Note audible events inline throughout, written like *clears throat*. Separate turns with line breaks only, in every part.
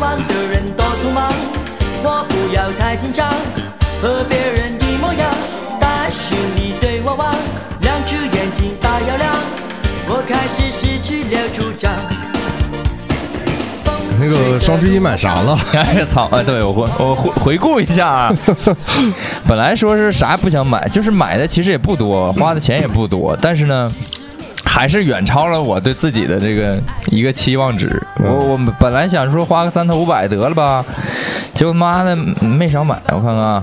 忙的人多匆忙，我不要太紧张，和别人一模样。但是你对我望，两只眼睛大又亮，我开始失去了主张。
那个双十一买啥
*laughs*
了？
哎操！哎，对我回我回回顾一下啊，本来说是啥也不想买，就是买的其实也不多，花的钱也不多，但是呢。还是远超了我对自己的这个一个期望值。我我本来想说花个三头五百得了吧，结果妈的没少买。我看看啊，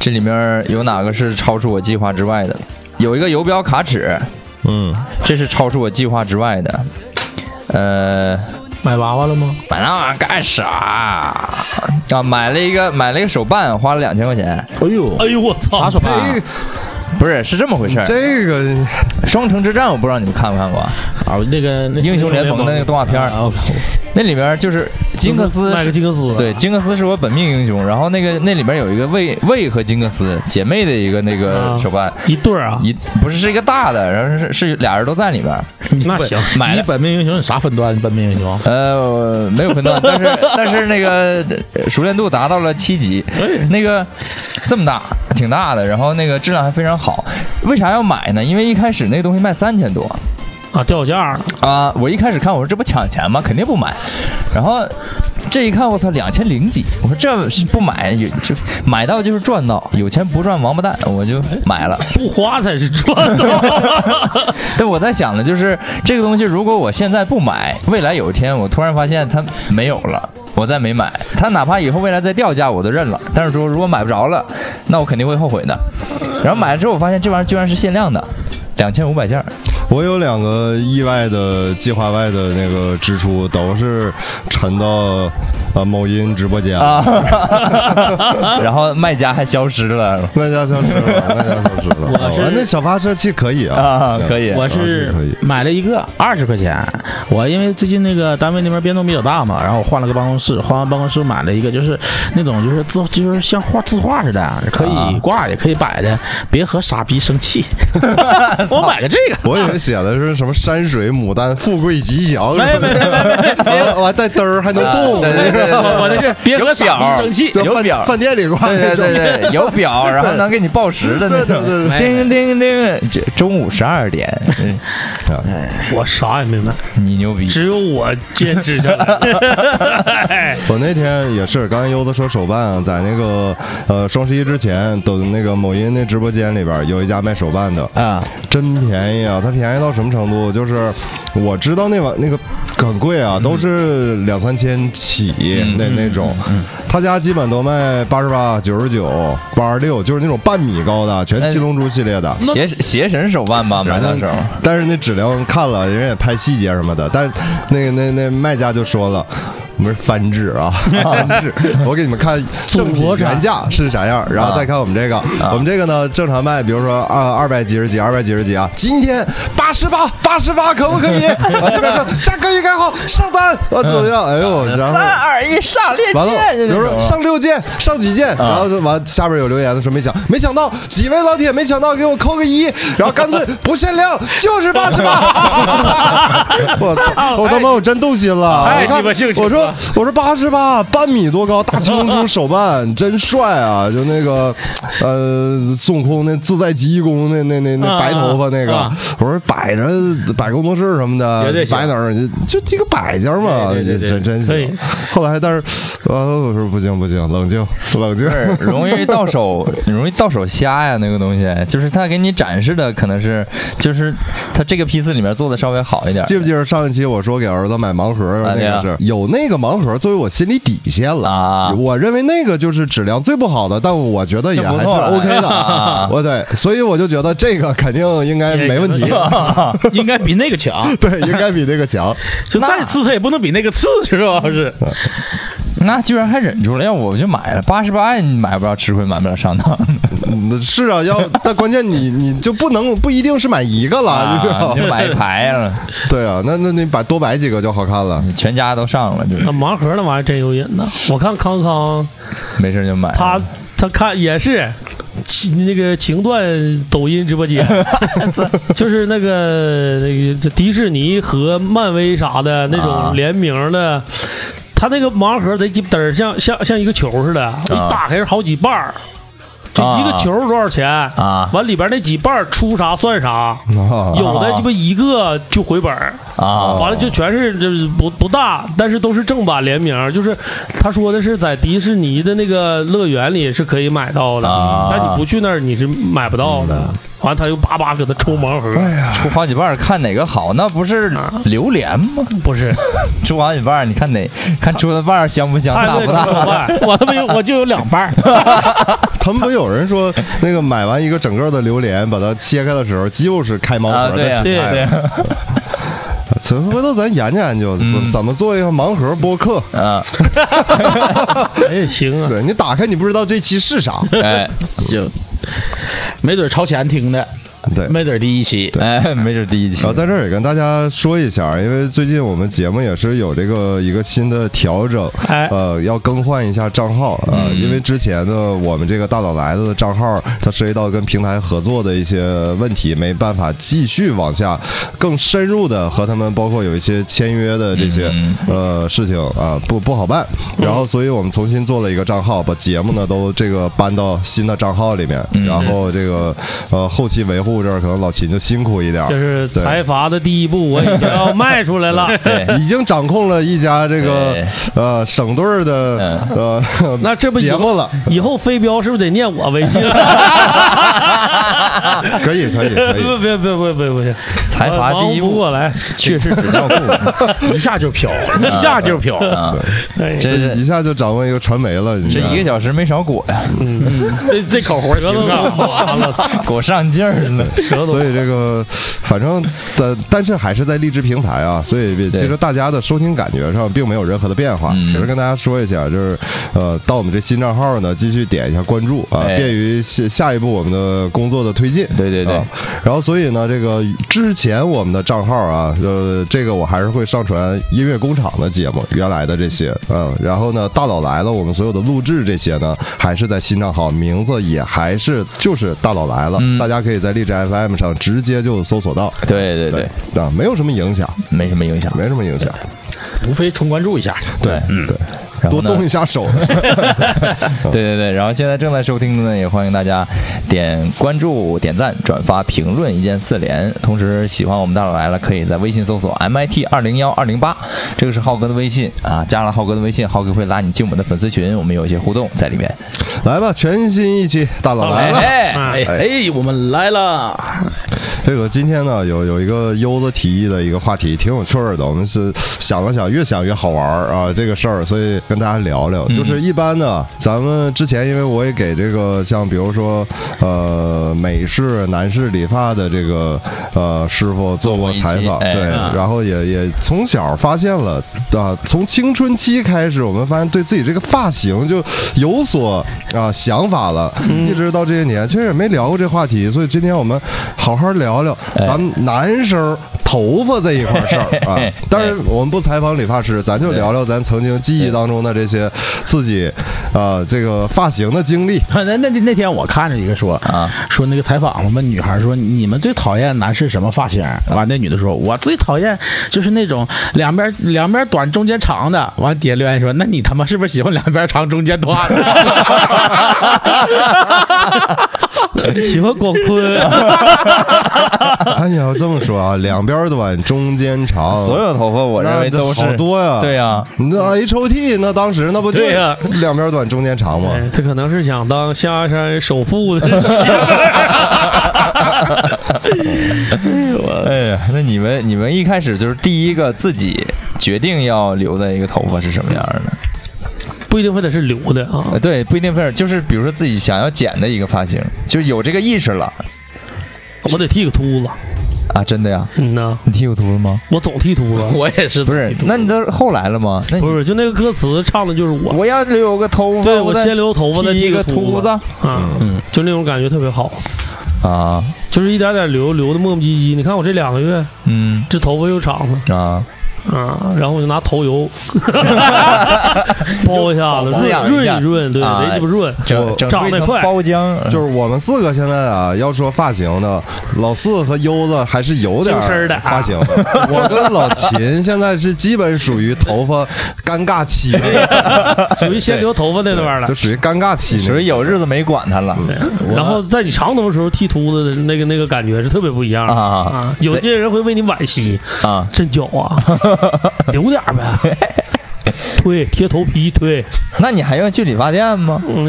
这里面有哪个是超出我计划之外的？有一个游标卡尺，
嗯，
这是超出我计划之外的。呃，
买娃娃了吗？
买那玩意儿干啥啊？买了一个买了一个手办，花了两千块钱。
哎呦，
哎呦我操！
手不是是这么回事儿。
这个
双城之战我不知道你们看没看过，
啊，那个那
英雄联盟的那个动画片儿
啊，
那里面就是金克斯
麦克
是
金克斯，
对，金克斯是我本命英雄。然后那个那里面有一个魏魏和金克斯姐妹的一个那个
啊
手办，
一对儿啊，
一不是是一个大的，然后是是俩人都在里面。
那行，
买了
你本命英雄你啥分段？你本命英雄，
呃，没有分段，但是 *laughs* 但是那个呃熟练度达到了七级，那个这么大，挺大的，然后那个质量还非常好。为啥要买呢？因为一开始那个东西卖三千多
啊，掉价了，
啊，我一开始看我说这不抢钱吗？肯定不买。然后这一看，我操，两千零几，我说这是不买有这买到就是赚到，有钱不赚王八蛋，我就买了。
不花才是赚的。
但我在想的就是这个东西，如果我现在不买，未来有一天我突然发现它没有了，我再没买，它哪怕以后未来再掉价我都认了。但是说如果买不着了，那我肯定会后悔的。然后买了之后，我发现这玩意儿居然是限量的，两千五百件儿。
我有两个意外的计划外的那个支出，都是沉到呃某音直播间
啊 *laughs* 然后卖家还消失了
那家消失了，
*laughs*
那家消失了。
我是
啊那小发射器可以啊
啊，，可以。
*laughs* 我
是
是
可以
买了一个二十块钱，我因为最近那个单位那边变动比较大嘛，然后我换了个办公室，换完办公室买了一个就是那种就是字就是像画字画似的，可以挂也可以摆的，别和傻逼生气。 *laughs* 我买个这个，
我以为写的是什么山水牡丹富贵吉祥，
没没
*laughs*
没
没，完带灯儿还能动，
啊对对对对对
我的是别和傻逼生气。
就
有
饭
表
饭店里挂
对
那
对
种。
对对，有表，然后能给你报时的那
对
种。
对对
叮叮叮，这中午十二点，嗯
我啥也没买，
你牛
嗯
逼。
只有我坚持下
*laughs*
来。
我那天也是，刚才优子说手办啊，在那个呃双十一之前，等那个某音那直播间里边有一家卖手办的，
啊，
真便宜啊！它便宜到什么程度？就是我知道那碗那个很贵啊，都是两三千起、那那种，他家基本都卖八十八、九十九、八十六，就是那种半米高的，全七龙珠系列的。
邪邪神手办吧，买那手。
嗯
*laughs*
但是那质量看了，人家也拍细节什么的，但是那个那那卖家就说了。我们是翻制 *laughs* 啊，翻制！我给你们看正品原价是啥样，然后再看我们这个，我们这个呢正常卖，比如说二二百几十几，二百几十几啊，今天八十八，八十八可不可以？啊，这边说价格预改好，上单啊，怎么样？哎呦，然后
二一上链
完了，比如说上六件，上几件，然后就完下边有留言的说没想，没想到几位老铁没想到给我扣个一，然后干脆不限量，就是八十八。我操！我他妈我真动心了，
太
我看
鸡巴兴奋了
我说我说八十八，半米多高，大青龙珠手办真帅啊！就那个呃，孙悟空那自在极意功那那那那
啊
白头发那个
啊，
我说摆着摆工作室什么的
绝对，行
摆哪儿就这个摆件嘛，
对对对对
真真
可以
行。后来，但是，呃，我说不行不行，冷
*laughs*
静冷静。
容易到手，容易到手瞎呀，那个东西，就是他给你展示的可能是，就是他这个批次里面做的稍微好一点。
记不记得上一期我说给儿子买盲盒
啊
那
对啊
个是有那个盲盒作为我心理底线
啊
了？我认为那个就是质量最不好的，但我觉得也
这不
还是
错了
OK
啊
的。我对，所以我就觉得这个肯定应该没问
*laughs*
*laughs* 题，
应该比那个强，
*laughs* 对，应该比这个强。
就再次它也不能比那个次，是吧？是
那居然还忍住了，要我就买了八十八，你买不着吃亏，买不了上当。
嗯是啊，
*laughs*
要但关键你你就不能不一定是买一个了，你知
啊
道
你就
吗？
买一排了，
对啊，那那你把多摆几个就好看了。
你全家都上了，就
那盲盒那玩意儿真有瘾呐！我看康康
没事就买。
他他看也是。其那个情段抖音直播
*laughs*
间，就是那个那个这迪士尼和漫威啥的那
啊
种联名的，
它那个盲盒贼鸡巴嘚儿，像像像一个球似的，一
啊
打开是好几瓣儿，就一个球多少钱
啊
完里边那几瓣儿出啥算啥，
啊
有的鸡巴一个就回本儿，
啊
完了就全是就是不不大，但是都是正版联名，就是他说的是在迪士尼的那个乐园里是可以买到的，
啊嗯
但你不去那儿你是买不到的。完了他又叭叭搁他抽盲盒，
哎呀，
出好几瓣儿看哪个好，那不是榴莲吗？*laughs*
不是，
出好几瓣儿，你看哪看出的瓣儿香不香，
太
大
对
不
了
大？
老外 *laughs*
我他妈有我就有两半儿，
*laughs*
他们不有人说那个买完一个整个的榴莲，把它切开的时候就是开盲
啊，
盒
对
的
呀，
心
哎
态。
对，
所以回头咱研究研究，
嗯
怎怎么做一个盲盒播客？
啊，
哎行啊，
对你打开，你不知道这期是啥。
哎
行，没准儿朝前听的，
对，
没准儿第一期，
哎，没准第一期
然后在这儿也跟大家说一下，因为最近我们节目也是有这个一个新的调整，
哎嗯
呃，要更换一下账号啊、呃因为之前呢，我们这个大脑来了的账号，它涉及到跟平台合作的一些问题，没办法继续往下更深入的和他们，包括有一些签约的这些、
嗯
呃事情啊、不不好办。然后，所以我们重新做了一个账号，把节目呢都这个搬到新的账号里面，
嗯
然后这个呃后期维护这儿可能老秦就辛苦一点儿，
就是
对
财阀的第一步，我已经要迈出来了。
对， *laughs*
已经掌控了一家这个呃省队儿的
嗯
呃
那这不以
节
后
目了，
以后飞镖是不是得念我微
*laughs*
信？
可以
*laughs*
可以可以
不。不不不不不行，
财阀
忙
第一
不
步
过来，
确实纸尿裤，
*laughs* 一下就飘，一下就飘。
哎
*laughs* 这是
一下就掌握一个传媒了，你知
这
道吗
一个小时没少裹呀，
这这口活
舌头
行啊！
完了，
*laughs* 裹上劲儿了。
舌头
所以这个，反正但但是还是在荔枝平台啊，所以其实大家的收听感觉上并没有任何的变化，
嗯
只是跟大家说一下，就是呃，到我们这新账号呢，继续点一下关注啊，
哎
便于下下一步我们的工作的推进。
对对对
啊然后所以呢，这个之前我们的账号啊，呃，这个我还是会上传音乐工厂的节目，原来的这些，嗯，然后呢，大佬来了，我们所有的录制这些呢，还是在新账号，名字也还是就是大佬来了，
嗯
大家可以在荔枝 FM 上直接就搜索到，
对对对，，
啊，没有什么影响，
没什么影响。
没什么影响，
无非重关注一下，
对对，
嗯然后
多
呢
动一下
*laughs*
手，
对对对，然后现在正在收听的呢，也欢迎大家点关注、点赞、转发、评论，一键四连。同时，喜欢我们大佬来了，可以在微信搜索 MIT 二零幺二零八，这个是浩哥的微信啊，加了浩哥的微信，浩哥会拉你进我们的粉丝群，我们有一些互动在里面。
来吧，全新一期大佬来了。
哎哎，
哎哎，我们来了，
这个今天呢，有有一个优子提议的一个话题，挺有趣儿的。我们是想了想，越想越好玩儿啊，这个事儿，所以跟大家聊聊。就是一般呢，咱们之前因为我也给这个像比如说呃美式、男士理发的这个呃师傅做过采
做
访，
过一期哎
对，
啊
然后也也从小发现了啊、从青春期开始，我们发现对自己这个发型就有所啊、想法了，
嗯
一直到这些年，确实也没聊过这话题，所以今天我们好好聊聊
哎
咱们男生头发这一块事儿啊。
哎
当然，我们不采访理发师，咱就聊聊咱曾经记忆当中的这些自己啊、这个发型的经
*laughs*
历。
那那那天我看着一个说
啊，
说那个采访我们女孩说你们最讨厌男士什么发型？完那女的说，我最讨厌就是那种两边两边短中间长的。完底下留言说，那你他妈是不是喜欢两边长中间短的？
*laughs* 喜欢广坤，
哎，你要这么说啊，两边短，中间长，
哎所有头发我认为
那
都是
好多呀
对啊呀、
你那 H O T 那当时那不就
对呀
两边短中间长吗？
哎他可能是想当象牙山首富的。
哎呀，那你们你们一开始就是第一个自己决定要留的一个头发是什么样的？
不一定非得是留的啊
*laughs* 呃，。对，不一定非是，就是比如说自己想要剪的一个发型，就有这个意识了
我得剃个秃子，
啊，真的呀？
嗯呐，
你剃过秃子吗？
我总剃秃
*laughs*
子。
*laughs* 我也是，
不是，那你都后来了吗？那你
不是，就那个歌词唱的就是我。
我要留个头发，
对，
我
我
再
先留头发，再
剃一
剃
个
秃
秃子
啊，嗯，就那种感觉特别好，
啊，
就是一点点留，留的磨磨唧唧。你看我这两个月，
嗯
这头发又长了，
啊，
啊，然后我就拿
*laughs*
头油 *laughs* 包一下子，
滋养
润
一
润
下
一润，对，
啊
贼鸡巴润。
整整出一层包浆，
就是我们四个现在啊，要说发型的，老四和优子还是有点
精神儿的啊
发型的。我跟老秦现在是基本属于头发尴尬期那个阶
属于先留头发那段儿
段，
了
就。属于尴尬期那
属
个。
于有日子没管他了 *laughs*
然后在你长头的时候剃秃子的那个那个感觉是特别不一样的
啊
啊！有些人会为你惋惜，
啊！
真矫
*laughs*
啊，留点儿呗，推贴头皮推，
那你还要去理发店吗？
嗯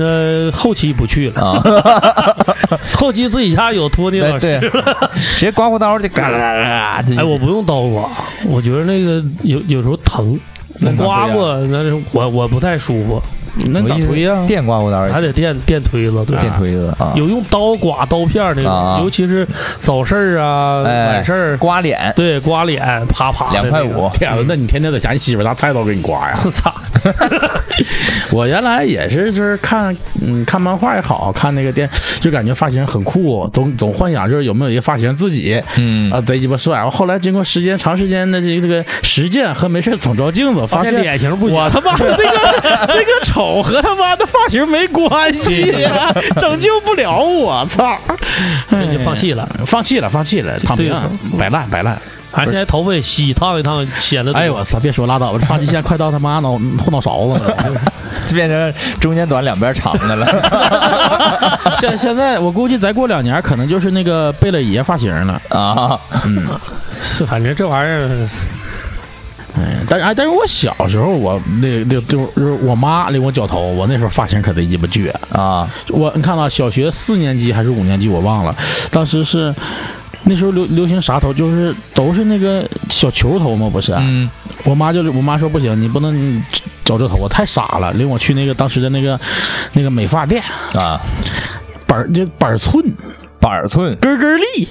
呃，后期不去了， *laughs*
啊，
后期自己家有托尼老
对哎对
师，，
*laughs* 直接刮胡刀就嘎啦啦啦啦，
哎，我不用刀刮，我觉得那个有有时候疼，我
啊
刮过，那是我我不太舒服，
那咋推呀？
电刮胡刀也
还
行，
得电电推子，对。
哎电推子啊，
有用刀刮刀片儿那
啊
种，尤其是早市儿啊、
哎
晚市儿
刮脸，
对，刮脸，啪啪的那个。
2.5
天啊，那你天天在家，你媳妇拿菜刀给你刮呀？
我操！
*laughs* 我原来也是，就是看，嗯，看漫画也好看那个电，就感觉发型很酷，总总幻想就是有没有一个发型自己，
嗯
啊，贼鸡巴帅。我后来经过时间长时间的这个这个实践和没事总照镜子，发
发
现
现脸型不行
我，他妈这个 *laughs* 这个丑和他妈的发型没关系， *laughs* 拯救不了我，操！
那 *laughs* 就放弃了。
放弃了，放弃了，躺平了，摆烂，摆烂。
还现在头发也稀，烫一烫显得多。
哎呦我操！别说拉倒吧，这发际线快到他妈脑后脑勺子了。
就变成中间短两边长的了
*laughs* 现现在我估计再过两年可能就是那个贝勒爷发型了。
*laughs* 啊！
是，反正这玩意儿
哎，但是哎，但是我小时候我那那就是我妈领我绞头，我那时候发型可贼鸡巴倔。
啊，
我你看啊，小学四年级还是五年级，我忘了，当时是那时候流流行啥头，就是都是那个小球头嘛，不是？
嗯，
我妈就是我妈说不行，你不能找这头发，太傻了，领我去那个当时的那个那个美发店，
啊，
板儿就板儿寸，
板寸
根儿根儿立，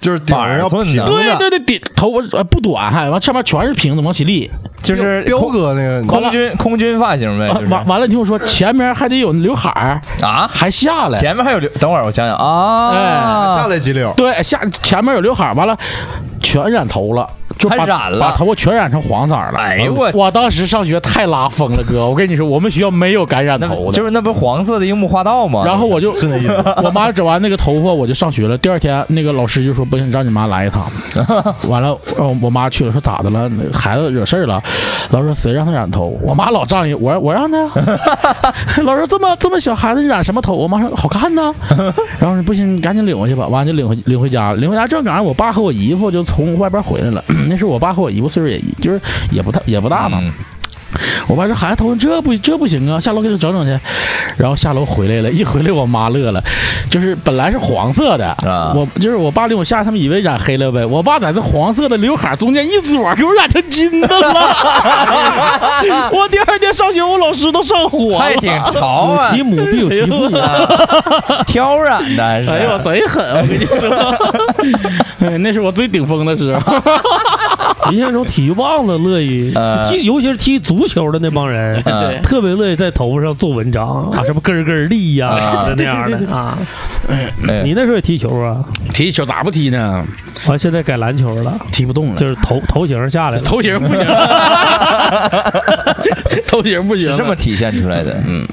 就是顶上要平的，
板
对对对，顶头发呃不短，还完上面全是平的，往起立，
就是
彪
空啊
哥那个，
空军空军发型呗，哎就是
啊完完完了，你听我说，前面还得有刘海儿，
啊，
还下来，
前面还有留，等会儿我想想啊，
下来几绺，
对，下前面有刘海儿，完了全染头了，就把
还染了
把头发全染成黄色儿了。
哎呦我
我当时上学太拉风了，哥，我跟你说，我们学校没有敢染
那
头的，
就是那不是黄色的樱木花道吗？
然后我就是
那意思。
*laughs* 我妈整完那个头发，我就上学了。第二天，那个老师就说：“不行，让你妈来
*laughs*
一趟。”完了，呃我妈去了，说咋的了？那孩子惹事儿了。老师说：“谁让他染头？”我妈老仗义，我说
*laughs*
我让他。老师说这么这么小孩子染什么头？我妈说好
*laughs*
看呢。然后说不行，你赶紧领回去吧。完了就领回领回家了，领回家正赶上我爸和我姨夫就从外边回来了。 *clears throat* 那时候我爸和我姨夫岁数也就是也不太也不大嘛。
嗯
我爸说孩子头这不这不行啊，下楼给他整整去。然后下楼回来了，一回来我妈乐了，就是本来是黄色的，
啊
我就是我爸领我下，他们以为染黑了呗，我爸在这黄色的刘海中间一撮给我染成金的 *laughs* 了。我第二天上学，我老师都上火
还
了。
挺潮啊
其，母必有其父，
*laughs* 挑染的还是，
*laughs* 哎呦，我贼狠！我跟你说，哎 *laughs* 那是我最顶峰的时候。
印象中体育棒子乐意，
*laughs* 呃
就踢尤其是踢足球的那
*laughs*
帮人，
对
特别乐意在头发上做文章
*laughs*
啊，什么根儿根儿立呀
啊
什么的 *laughs* 那样的啊。
哎
你那时候也踢球啊？
踢球咋不踢呢？
完现在改篮球了，
踢不动
呃
了，
就是头头型下来了。
头型 *laughs* 不行，头型不行
是
啊了，
这么体现出来
*laughs*
的，嗯。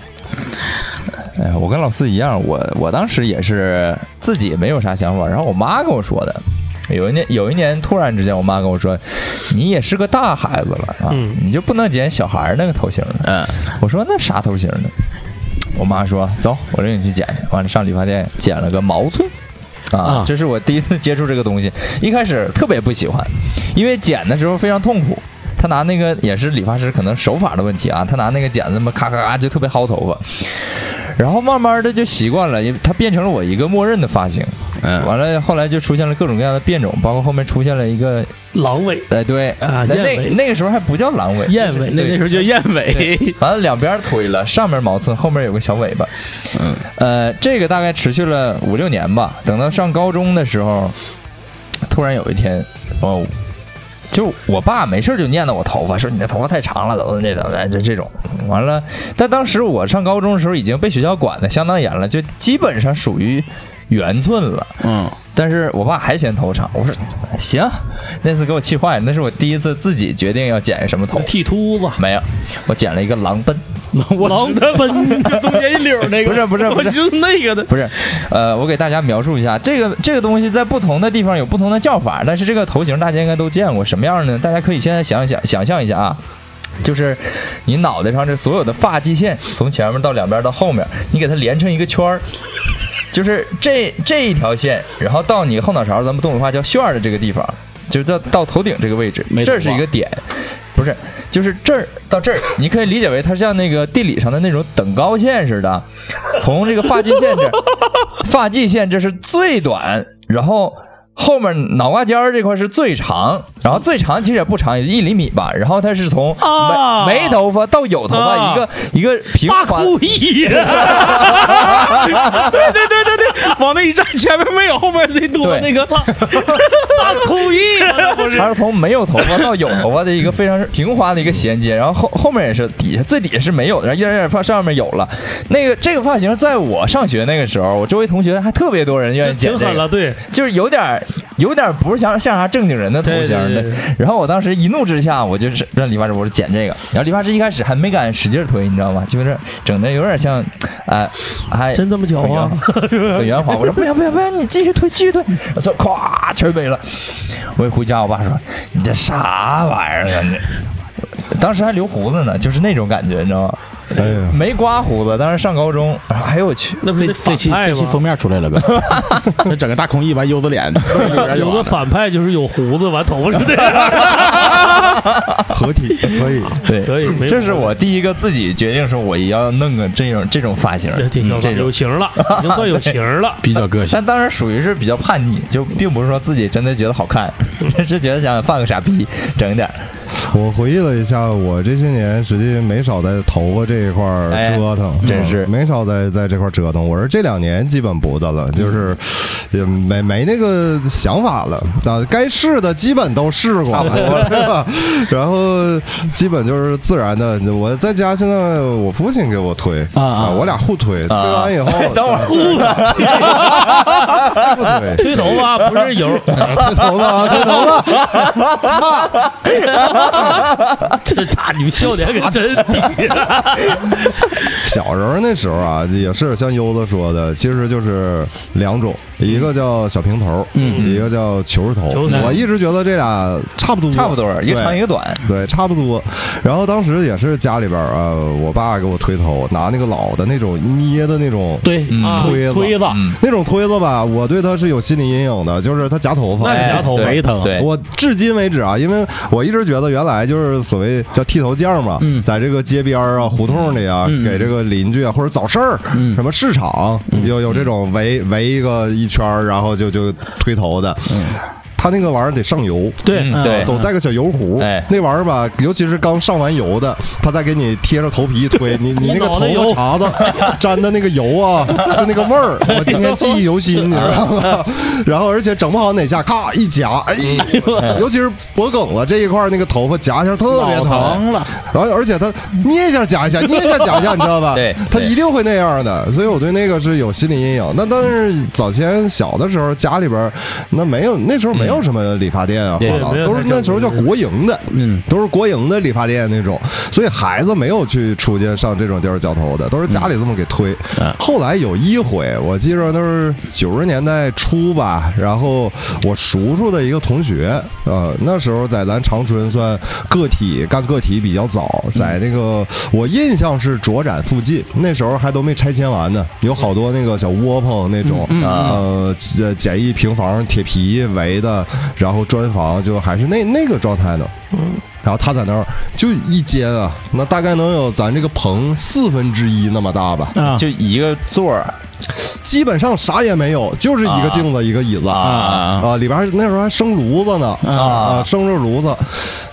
哎呀，我跟老四一样，我我当时也是自己没有啥想法，然后我妈跟我说的。有一年，有一年突然之间，我妈跟我说：“你也是个大孩子了啊，
嗯
你就不能剪小孩儿那个头型了。”
嗯，
我说：“那啥头型呢？”我妈说：“走，我领你去剪去。”完了上理发店剪了个毛寸。啊
啊，
这是我第一次接触这个东西，一开始特别不喜欢，因为剪的时候非常痛苦。他拿那个也是理发师可能手法的问题啊，他拿那个剪子嘛咔咔咔就特别薅头发，然后慢慢的就习惯了，因为它变成了我一个默认的发型。
嗯
完了后来就出现了各种各样的变种，包括后面出现了一个，
狼尾、
哎对，
啊
那
燕
那
尾
那个时候还不叫狼尾，
燕尾，
对
时候叫燕尾。
完了两边推了，上面毛寸，后面有个小尾巴。
嗯，
呃，这个大概持续了五六年吧。等到上高中的时候，突然有一天，哦，就我爸没事就念叨我头发，说你的头发太长了，怎么的怎么的，就这种。完了，但当时我上高中的时候已经被学校管的相当严了，就基本上属于圆寸了。
*laughs* 嗯，
但是我爸还嫌头长，我说行，那次给我气坏了，那是我第一次自己决定要剪什么头，
剃秃子，
没有，我剪了一个狼奔，
狼的奔，就中间一绺那个，
不是不是不
我
是
就那个的，
*laughs* 不是，呃，我给大家描述一下这个这个东西在不同的地方有不同的叫法，但是这个头型大家应该都见过，什么样呢？大家可以现在想一想想象一下啊。就是你脑袋上这所有的发际线，从前面到两边到后面，你给它连成一个圈儿， *laughs* 就是这这一条线，然后到你后脑勺，咱们动手话叫旋儿的这个地方，就是到到头顶这个位置
没，头
这是一
发
个点，不是，就是这儿到这儿，你可以理解为它像那个地理上的那种等高线似的，从这个发际线这儿，发际线这是最短，然后后面脑瓜尖儿这块是最长，然后最长其实也不长，也就一厘米吧。然后它是从没、
啊
没头发到有头发、
啊
一个一个平
大
滑。
哭一，对对对对对，往那一站，前面没有，后面贼多
对
那个，操，大哭一，不是
它是从没有头发到有头发的一个非常平滑的一个衔接，然后后后面也是底下最底下是没有的，然后一点点发上面有了。那个这个发型在我上学那个时候，我周围同学还特别多人愿意
*laughs*
剪
挺
这
狠
个
了，，对，
就是有点儿有点儿不是像像啥正经人的头型
对对
的
对对。
然后我当时一怒之下，我就是让理发师我说剪这个，然后理发师一开始还没敢使劲推，你知道吗？就是整的有点像，哎、还
真这么巧啊？ *laughs*
很圆滑。我说不行不行不行，你继续推继续推，我说咵全没了。我一回家，我爸说你这啥玩意儿啊你？当时还留胡子呢，就是那种感觉，你知道吗？
哎呀，
没刮胡子，当时上高中。哎呦我去，
那不是
这
得
这
反
期
派
这期封
吗？
面出来了呗， *laughs* 这整个大空翼完悠子脸，。
有个反派就是有胡子，完头发是这样， *laughs*
合体可以。
*laughs* 对，
可以没
这是我第一个自己决定说我也要弄个这种这种发型，
这挺
这
有
种。
型了，已经算有型 *laughs* 了
比较 *laughs* 个性。
但当时属于是比较叛逆，就并不是说自己真的觉得好
*laughs*
看，是觉得想犯个傻逼，整点儿。
我回忆了一下，我这些年实际没少在头发这一块儿
哎
折腾，
真
嗯
是
没少在在这块儿折腾。我是这两年基本不的了，就是也没没那个想法了。啊，该试的基本都试过了，对吧？然后基本就是自然的。我在家现在我父亲给我推
啊啊
我俩互推，推完以后
等会儿
*laughs* 互推。
吹头发不是油，
*laughs* 推头发啊，推头发，
这差你们笑点可真低。啊 *laughs*
小时候那时候啊， *laughs* 也是像优子说的，其实就是两种，一个叫小平头，嗯，一个叫球头。
球头
我一直觉得这俩差不多，
差不多，一个长一
个。
个短。
对，差不多。然后当时也是家里边儿啊，我爸给我推头，拿那个老的那种捏的那种
对，
嗯
啊
推子
推子，
嗯，
那种推子吧，我对它是有心理阴影的，就是它夹头发。
那你夹头发
哎对
贼疼
对，
我至今为止啊，因为我一直觉得原来就是所谓叫剃头匠嘛，
嗯
在这个街边儿啊、胡同里啊，
嗯
给这个邻居啊或者早市儿、
嗯
什么市场，有有这种围围一个一圈儿，然后就就推头的。
嗯
他那个玩意儿得上油，
对，啊
嗯对
啊总带个小油壶，
哎
那玩意儿吧，尤其是刚上完油的，他再给你贴着头皮一推，你你那个
脑
头
袋油
发茬子沾的那个油啊，就那个味儿，我今天记忆犹新，你知道吗？然后而且整不好哪下，咔一夹，哎，尤其是脖梗子这一块儿那个头发夹一下特别
老
疼，
疼了，
然后而且他捏一下夹一下，捏一下夹一下，你知道吧？
*laughs* 对
他
对
一定会那样的，所以我对那个是有心理阴影。那但是早前小的时候家里边儿那没有，那时候没
嗯
有什么理发店啊，
对
发廊
没有
都是
太正
那时候叫
规
国营的，
嗯，
都是国营的理发店那种，所以孩子没有去出去上这种地儿绞头的，都是家里这么给推。
嗯
后来有一回，我记着那是九十年代初吧，然后我叔叔的一个同学，呃，那时候在咱长春算个体干个体比较早，在那个我印象是卓展附近，那时候还都没拆迁完呢，有好多那个小窝棚那种，呃，简简易平房铁皮围的，然后砖房就还是那那个状态呢。然后他在那儿就一间啊，那大概能有咱这个棚四分之一那么大吧，
啊
就一个座儿
基本上啥也没有，就是一个镜子一个椅子
啊啊
啊，里边还那时候还生炉子呢
啊
啊，生着炉子，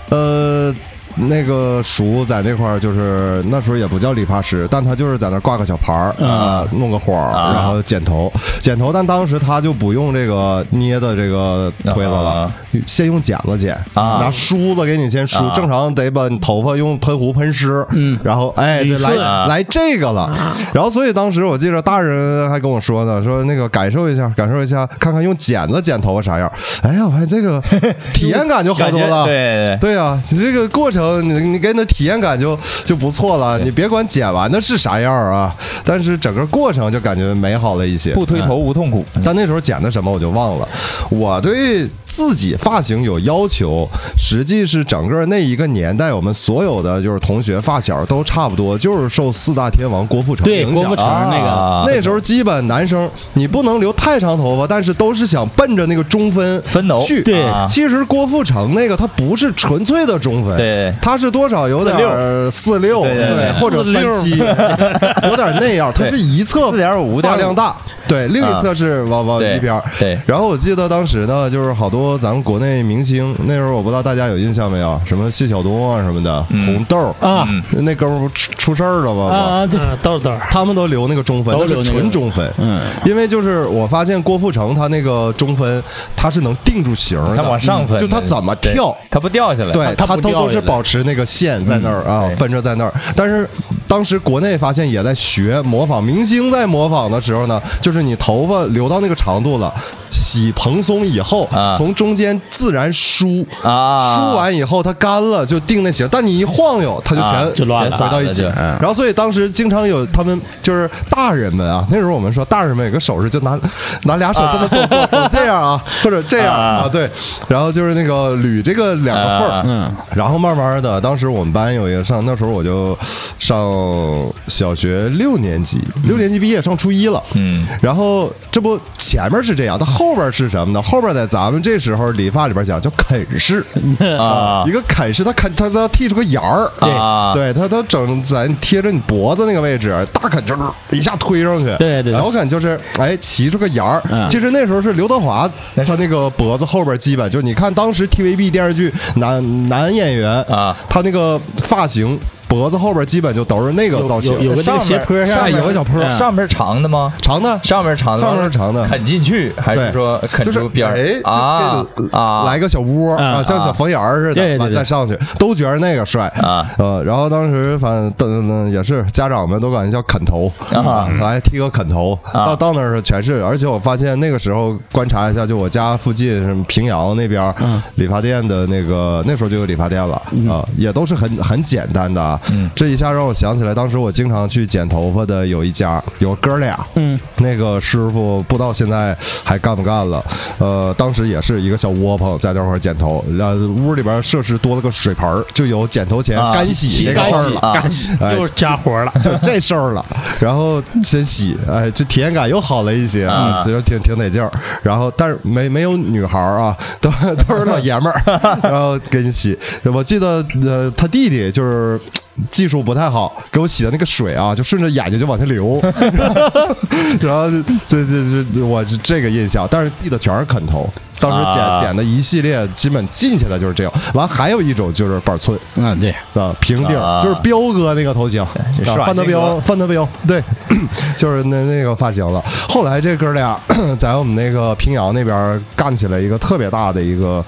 呃，那个叔在那块儿就是那时候也不叫理发师，但他就是在那儿挂个小牌儿啊、弄个花儿，
啊
然后剪头，剪头。但当时他就不用这个捏的这个推子了
啊，
先用剪子剪，
啊
拿梳子给你先梳，
啊嗯
正常得把你头发用喷壶喷湿，然后哎，对，
理顺
啊
来来这个了。然后所以当时我记着大人还跟我说呢，说那个感受一下，感受一下，看看用剪子剪头发啥样。哎呀，我发现这
*laughs*
个体验感就好
感
多
觉
了。
对对
对啊，你这个过程，你你给你的体验感就就不错了。你别管剪完的是啥样儿啊，但是整个过程就感觉美好了一些。
不推头无痛苦。
但那时候剪的什么我就忘了。我对自己发型有要求，实际是整个那一个年代，我们所有的就是同学发小都差不多，就是受四大天王郭富城
对
影
郭
响
富。城
啊
那个
那时候基本男生你不能留太长头发，但是都是想奔着那个中分
分头
去。
对
啊
其实郭富城那个他不是纯粹的中分，
对
他是多少有点儿四六，
对对对
对，或者三
*laughs*
七，有点那样，他是一侧
4.5
发量大，对，另一侧是往往
啊对
一边儿。
对
然后我记得当时呢，就是好多咱们国内明星，那时候我不知道大家有印象没有，什么谢晓东啊什么的，红豆儿
啊
嗯
那哥们儿不出出事儿了吗？
啊，对，
嗯，豆豆，
他们都留那个中分，
都
那
留
是
那个
纯中分。
嗯，
因为就是我发现郭富城他那个中分，他是能定住型儿的，
他往上分的，
就他怎么跳
对，他不掉下来，
对
他
他
不
都
掉
都
下
是
来
保持那个线在那儿啊
对，
分着在那儿。但是当时国内发现也在学模仿明星，在模仿的时候呢，就是你头发留到那个长度了，洗蓬松以后
啊，
从中间自然梳
啊
梳完以后它干了就定那型，但你一晃悠，它就
啊
全
就乱了嗯
回到一起
散了就。
然后所以当时经常有他们就是大人们啊，那时候我们说大人们有个手势，就拿拿俩手这么做
*laughs*
做做这样啊，或者这样
啊
啊，对，然后就是那个捋这个两个缝儿
啊，
嗯，
然后慢慢的，当时我们班有一个上，那时候我就上小学六年级，六年级毕业上初一了。
嗯，
然后这不前面是这样，它后边是什么呢？后边在咱们这时候理发里边讲叫啃式
啊
一个啃式，它啃它它剃出个沿儿，
啊，
对，它它整在贴着你脖子那个位置，大啃就是一下推上去，
对对
小啃就是哎骑出个沿儿。
嗯
其实那时候是刘德华，他那个脖子后边基本就你看当时 TVB 电视剧男男演员
啊，
他那个发型脖子后边基本就都是那个造
有
型
有，有个那
上
个
面
斜坡
上面有个小坡
嗯
上面是长的吗？
长的
上面是长的吗，
上面是长的
啃进去还
对
是说啃
就是
出边
哎
儿啊
就这个
啊？
来个小窝
啊
啊，像小房檐儿似
对对
的，
对
完再上去，都觉得那个帅
啊。
呃，然后当时反正嗯也是家长们都管叫啃头啊，来剃个啃头。
啊
到到那儿全是，而且我发现那个时候观察一下，就我家附近什么平遥那边儿
嗯
理发店的那个，那时候就有理发店了啊，也都是很很简单的啊。
嗯
这一下让我想起来，当时我经常去剪头发的有一家，有哥俩，
嗯，
*laughs* 那个师傅不知道现在还干不干了。呃，当时也是一个小窝棚，在那块儿剪头，呃，屋里边设施多了个水盆儿，就有剪头前
啊
干洗这个
干洗
事儿了，
啊
干洗
哎
又，是加活了，
就这事儿了。然后先洗，哎，这体验感又好了一些啊
啊，
觉得挺挺得劲儿。然后但是没没有女孩儿啊，都都是老爷们儿，然后给你洗。我记得呃，他弟弟就是。技术不太好，给我洗的那个水啊，就顺着眼睛就往下流，然后这这这我是这个印象，但是剃的全是啃头，当时剪、
啊
剪的一系列基本进去的就是这样。完还有一种就是板寸，
嗯，对，
啊，平底儿、
啊哎
就是彪哥那个头型，啊
这施瓦
范德
辛格
彪，范德彪，对， *clears throat* 就是那那个发型了。后来这哥俩 *clears throat* 在我们那个平遥那边儿干起来一个特别大的一个，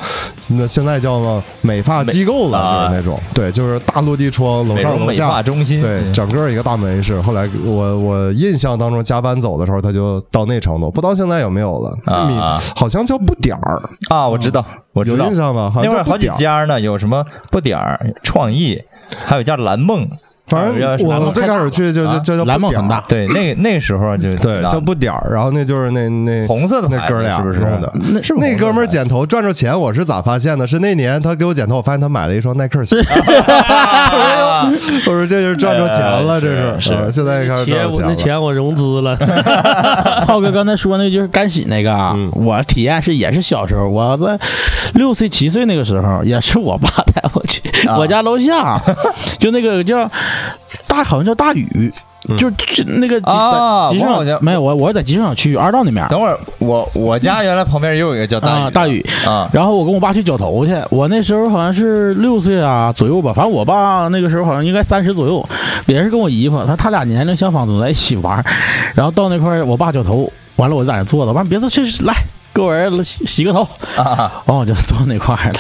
那现在叫嘛美发机构了，
啊
就是那种，对，就是大落地窗，楼
美
上
容
楼
美
下
发。中心，嗯
对，整个一个大门市。后来我我印象当中，加班走的时候，他就到那程度，不知道现在有没有了。
啊
米好像叫不点儿，
啊，我知道，我
嗯有
知道
印。象吗？好
那
像叫
会儿好
不
几
点儿。
家呢，有什么不点儿、创意，还有叫蓝梦，
反
还有
正
叫什么
我最开始去就就
啊
就叫不
蓝梦
点儿
很大，
对那那时候就
对，
叫
叫不点儿，然后那就是那那
红色的
那
牌
哥
子
俩
是不是
弄的？
那是不是
那
红色
哥们儿
牌子
剪头赚着钱，我是咋发现的？是那年他给我剪头，我发现他买了一双耐克鞋，
啊
*laughs* 我说这就是赚着钱了，这
是
是啊现在开始
钱
赚
我那
着钱了。
钱我融资了，
浩哥刚才说那就是干洗那个啊，
嗯
我体验是也是小时候，我在六岁七岁那个时候，也是我爸带我去、
啊
我家楼下，就那个叫大好像叫大宇，就是就那个集
啊
在集市
我好像
场没有我，我是在集市场区二道那面
*laughs* 等会儿，我我家原来旁边也有一个叫大
啊，
宇，
大宇。
啊，
然后我跟我爸去绞头去，我那时候好像是六岁啊左右吧，反正我爸那个时候好像应该三十左右，也是跟我姨夫，他他俩年龄相仿，总在一起玩儿。然后到那块儿，我爸绞头，完了我就在那坐着，完了别的去来给我儿子洗洗个头，
啊，
完我就坐那块儿了，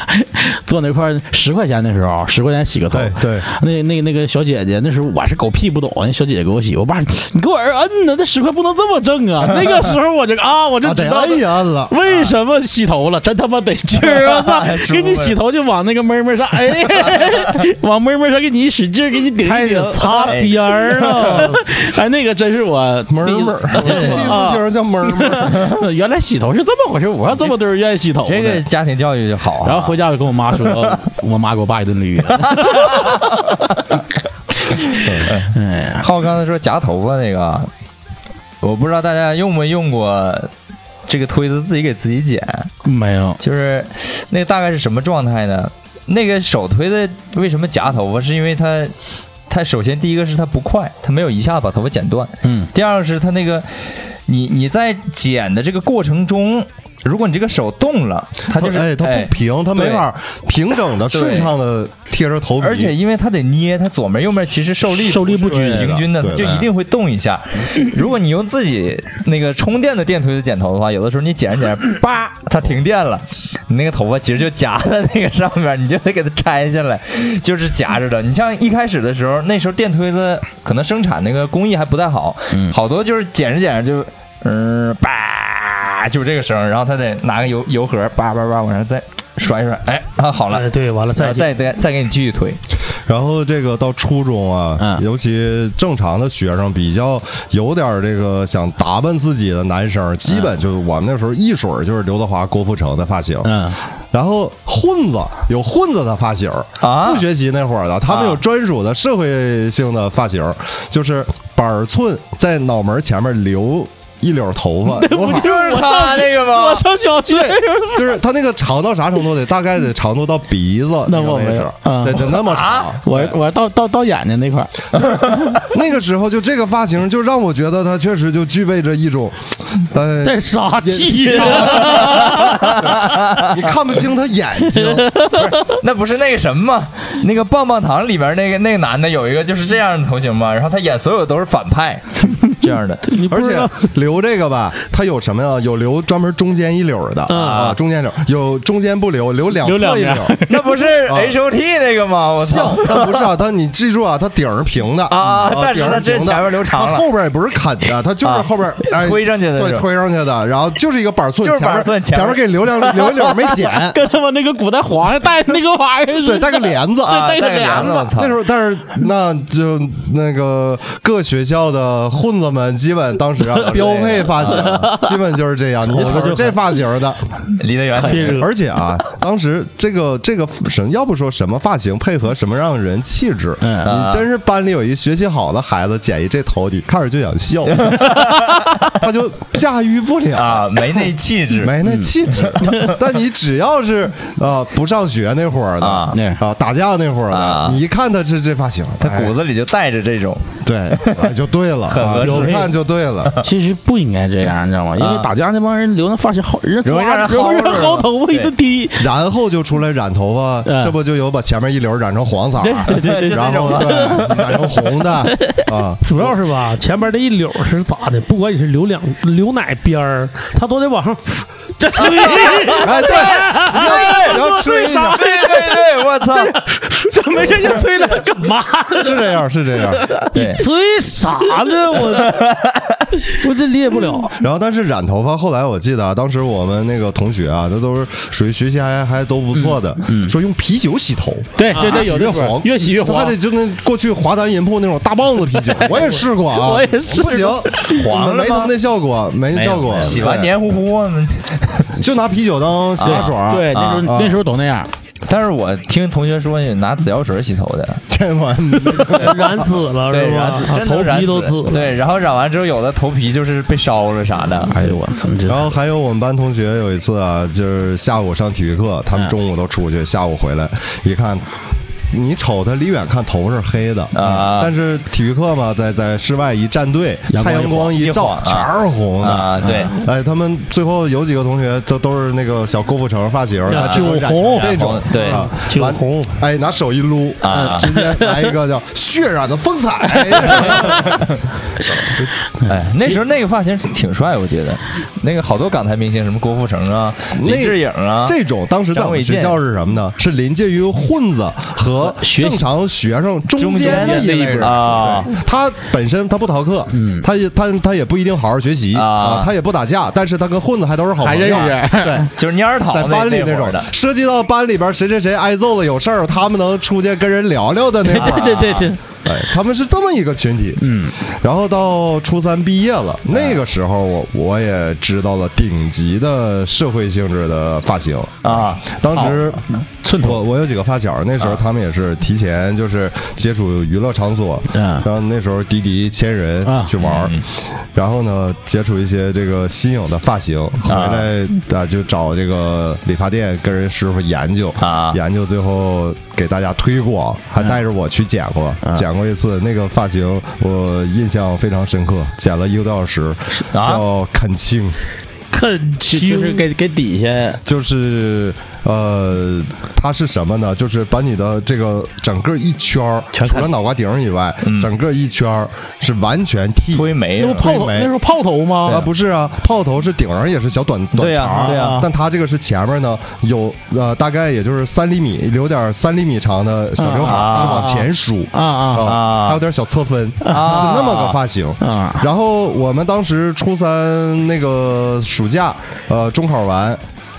坐那块儿十块钱那时候十块钱洗个头，
对对，啊
那那那个小姐姐，那时候我是狗屁不懂，那小姐姐给我洗，我爸你给我儿摁呢，那十块不能这么挣啊！那个时候我就啊，我就
啊
知
得
道
摁一摁了。
为什么洗头了，真他妈得劲儿啊！我操， *laughs* 给你洗头就往那个妹妹上，哎，往妹妹上给你一使劲儿，给你顶
开
一
始
顶，
擦边儿了，
*laughs* 哎，那个真是我第
门
一
门，
次
我第一次听人叫门门，
*laughs* 原来洗头是这么回事，我让这么多人愿意洗头呢。
这个家庭教育就好啊。
然后回家我跟我妈说，我妈给我爸一顿捋。
浩刚才说夹头发那个，我不知道大家用没用过这个推子自己给自己剪，
没有，
就是那个大概是什么状态呢？那个手推的为什么夹头发？是因为它，它首先第一个是它不快，它没有一下子把头发剪断；
嗯，
第二个是它那个，你你在剪的这个过程中，如果你这个手动了，它就是
哎，它不平，它没法平整的、
对
顺畅的贴着头皮，
而且因为它得捏，它左面右面其实受力
受力不
是
均
平均的，
对的
就一定会动一下。如果你用自己那个充电的电推子剪头的话，有的时候你剪着剪着，叭，它停电了，你那个头发其实就夹在那个上面，你就得给它拆下来，就是夹着的。你像一开始的时候，那时候电推子可能生产那个工艺还不太好，
嗯
好多就是剪着剪着就，嗯、叭，就是这个声儿，然后他得拿个油油盒，叭叭叭往上再甩一甩，哎，啊好了。
哎，对，完了
然
再
后再再再给你继续推，
然后这个到初中啊，
嗯
尤其正常的学生比较有点儿这个想打扮自己的男生，基本就我们那时候一水儿就是刘德华、郭富城的发型，
嗯，
然后混子有混子的发型儿
啊
不学习那会儿的，他们有专属的社会性的发型儿，就是板寸在脑门前面留一绺头
*laughs*
发，刘海儿
就是他那个吗？
我上小学
对，就是他那个长到啥程度得大概得长度到鼻子
那
你知道
我没
事
有
儿
啊
对，得那么长。
我
对
我到到到眼睛那块儿，
*laughs*
那个时候就这个发型，就让我觉得他确实就具备着一种，
*laughs*
呃，
再杀
也
气，
杀气你看不清他眼
*laughs*
睛，
那不是那个什么吗？那个棒棒糖里边那个那个男的有一个就是这样的头型嘛，然后他演所有都是反
*laughs*
派这样的。
你不
而
知
且
道
留这个吧，他有什么呀？有留专门中间一绺的啊，中间绺有中间不留，留两
留
侧
两
一
边，
绺，
那不是
啊
H O T 那个吗？我操
像，但不是啊，但你记住啊，它顶儿是平的
啊但是
顶
它
儿
这
平的，
前面留长了
它后边也不是啃的，它就是
啊
后边哎
推上去的是
对，
吧
推上去的，然后就是一个板寸，
就是板
面
寸前
前
面
面给留两留一绺没剪
*laughs*
*laughs*
跟他妈那个古代皇上戴的那个玩意儿
对，
似的。
带个帘子。
啊，带
对
个
带个
帘子，
帘子
我操
那时！候，但是那就那个各学校的混子们，基本当时啊标配发
*laughs*
型，
啊
基本就是这样。你瞅瞅这发型的，
离得远
别
点。
惹，
而且啊，当时这个这个什要不说什么发型配合什么让人气质，
嗯
你真是班里有一学习好的孩子剪一这头，你看着就想
*laughs*
笑，他就驾驭不了。
啊，没那气质。
没那气质，
*laughs*
但你只要是呃不上学那会儿的
啊
啊打架那会儿
啊
的，你一看他是这发型，
他
哎
骨子里就带着这种，
对，哎就对了，
很合
啊
适
有看就对了。
*laughs*
其实不应该这样，你知道吗？因
啊
为打架那帮人留那发型好，人
容易让
抓
人
*laughs* 容易
薅
让
着
薅头发一顿踢。
然后就出来染头发，
嗯
这不就有把前面一绺染成黄色儿，
对对对对
然后对
*laughs*
染成红的啊，
主要是吧，前面这一绺是咋的？不管你是留两留哪边儿，它都得往 *laughs* 上。
哎对，
对哎
你要吹一下，
对对对，我
哎
操！
没事就吹了，干嘛？
是这样是这样。
对，
吹啥呢？我我这理解不 *laughs* 了。
然后但是染头发，后来我记得啊，当时我们那个同学啊，那都是属于学习还还都不错的，
嗯
说用啤酒洗头，
对对
越
对，
洗
有
越
这种
啊黄，
越洗越
还
黄
得。就那过去华南银铺那种大棒子啤
*laughs*
酒，我也试过啊，
我也试
不行，
黄了
没什
吗
么那效果，没
没
效果，
洗完
对
黏糊糊。我们
就拿啤酒当洗发水儿，
啊
*laughs*
对，那时候
啊
那时候都那样。
但是我听同学说拿紫药水洗头的，
这玩意儿
染紫了
对，
是
染
吧啊
紫，？真
哎头
能染
皮都
紫
紫了。
对，然后染完之后，有的头皮就是被烧了啥的。
哎呦我操！这
然后还有我们班同学有一次啊，就是下午上体育课，他们中午都出去，下午回来一看。你瞅它离远看头是黑的
啊
但是体育课嘛，在在室外一站队，
阳光
太阳光一
一
照
晃
全是红的。
啊，对，
哎，他们最后有几个同学都都是那个小郭富城发型，他
啊酒
就染
红
这种
对
啊
酒
完
红
哎，拿手一撸
啊
直接来一个叫血染的风采。
哎，
嗯
那时候那个发型挺帅，我觉得，那个好多港台明星，什么郭富城啊、
那
李志颖啊，
这种当时在我们学校是什么呢？是临界于混子和正常学生中间的一类人
啊
对他本身他不逃课，他也他他也不一定好好学习
啊
啊，他也不打架，但是他跟混子还都是好朋友啊
还认。识
对，
就是蔫儿桃
在
那
班里那
那会儿
种
的，
涉及到班里边谁谁谁挨揍了有事儿，他们能出去跟人聊聊的那会儿。
*laughs*
*laughs* 对对对，
哎，他们是这么一个群体，嗯，然后到初三毕业了，那个时候我我也知道了顶级的社会性质的发型，
啊，
当时
寸头啊
我我有几个发小，那时候他们也是提前就是接触娱乐场所，
嗯
然后那时候滴滴签人
啊
去玩儿，然后呢接触一些这个新颖的发型，回来啊就找这个理发店跟人师傅研究
啊
研究最后给大家推广，
嗯
还带着我去剪过，剪过一次那个发型，我印象非常深刻，剪了一个多小时，
啊
叫恳亲。
肯
就
清
就是给给底下
就是呃，它是什么呢？就是把你的这个整个一圈儿，除了脑瓜顶儿以外，
嗯
整个一圈儿是完全剃。
推没
那不
了，
泡头
没
那时候泡头
啊，
吗？
不是啊，炮头是顶上也是小短短
对呀
茬儿，
对呀
但它这个是前面呢有呃大概也就是三厘米，留点儿三厘米长的小刘海儿
啊
是往前梳
啊
哦
啊
啊
还有点儿小侧分，是
啊
那么个发型。
啊，
*laughs* 然后我们当时初三那个暑假，呃，中考完。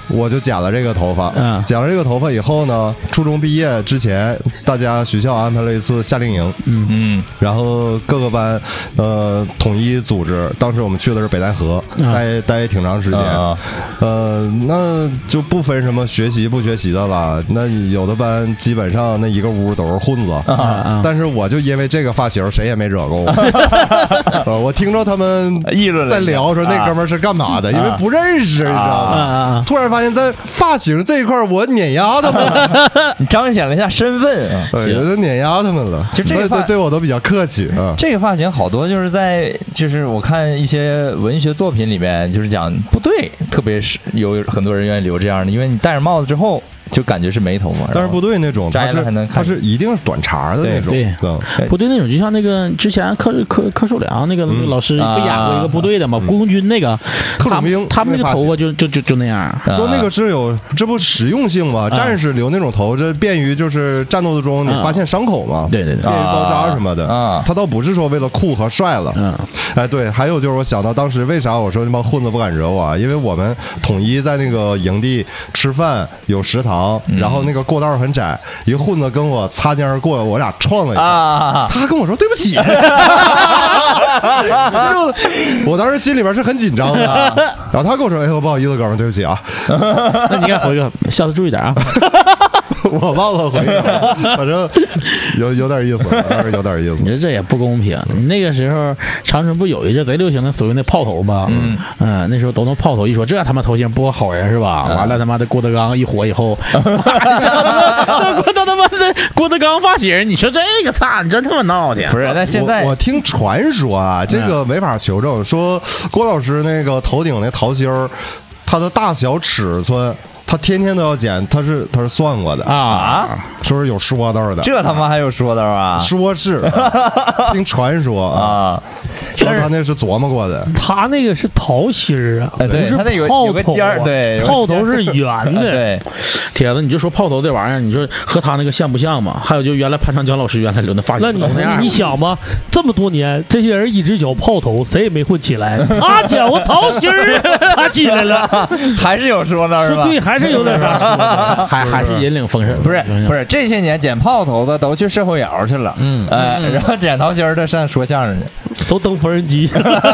我就剪了这个头发，
嗯
剪了这个头发以后呢，初中毕业之前，大家学校安排了一次夏令营，
嗯
然后各个班，呃，统一组织。当时我们去的是北戴河，
啊
待待挺长时间，
啊
呃，那就不分什么学习不学习的了。那有的班基本上那一个屋都是混子，
啊
但是我就因为这个发型，谁也没惹过
*laughs*
我。呃我听着他们
议论了
在
一下
聊说那
啊
哥们儿是干嘛的，因为不认识，你知道
啊
吗？
啊！
突然发现，在发型这一块儿我碾压他们了，
你彰显了一下身份啊。
我觉得碾压他们了。
就这个
对
发
对对我都比较客气啊。
这个发型好多就是在就是我看一些文学作品里面，就是讲部队，特别是有很多人愿意留这样的，因为你戴上帽子之后就感觉是没头发。
但是部队那种，它
摘了
是
还能看
它是一定是短茬的那种，
对
嗯
部队那种就像那个之前啊柯柯柯受良那个
嗯
老师不演过一个部队的嘛，
嗯
雇佣军那个，
特
他
种兵
们他们那
那
个
发型
头发就就就就那样，
啊
说那个是有，这不实用性吗？战士留那种头，这便于就是战斗中你
啊
发现伤口嘛，
对对对
便于包扎什么的
啊
他倒不是说为了酷和帅了，
嗯
哎，对，还有就是我想到当时为啥我说那帮混子不敢惹我啊？因为我们统一在那个营地吃饭有食堂，
嗯
然后那个过道很窄，一混子跟我擦肩而过，我俩撞了一下。
啊，
他跟我说对不
*laughs*
起，哎呦我当时心里边是很紧张的，然后他跟我说：“哎呦，不好意思，哥们儿，对不起啊， *laughs*
那你应该回个，下次注意点啊。
我忘了回你了，反正有有点意思，当时有点意
你
思。
说这也不公平。那个时候长春不有一阵贼流行的所谓那炮头吗？嗯那时候都能炮头，一说这他妈头型不好呀，是吧？完了他妈的郭德纲一火以后， *laughs* 妈的这他妈的郭德纲发型，你说这个操，你真他妈闹挺。
不是，那现在
啊我我听传说啊，这个没法求证，说郭老师那个头顶那桃心儿，它的大小尺寸，他天天都要剪，他是他是算过的，
啊，
说是有说道的，
这他妈还有说道啊
说是
*laughs*
啊听传说啊，
啊！
说
但是
他那是琢磨过的。
他那个是桃心儿啊，
哎
不
对
是
他那有
炮
有个
头
尖儿
啊
对有个
炮头是圆 *laughs* 的，
哎对，
铁子，你就说炮头这玩意儿，你说和他那个像不像嘛？还有就原来潘长江老师原来留那发型
那
都
你
哎那样
你
儿，
想吧，这么多年，这些人一直嚼炮头，谁也没混起
*laughs*
来。他讲我桃心儿，啊他起来了，
*laughs* 还是有说道是
说
吧？
对，还是有点
*laughs*
啊啥说的。
还还是引领风尚，
不是不
是
是，这些年剪炮头的都去社会摇去了，嗯，哎，然后剪桃心儿的上说相声去，
*laughs*
都登缝纫机，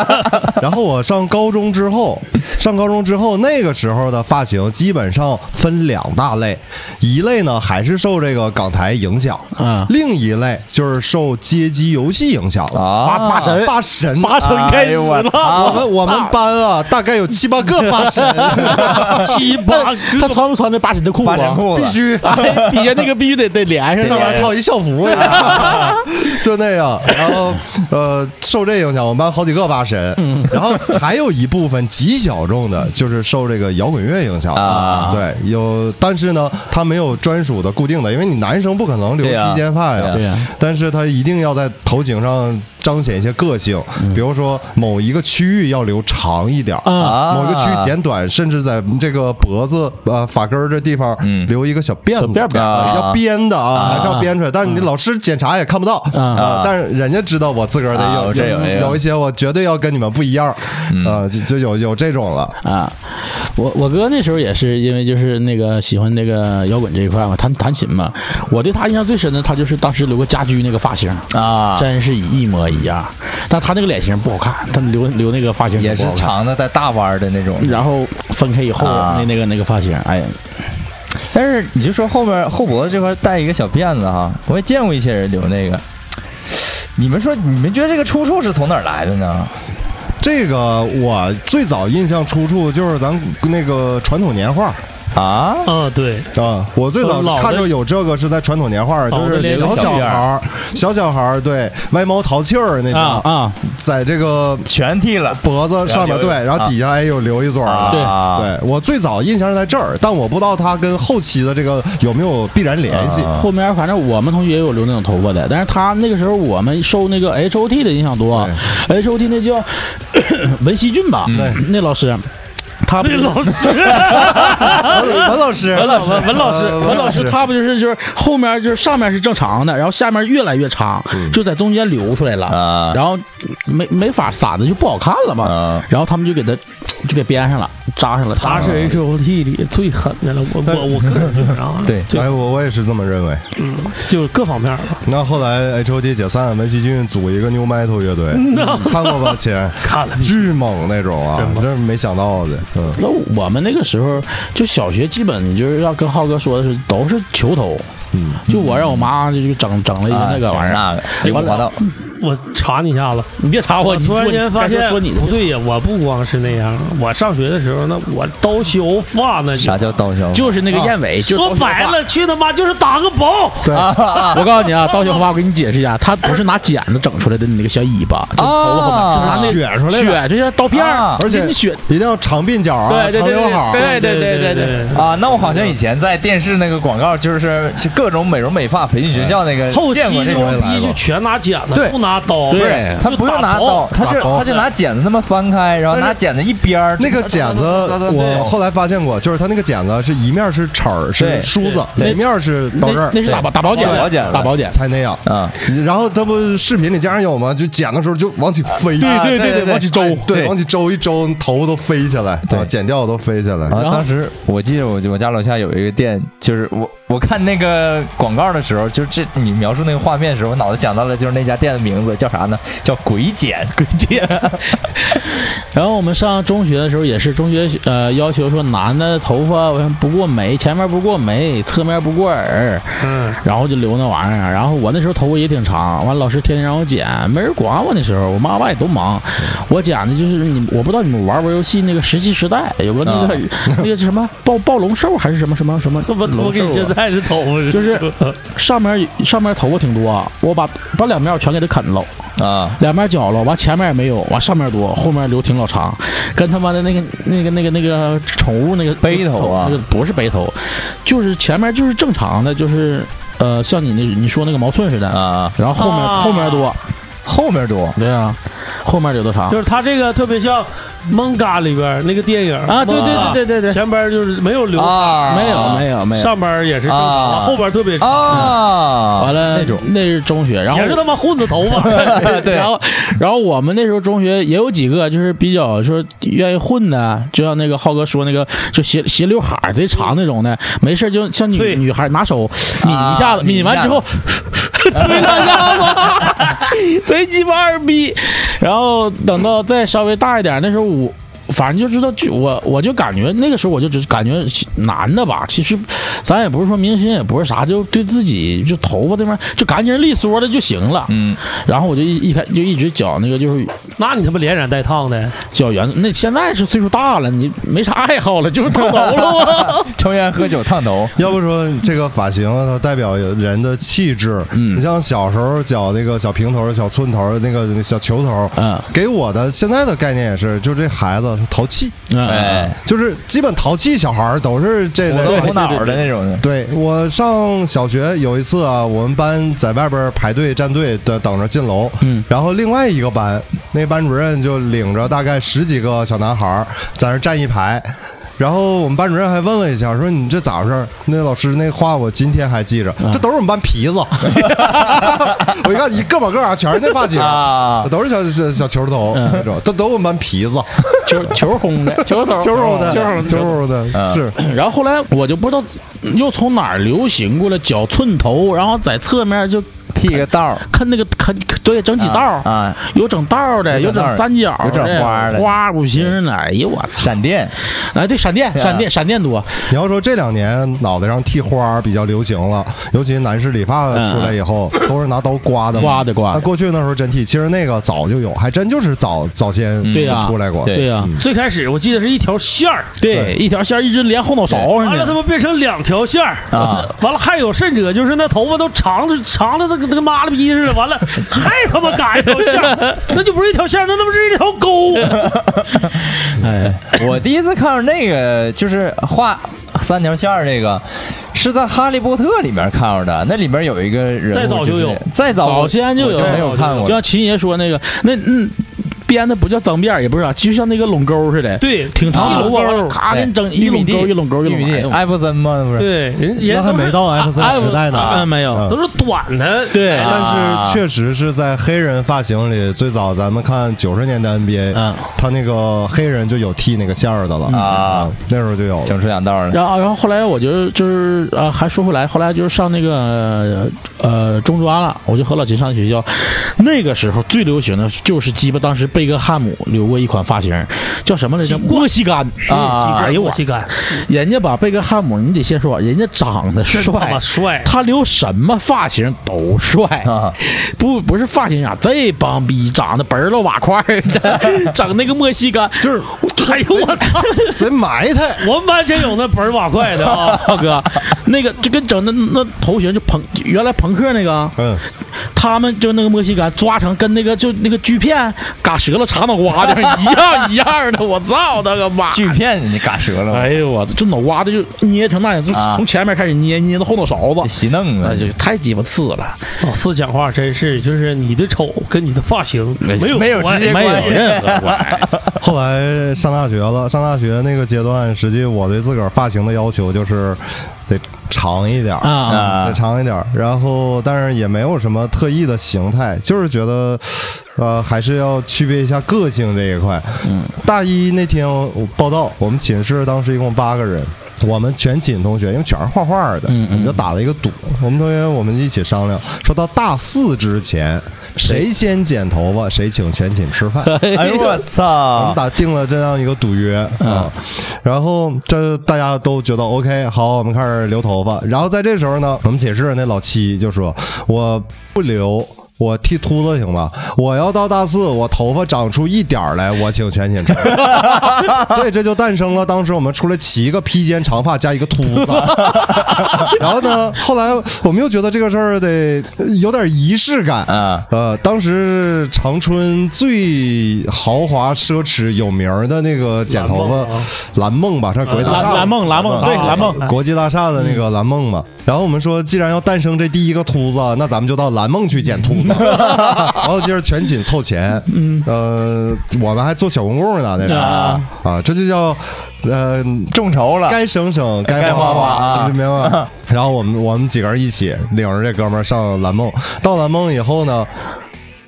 *laughs*
然后我上高中之后，上高中之后，那个时候的发型基本上分两大类，一类呢还是受这个港台影响，
啊，
另一类就是受街机游戏影响了。
啊，
*laughs* 八八神
八神，啊
八成开
哎
始
呦我
啊
了，
我
操！
们我们班啊，大概有七八个八神，
*laughs* 七八
他穿不穿那八神的裤
八神
啊？哎
裤
必
子，
须
哎
底下那个必须得得连
上
上。
面套一校服，就那样。然后呃，受这影响，我们班好几个八神，然后还有一部分极小众的，就是受这个摇滚乐影响
啊
对，有，但是呢，他没有专属的固定的，因为你男生不可能留
对啊
披肩发呀
对呀，
但是他一定要在头颈上彰显一些个性，比如说某一个区域要留长一点儿。
啊，
啊
某个区域剪短，甚至在这个脖子呃发根儿这地方
嗯
留一个小辫
小
子，
辫辫
啊
啊
要编的啊，还是要编出来。但是你老师检查也看不到
啊
啊，但是人家知道我自个儿
啊
得
我
有
这有一个
有一些我绝对要跟你们不一样啊，就就有有这种了。
啊，我我哥那时候也是因为就是那个喜欢那个摇滚这一块嘛，弹弹琴嘛。我对他印象最深的，他就是当时留个家驹那个发型，
啊，
真是一模一样。但他那个脸型不好看，他留留那个发型
也是
不好看
长的带大弯儿的那种。
然后分开以后、
啊
那那个那个发型，哎，
但是你就说后面后脖子这块带一个小辫子哈，我也见过一些人留那个。你们说，你们觉得这个出处是从哪儿来的呢？
这个我最早印象出处就是咱那个传统年画
啊，
啊，对，
啊，我最早
老的
看着有这个是在传统年画，就
老的那
是
个
小
小
小
辫
孩
儿
儿，小小孩儿对歪毛淘气儿那
啊
种，
啊，
在这个
全剃了
脖子上面
然后留一
对，然
啊
后底下哎有留一撮儿
啊！
啊。对我最早印象是在这儿，但我不知道它跟后期的这个有没有必然联系。
后面反正我们同学也有留那种头发的，但是他那个时候我们受那个 H O T 的影响多，H O T 那叫 *coughs* 文熙俊吧，
对
嗯
那老师，他不
那
是
老师
文文老师，
文老师，文老师，
呃
文老师，他不就是就是后面就是上面是正常的，然后下面越来越长，就在中间流出来了，
啊
然后没没法散的就不好看了嘛，
啊
然后他们就给他就给编上了，扎上了，
*laughs* 他是 H O T 里最狠的了，我我我个人觉得啊，
对
就
哎，我我也是这么认为。
就各方面吧，
那后来 H O T 解散，文熙俊组一个 New Metal 乐队，看过吧，亲？
看了
巨猛那种啊
真，猛
真是没想到的。嗯，
那我们那个时候就小学，基本就是要跟浩哥说的是都是球头，
嗯，
就我让我妈就就整啊整了一个那个玩意儿，
啊那个灵活道
我查你一下子，
你别查我，你
突然
说你
间发
该说
现
说你的
不对呀，我不光是那样，我上学的时候那我刀削发那就
啥叫刀削？
就是那个燕尾，就是
说
刀削
白
花
了，去他妈就是打个薄，
对，
我告诉你啊，刀削花，我给你解释一下，它不是拿剪子整出来的你那个小尾巴，就头发后面
啊
是拿那
选出来的，
血，就像刀片儿
啊，
而且
你血，
一定要长鬓角啊，
对对
长
对
刘海儿。
对对对对对。
啊，那我好像以前在电视那个广告，就是是各种美容美发培训学校那个
后期
见过这种
我也
牛
来
逼
过
就全拿剪子
对，
不拿刀，
不是
对
他不用拿刀，他就
打包
他就拿剪子那么翻开，然后拿剪子一边儿
那个剪子，我后来发现过，就是它那个剪子是一面是齿儿
对
是梳子，
对
一面是刀刃
那
儿
那是打
对
打包剪，
打包剪
打包剪。
才那样。
啊，
*laughs* 然后它不视频里经常有吗？就剪的时候就往起飞，
啊对对对
往起周
哎对，
对
往起周一周头都飞起来，
对
啊，剪掉都飞起来。
啊，
然后
当时我记得我我家楼下有一个店，就是我我看那个广告的时候，就是这你描述那个画面的时候，我脑子想到了就是那家店的名字叫啥呢？叫鬼剪，鬼剪 *laughs*
然后我们上中学的时候也是，中学呃要求说男的头发不过眉，前面不过眉，侧面不过耳，
嗯，
然后就留那玩意儿。然后我那时候头发也挺长，完老师天天让我剪，没人管我那时候，我妈爸也都忙。我剪的就是你，我不知道你们玩不玩游戏那个《石器时代》，有个那个、那个什么暴暴龙兽还是什么什么什么，
他妈
龙
多
兽
跟现
啊
在这头发
就是
*laughs*
上面上面头发挺多，我把把两面我全给它啃了。
啊，
两边绞了，完前面也没有，完上面多，后面留挺老长，跟他妈的那个那个那个那个宠物那个
背头啊
那个不是背头，就是前面就是正常的，就是呃像你那你说那个毛寸似的，
啊，
然后后面、
啊
后面多，
后面多
对啊，后面留的长
就是他这个特别像《蒙嘎》里边那个电影
啊，对
蒙嘎
对对对对对，
前边就是没有留，
啊，
没有没有没有，
上边也是正常的，
啊
后边特别长，
啊，
完了
那种
那是中学，然后
也是他妈混子头发，
*laughs*
对
然后，然后我们那时候中学也有几个就是比较说愿意混的，就像那个浩哥说那个，就斜斜刘海儿贼长那种的，没事就像女
脆
女孩拿手抿一下子，
啊抿一
抿完
下
之
子
后， *laughs* 吹两下 *laughs* 子，贼鸡巴二逼。然后等到再稍微大一点，那时候我反正就知道，就我我就感觉那个时候我就只感觉男的吧，其实咱也不是说明星，也不是啥，就对自己就头发这边就干净利索的就行了。
嗯，
然后我就一一开就一直讲那个就是
*laughs* 那你他妈连染带烫的，
叫原那现在是岁数大了，你没啥爱好了，就是烫头了
抽烟喝酒烫头，
要不说这个发型啊它代表人的气质，
嗯
你像小时候绞那个小平头、小寸头、那个小球头，
啊
*laughs* 嗯
给我的现在的概念也是，就这孩子淘气，
嗯 *laughs*
哎，
就是基本淘气小孩儿都是这
我都
类
无。脑的那种的。
对我上小学有一次啊，我们班在外边排队站队的等着进楼，
嗯
然后另外一个班那班主任就领着大概十几个小男孩儿在那儿站一排。然后我们班主任还问了一下，说你这咋回事儿？那老师那话我今天还记着，这都是我们班皮子。我一看一个把个啊，全是那发型，
啊
都是小小小球头
嗯
那种，这都是我们班皮子，啊
球球轰的，球头，
球头的，
球头，
球头的，
嗯
是
然后后来我就不知道嗯又从哪儿流行过来绞寸头，然后在侧面就
剃个道儿，
看那个看对整几道儿，
啊，
有整道儿的，
有
有
整道儿
整三角的，
有整花儿的
花五星儿的。哎呦我操！
闪电，
哎对，闪电
啊
闪电闪电多，
你要说这两年脑袋上剃花儿比较流行了，尤其男士理发出来以后，都是拿刀刮
嗯
的嘛。
刮的刮
但
的。
过去那时候真剃，其实那个早就有，还真就是早早先
嗯
对呀
出来过。
对
呀，
最开始我记得是一条线儿，
对，一条线儿一直连后脑勺上
完了他
呢。
妈变成两条线儿
啊！
完了还有甚者就是那头发都长的长的那个那个妈了逼似的，完了 *laughs* 还他妈嘎一条线儿，那就不是一条线儿，那他妈是一条沟。
哎，
*laughs* 我第一次看到那个就是画三条线儿这个，是在《哈利波特》里面看到的。那里面有一个人物，
再早就有，
再早
早先就
我
有
就没有看
就
过。
像秦爷说那个，那嗯，编的不叫脏辫儿，也不是啥，就像那个拢钩似的，
对，
挺长
一
一
篓
篓
啊
钩
子，
儿
咔给你整一
玉米
拢
地
钩一拢钩一
玉米地
拢钩。
艾弗森吗？那不是？
对，人
那
人
还
都
没
是
到
啊
X
哎
森时代呢。
嗯，没有，
嗯
都是短的， *laughs*
对
哎
但是确实是在黑人发型里，最早咱们看九十年代 NBA，、
嗯。
他那个黑人就有剃那个线儿的了
啊，
那时候就有了。
整出两道儿
*laughs*
来。
然后，然后后来我就就是呃，还说回来，后来就是上那个呃中专了，我就和老秦上学校。那个时候最流行的就是鸡巴，当时贝克汉姆留过一款发型，叫什么来着？莫西干啊！
哎
哎呦
呦
我
我，干，
人家把贝克汉姆，你得先说，人家长得
真他妈
帅。
帅！
*laughs* 他留什么发型都帅，
啊
*laughs* 不不是发型啊，这帮逼长得本儿露瓦块儿的， *laughs* 整那个莫西干，
就是
哎呦我操！
贼埋汰，
我们班真有那本儿瓦块的啊！
浩哥， *laughs* 那个就跟整的那头型就朋原来朋克那个，
嗯，
他们就那个墨西哥抓成跟那个就那个锯片嘎折了插脑瓜的
*laughs*
一样一样的，我操他个妈！
锯片你嘎折了吗，
哎呦我这脑瓜子就捏成那样，就
啊
从前面开始捏捏到后脑勺
*laughs* 这
子，
洗弄啊
那！就太鸡巴次了，
老哦四讲话真是，就是你的丑跟你的发型没有
没有
关
直接
没有
关系
任何关系。
后来上大学了，上大学那个阶段，实际我对自个儿发型的要求就是得长一点儿
啊
得
啊，
长一点儿。然后，但是也没有什么特意的形态，就是觉得，呃，还是要区别一下个性这一块。嗯，大一那天我报道，我们寝室当时一共八个人。我们全寝同学，因为全是画画的，
嗯嗯
我们就打了一个赌。我们同学我们一起商量，说到大四之前，谁先剪头发，谁请全寝吃
*laughs*
饭。
*laughs* 哎呦我
啊
我
操
们！打定了这样一个赌约啊，然后这大家都觉得 OK，好，我们开始留头发。然后在这时候呢，我们寝室那老七就说：“我不留。”我剃秃子行吧？我要到大四，我头发长出一点儿来，我请全寝吃。所以这就诞生了当时我们出来七个披肩长发加一个秃子。 *laughs* 然后呢，后来我们又觉得这个事儿得有点仪式感
啊
呃，当时长春最豪华、奢侈、有名儿的那个剪头
蓝梦啊
发蓝梦吧，它是国际大
蓝
厦嘛，
蓝梦蓝梦对
啊
蓝梦，
国际大厦的那个蓝梦嘛。然后我们说，既然要诞生这第一个秃子，那咱们就到蓝梦去捡秃子。然后接着全寝凑钱，嗯，呃，我们还做小公共呢，那时候
啊
啊，这就叫呃
众筹了，
该省省，该
该花花
花
啊
明白
*laughs*
吗？然后我们我们几个人一起领着这哥们儿上蓝梦，到蓝梦以后呢。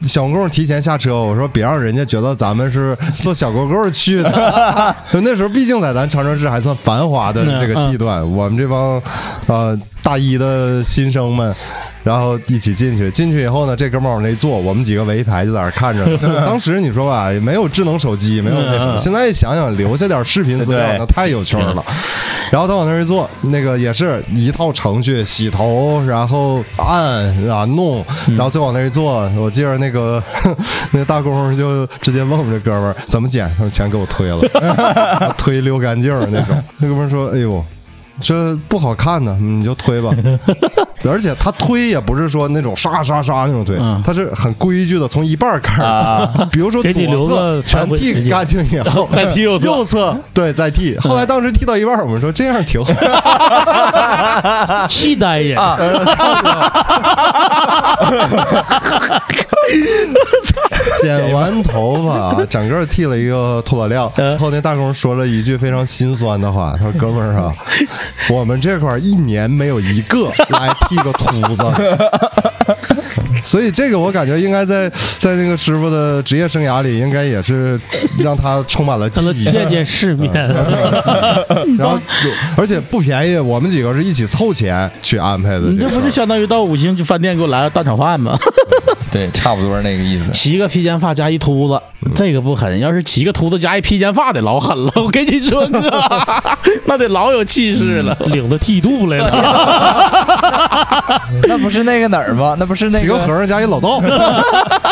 小公提前下车，我说别让人家觉得咱们是坐小狗狗去
*laughs*
的。那时候毕竟在咱长春市还算
嗯
繁华的这个地段，我们这帮呃大一的新生们然后一起进去。进去以后呢，这哥们儿往那一坐，我们几个围一排就在那儿看
*laughs*
着。当时你说吧，也没有智能手机，没有那什么。现在一想想，留下点视频资料那太有趣儿了。 *laughs* 然后他往那儿一坐，那个也是一套程序，洗头，然后按啊弄，然后再往那儿一坐。我记着那个 *laughs* 那大工就直接问我们这哥们儿怎么剪，他说全给我推了，然后推溜干净儿那种。那哥们儿说：“哎呦。”这不好看呢，嗯你就推吧。而且他推也不是说那种刷刷刷那种推，
嗯
他是很规矩的，从一半儿开始。
啊，
*laughs* 比如说
给你
左
留
侧
个
全
返回时
剃
间
干净以后，
*laughs* 再踢右侧嗯
右侧对再剃。后来当时剃到一半儿，我们说这样
*laughs*
挺好。
契丹人啊，
剪完头发，啊整个剃了一个秃老亮。
嗯
后那大工说了一句非常心酸的话，他说：“哥们儿
*laughs*
啊，我们这块儿一年没有一个来剃个秃子。” *laughs* 所以这个我感觉应该在在那个师傅的职业生涯里，应该也是让他充满了记
让他
忆。
见见世面。
*laughs*
*laughs*
然后，而且不便宜，我们几个是一起凑钱去安排的。
你这不是
小
相当于到五星级饭店给我来个蛋炒饭吗？
对，差不多那个意思。
骑个披肩发加一秃子，这个不狠。要是骑个秃子加一披肩发得老狠了， *laughs* 我跟你说哥，那得老有气势了。
领子剃度来了，
那不是那个哪儿吗？那不是那
几个和尚加一
*laughs*
老道，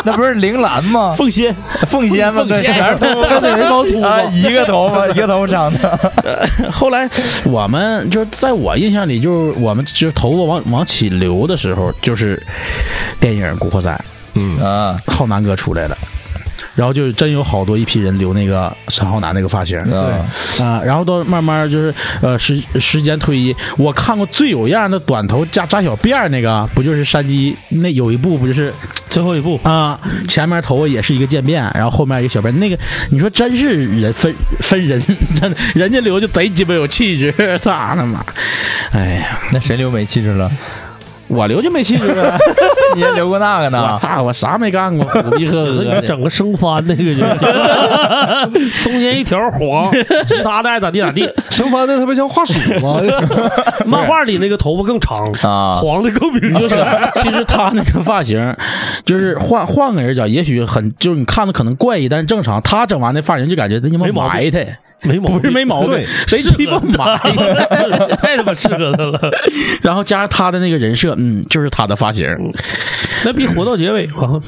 那不是铃兰吗？
凤仙
凤仙吗？对，全是头发，
那人老秃
哎
啊，
子。
一个头 *laughs* 发，一个头发长的。
后来我们就是在我印象里，就是我们就是头发往往起留的时候，就是电影《古惑仔
嗯，
啊，》
浩南哥出来了。然后就真有好多一批人留那个陈浩南那个发型啊、然后到慢慢就是呃时时间推移，我看过最有样的短头加扎小辫儿那个，啊不就是山鸡那有一部不就是
最后一步，
啊，前面头发也是一个渐变，然后后面一个小辫，那个你说真是人分分人， *laughs* 真的人家留就贼鸡巴有气质， *laughs* 操他妈！哎呀，
那谁留没气质了？
我留就没气质了，
你也留过那个
我
呢？
操，我啥没干过，虎逼呵呵
啊 *laughs*
的。
你整个生番那个
*laughs*
就行，中间一条黄，其他的爱咋地咋地。
生番的特别像画鼠嘛， *laughs*
漫画里那个头发更长，
啊，
黄的更明
就是
显。，
其实他那个发 *laughs* 型，就是换换个人讲，也许很就是你看着可能怪异，但是正常。他整完那发型就感觉他
没
妈
毛病
埋汰，
*laughs* 没毛病，
不是没毛病 *laughs*
对，
贼鸡巴埋汰。
*laughs* 太他妈适合他了，
*laughs* 然后加上他的那个人设，嗯，就是他的发型。
那比活到结尾
*laughs*
啊！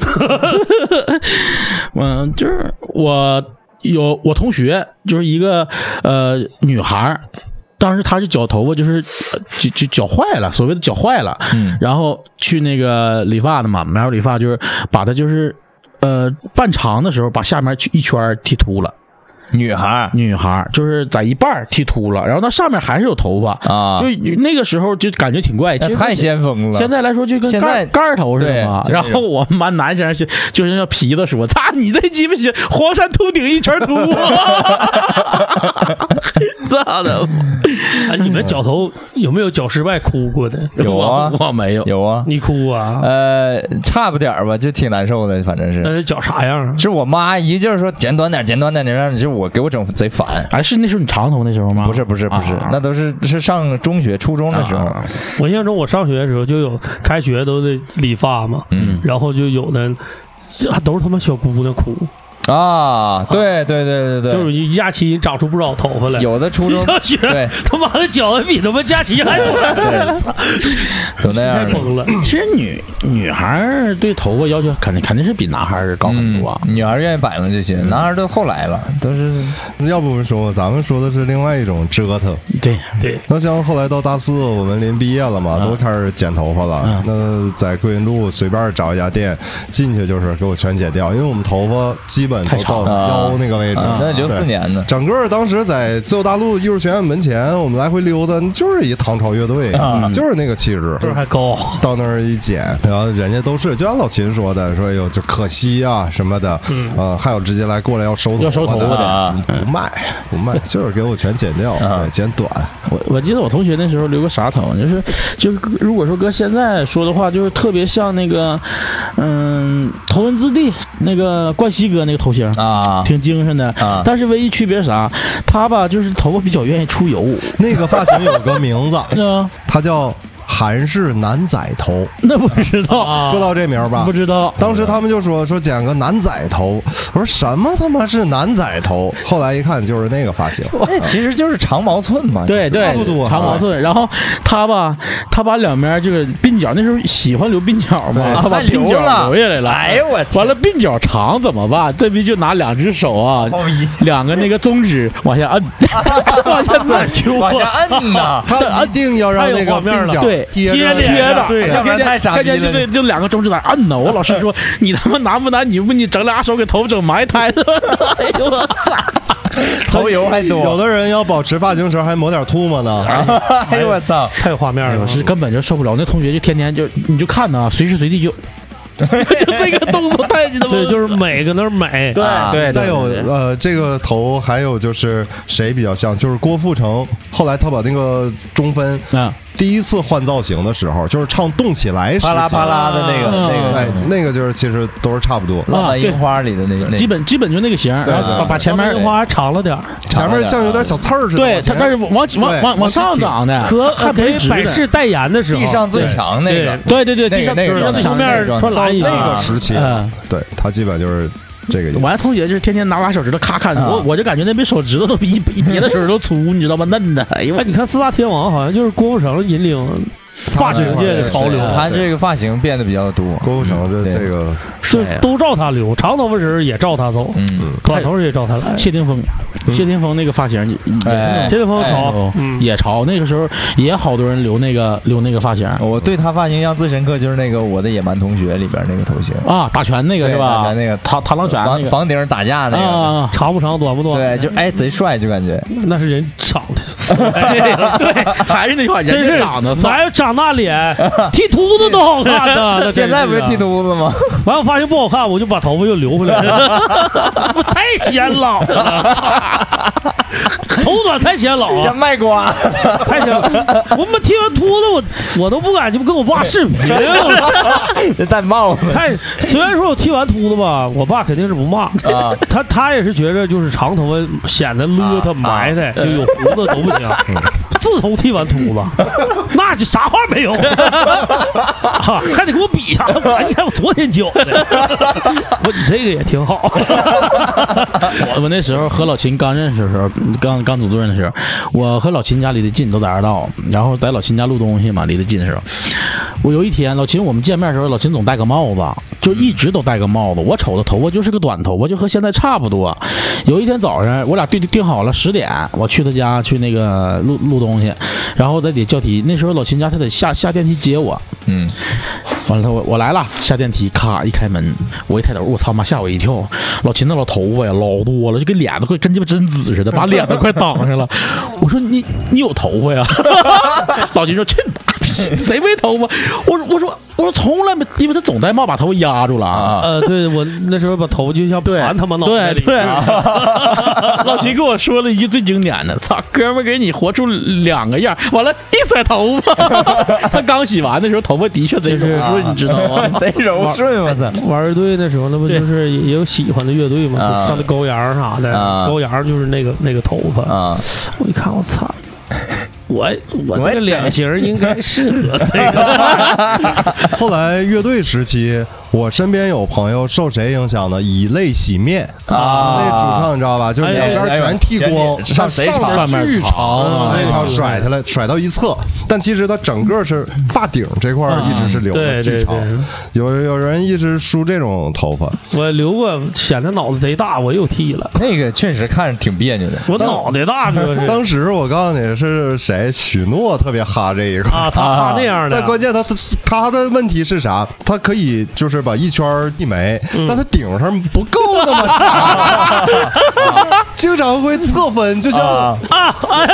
嗯，就是我有我同学，就是一个呃女孩儿，当时她是绞头发，就是呃绞绞绞坏了，所谓的绞坏了，
嗯
然后去那个理发的嘛，然后理发就是把它就是呃半长的时候把下面去一圈儿剃秃了，
女孩儿
女孩儿就是在一半儿剃秃了，然后那上面还是有头发，
啊，
就那个时候就感觉挺怪，其
那
实
太
跟
先锋了。
现在来说就跟
现
盖
在
盖儿头似的嘛。
对
然后我们班男生是就是要皮子说：“操你这鸡巴是黄山秃顶一圈秃！”啊 *laughs* 咋的？
哎你们绞头有没有绞失败哭过的？
*laughs* 有啊，
我没有。
有啊，
你哭啊？
哎
呃，差不点儿吧，就挺难受的，反正是。
那是绞啥
*laughs*
样啊？
是我妈一劲儿说剪短点儿，剪短点儿，你让你就我给我整贼烦。
哎，是那时候你长头那时候吗？
不是不是不是
啊，
那都是是上中学、初中的时候
啊，
我印象中，我上学的时候就有开学都得理发嘛，
嗯
然后就有的这都是他妈小姑娘哭，
啊，对对对对
就
对，
是一假期长出不少头发来。
有的初
一
*laughs* 中
上学，
对
他妈的绞的比他妈假期还短，
有那
太
样的，
疯了。
其实女女孩儿对头发要求肯定肯定是比男孩儿高很
嗯
多啊。，
女孩儿愿意摆弄这些，男孩儿都后来了，都是
要不我们说，咱们说的是另外一种折腾。
嗯
对，
对，
那像后来到大四，我们临毕业了
嗯
嘛，都开始剪头发了。那在桂林路随便找一家店进去，就是给我全剪掉，因为我们头发基本都到腰那个位置。
啊那留
对
四。年呢，
整个当时在自由大陆艺术学院门前，我们来回溜达，就是一唐朝乐队，就是那个气质。
个还高，
到那儿一剪，然后人家都是，就像老秦说的，说有就可惜啊什么的，嗯、呃，还有直接来过来要收
要收头
发
发的
的，不卖不卖，就是给我全剪掉，对，剪短，
我我记得我同学那时候留个啥头，就是就是，如果说搁现在说的话，就是特别像那个，嗯，头文字 D 那个冠希哥那个头型，
啊
挺精神的。
啊，
但是唯一区别是啥？他吧，就是头发比较愿意出油，
那个发型有个名字，
是吧？
它叫。韩式男仔头，
那不知
啊
道，
啊
不知道这名儿吧
不？知道，
当时他们就说说剪个男仔头，我说什么他妈是男仔头？后来一看就是那个发型，
那其实就是长毛寸嘛。
对对，
差不
啊
多
长毛寸。然后他吧，他把两边这个鬓角，那时候喜欢留鬓角
对
嘛，他把
他留
鬓
了
角留下来了。
哎呦我去
完了鬓角长怎么办？这逼就拿两只手啊，两个那个中指往下摁，往下摁，
往下摁呐，
他一定要让那个鬓角
对
贴
贴
着
贴着，
对要不然太傻逼了
看见就就两个中指在那摁呢。我老师说你他妈难不难？你不你整俩手给头发整埋汰了？哎 *laughs* 呦我操！
头油还
有
多。
的人要保持发型时候还抹点唾
*laughs*
沫呢，
啊
哎呦我操！
太有画面了
我，哎是根本就受不了，那同学就天天就你就看呐，随时随地就就这个动作太鸡他妈
对，就是美搁那儿美，
啊
对
再有
对
呃，这个头还有就是谁比较像，就是郭富城。后来他把那个中分
啊
第一次换造型的时候，就是唱《动起来》时
啪啦啪啦的那个那
哎
个，，
那个就是其实都是差不多，
浪漫樱花里的那个那
基
个。
本基本就那个型儿，
对
然后
对
把把前面
樱花长了点儿，
前面像有点小刺儿似的。
对
往
它
前
但是往往
对
往往
往
往
上
上
挺
长的，
和
还
还
不
可
是
以
直
百
的
事代言的时候，
地上最强那个，
对对对，
那
地
个那个
上
状态
地上最
上
强
面
那个
穿
状态
蓝衣
那
服，
啊
个时期
嗯，
对他基本就是这个意思。
完了，同学就是天天拿俩手指头咔咔，
啊
我我就感觉那比手指头都比比别的手指头粗，你知道吗？嫩的，哎呦
哎，
我
你看四大天王好像就是郭富城引领发型界的潮流，
对他这个发型变得比较多。
郭富城这
对
这个
就都照他留，长头发时也照他走，
嗯，
短头时也照他来。
谢霆锋，谢霆锋那个发型你
哎
谢霆锋
哎
潮，嗯，
也潮，那个时候也好多人留那个留那个发型
啊我对他发型印象最深刻就是那个《我的野蛮同学》里边那个头型，
啊，打拳那个
对
是
打
吧
拳？那个
螳螳螂拳
房
那个
房顶打架那个，
啊，啊
长不长，短不短，
对，就哎贼帅，就感觉
那是人长的，
啊还是那句话，
真
人
是
家长得帅
哪有长大脸，剃秃子都好看的。那真啊
现在不是
的
剃，秃子吗？
完我发现不好看，我就把头发又留回来了，我太显老了，头短太显老了
像，卖瓜，
太显老了。我们剃完秃子，我我都不敢去跟我爸视频，我
这戴帽 *laughs* 子
太虽然说我剃完秃子吧，我爸肯定是不骂，
啊，
他他也是觉着就是长头发显得邋遢埋汰，就有胡子都不行。 *laughs* 自从剃完秃子，那就啥话没有，啊还得给我比一下。哎你看我昨天剪的，我你这个也挺好。
*laughs* 我我那时候和老秦刚认识的时候，刚刚组队的时候，我和老秦家离得近，都在二道，然后在老秦家录东西嘛，离得近的时候，我有一天老秦我们见面的时候，老秦总戴个帽子，就一直都戴个帽子，我瞅着头发就是个短头发，就和现在差不多。有一天早上，我俩定定好了十点，我去他家去那个录录东西，然后在底下叫题，那时候老秦家他得下下电梯接我，
嗯，
完了，他我我来了，下电梯，咔一开门，我一抬头，我操妈，吓我一跳！老秦那老头发呀，老多了，就跟脸都快跟鸡巴针紫似的，把脸都快挡上了。我说你你有头发呀？ *laughs* 老秦说去你妈逼，谁没头发？我说我说我说从来没，因为他总戴帽把头发压住了啊。
啊，
呃，对我那时候把头发就像盘他妈脑袋
对
里，
对，老秦跟我说了一句最经典的：“操，哥们儿给你活出两个样儿。”完了，一甩头发， *laughs* 他刚洗完的时候，头发的确贼柔顺，你知道吗？
*laughs* 贼柔顺，我操，
玩乐队那时候，那不就是也也有喜欢的乐队嘛，
啊
就上的高阳啥的，
啊
高阳就是那个那个头发，
啊，
我一看，我操！我我
我
这
也
个脸
整
型应该适合这个，
*laughs*
*laughs* 后来乐队时期，我身边有朋友受谁影响呢？以泪洗面
啊
那主唱你知道吧？
哎
就是两边全剃光，
哎哎哎
上
谁长
上面巨长，那
哎
条甩下来甩到一侧，但其实他整个是发顶这块儿一直是留的
啊对
巨
对
长。
对，
有有人一直梳这种头发，
我留过，显得脑子贼大，我又剃了，
那个确实看着挺别扭的，
我脑袋大主要是
当时我告诉你是谁，许诺特别哈这一块儿。
啊，他
啊
他那样的
但，关键他他的问题是啥？他可以就是把一圈儿地没，
嗯
但他顶上不够那么长，就是经常会侧分，就像
啊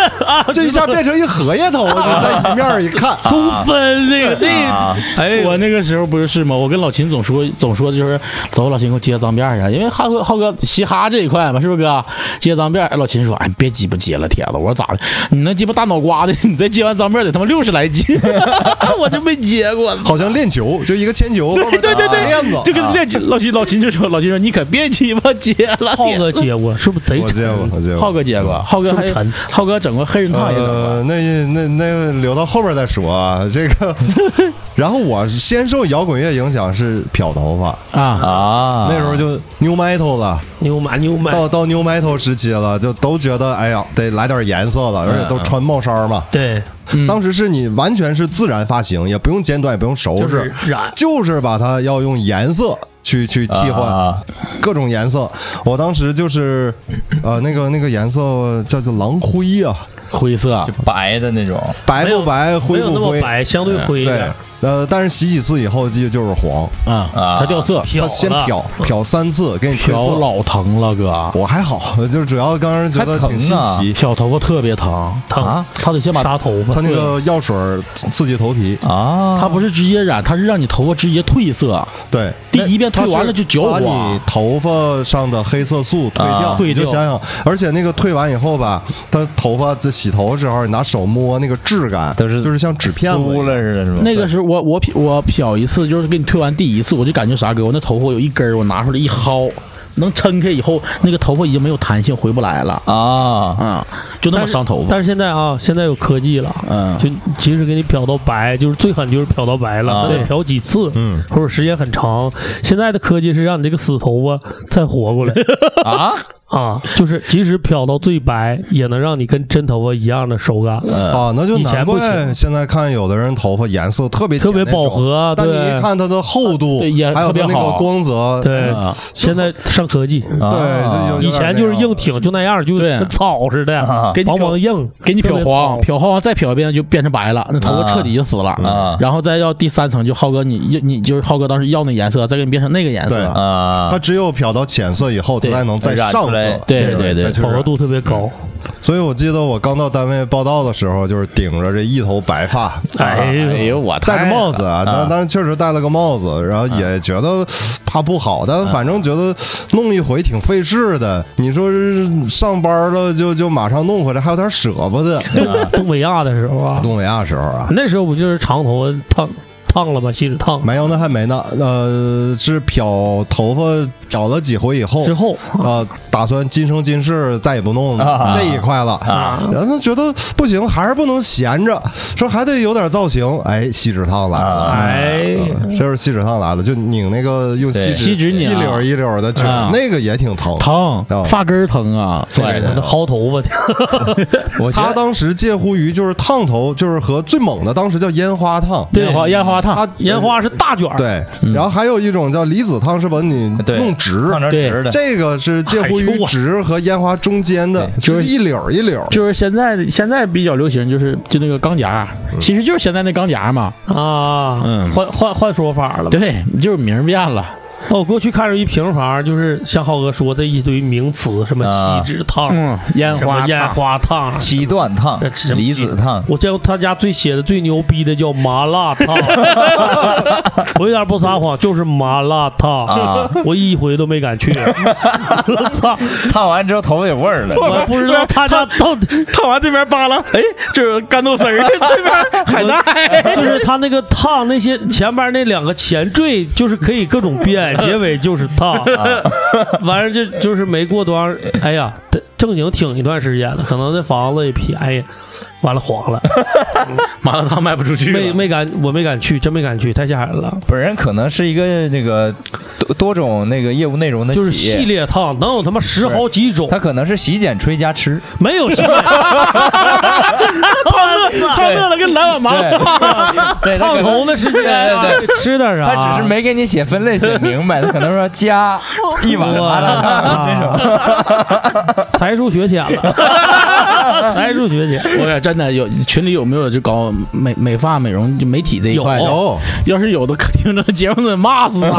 *laughs* 这一下变成一荷叶头，就在一面儿一看，
中分那个那个，
啊，
哎，
我那个时候不是是吗？我跟老秦总说总说的就是走，老秦给我接脏辫儿啊，因为浩哥浩哥嘻哈这一块嘛，是不是哥？接脏辫儿，哎老秦说哎别鸡巴接了，铁子，我说咋的？你那鸡巴大脑瓜子，你再接完脏辫儿得他妈六十来斤， *laughs* 我就没接过。
好像练球，就一个铅球，对
对对对
链子
就。跟练老秦老秦就说，老秦说你可别鸡巴接了，
浩
铁子
哥接过，是不是贼
啊我接过，我接过。
哎浩哥接过，浩哥还
沉
浩哥整过黑人烫也整过。
呃，那那那留到后边再说啊。这个， *laughs* 然后我先受摇滚乐影响是漂头发，
啊
啊，
那时候就 new metal 了，
牛马牛马，
到到 new metal 时期了，就都觉得哎呀得来点颜色了，而且
嗯
都穿帽衫嘛。
对，
当时是你完全是自然发型，也不用剪短，也不用收
就
拾，
是染
就是把它要用颜色去去替换、
啊
各种颜色。我当时就是，呃，那个那个颜色叫做狼灰呀、
灰色
就啊白的那种，
白
没有
不哎白，
没
灰
有
不
那么
灰，哎
白，相对灰一
对
点，。
呃，但是洗几次以后就就是黄，
啊
啊
它掉色，
它
漂
先
了
漂漂三次，给你褪
漂
色。
老疼了哥，
我还好，就是主要刚刚觉得挺新
啊
还疼
奇，
漂头发特别疼，啊
疼，
他得先把
杀头发，
它那个药水儿刺激头皮，
啊，
它不是直接染，它是让你头发直接褪色，
对，
第一遍
它
褪
是
完了就焦
把你
黄。
头发上的黑色素褪掉，
啊
你就
褪掉
想想，而且那个褪完以后吧，它头发在洗头的时候，你拿手摸那个质感，
都是
就是像纸片子一
酥
样。
了似的，是吧？
那个时候我我漂我漂一次，就是给你退完第一次，我就感觉啥哥，我那头发有一根儿，我拿出来一薅，能抻开以后，那个头发已经没有弹性，回不来了
啊，
啊、就那么伤头发。
但是现在啊，现在有科技了，
嗯
就即使给你漂到白，就是最狠就是漂到白了，
啊
但得
对
漂几次，
嗯，
或者时间很长。现在的科技是让你这个死头发再活过来
啊，
*laughs* 啊，就是即使漂到最白，也能让你跟真头发一样的手感，
啊，那就
以
难
前不
怪
行
现在看有的人头发颜色特别
特别
浅那种
饱和
但你一
对啊
看它的厚度，
对也
还有
特别
它那个
好
光泽，
对 *laughs*
啊，
现在上科技，
啊
对，就有
以前就是硬，挺，就那样，就
对
跟草似的
啊，
给你
梆
漂
梆硬，
给你
特
漂
别
黄，
糙
漂黄再漂一遍就变成白了，那头发
啊
彻底就死了。
嗯
啊
然后再要第三层，就浩哥你你你就是浩哥当时要那颜色，再给你变成那个颜
对
色。
啊，
它只有漂到浅色以后，它
对
才能再
染
上
出来
色。
对
对再
对对
去
饱和
染
度特别高，
所以我记得我刚到单位报道的时候，就是顶着这一头白发，
哎
哎
呦，
呦我
戴着帽子啊，
啊
当当时确实戴了个帽子，然后也觉得怕不好，但反正觉得弄一回挺费事的。你说是上班了就就马上弄回来，还有点舍不得。
啊
东北亚的时候啊，
东北亚时候啊，
那时候不就是长头发烫烫了吗？锡纸烫
没有那还没呢，呃，是漂头发漂了几回以后
之，后
呃，打算今生今世再也不弄
啊
这一块了。
啊
然后觉得不行，还是不能闲着，说还得有点造型。哎，锡纸烫来了。嗯
啊
哎，
这就是锡纸烫来了，就拧那个用锡
对
纸
锡纸拧
一绺儿一绺儿的卷
啊，
那个也挺疼。
疼
哦，
发根儿疼啊，
对
拽
我
的
这薅头发去，
我觉
他
得
当时介乎于就是烫头，就是和最猛的当时叫烟花烫，
烟花烟花烫
他
烟花是大卷儿，
对，然后还有一种叫离子烫，是把你
对
弄直，
烫成直的，
这个是介乎
哎
于
呦我
直和烟花中间的，
就是
是一绺儿一绺儿。
就是现在现在比较流行，就是就那个钢夹，
嗯
其实就是现在那钢夹嘛。
啊，
嗯
换换换说法了。
对，就是名儿变了。
哦，我过去看着一平房，就是像浩哥说这一堆名词，什么
啊
锡纸烫、
嗯，烟
什么
花
烟
烫
花烫。
七段烫
这什、么
离子烫，
我见过他家最写的最牛逼的叫麻辣烫，我有点不撒谎，就是麻辣烫，
啊
我一回都没敢去。我操！
烫完之后头发有味
*laughs*
儿了。
我不知道他家到底
烫完这边扒拉，哎，这是干
*laughs*
豆丝儿，这边海带。
就是他那个烫那些前边那两个前缀，就是可以各种变，结尾 *laughs* 就是烫。完事儿就就是没过多长，哎呀，得正经挺一段时间了，可能那房子也便宜。完了黄 *laughs* 了，
麻辣烫卖不出去
没
了，
没敢，我没敢去，真没敢去，太吓人了。
本人可能是一个那个多多种那个业务内容的
就是
企业
系列烫，能有 *laughs* 他妈十好几种，
他可能是洗剪吹加吃，
没有系列。
他乐了跟来碗麻辣
*laughs*
对，对，他
啊烫
可能
头的时间啊
对对，
吃点啥？
他只是没给你写分类
*laughs*
写明白，他可能说加一碗麻辣烫这种，
才疏学浅了，才疏学浅。
我俩真的有群里有没有就搞美美发美容就媒体这一块的？
有
要是有的，可听着节目得骂
*laughs*
死他。
那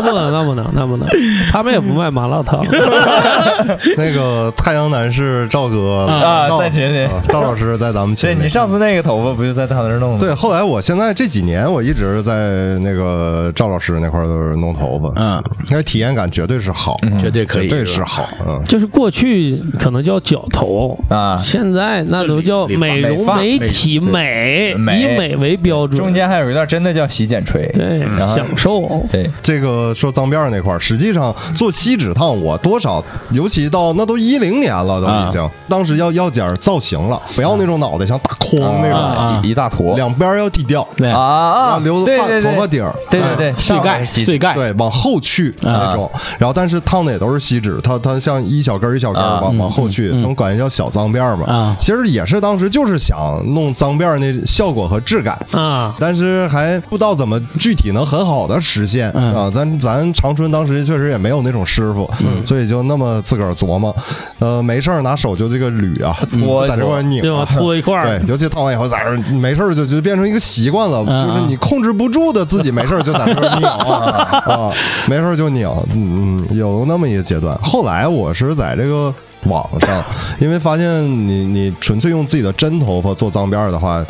不能，那不能，那不能，他们也不卖麻辣烫。
*laughs* 那个太阳男士赵哥
啊
赵
在群里
啊赵老师在咱们群
对
里。
你上次那个头发不就在他那儿弄的？
对，后来我现在这几年我一直在那个赵老师那块儿都是弄头发，
嗯，
那体验
嗯
感绝对是好，
绝对可以
绝对是好，嗯，
就是过去可能叫绞头
啊
现在那都叫美容美体美，
美
以美为标准，
中间还有一段真的叫洗剪吹，
对
然后
享受。
对，
这个说脏辫儿那块儿，实际上做锡纸烫，我多少，尤其到那都一零年了，都已
啊
经，当时要要点儿造型了，不要那种脑袋像大筐那种，
啊
啊
一一大坨
两边儿要剃掉，
对
啊啊，
然后留
对
发
对对
头发顶儿，
对
哎
对对，
碎
上来
盖
是洗
碎盖，
对，往后去那种，
啊
然后但是烫的也都是锡纸，它它像一小根儿一小根儿
啊
往、
嗯
往后去，
嗯
能管叫小脏辫儿嘛。
啊
其实也是当时就是想弄脏辫儿那效果和质感，
啊，
但是还不知道怎么具体能很好的实现、
嗯
啊。咱咱长春当时确实也没有那种师傅，
嗯
所以就那么自个儿琢磨，呃，没事儿拿手就这个捋啊，
搓一
在这块
搓
儿拧
对吧？
啊。
搓一块儿
对，，尤其烫完以后，在这儿没事儿就就变成一个习惯了，
嗯
就是你控制不住的自己没事儿就在这儿拧啊，没事儿就拧，嗯嗯，有那么一个阶段。后来我是在这个。网上，因为发现你你纯粹用自己的真头发做脏辫儿的话，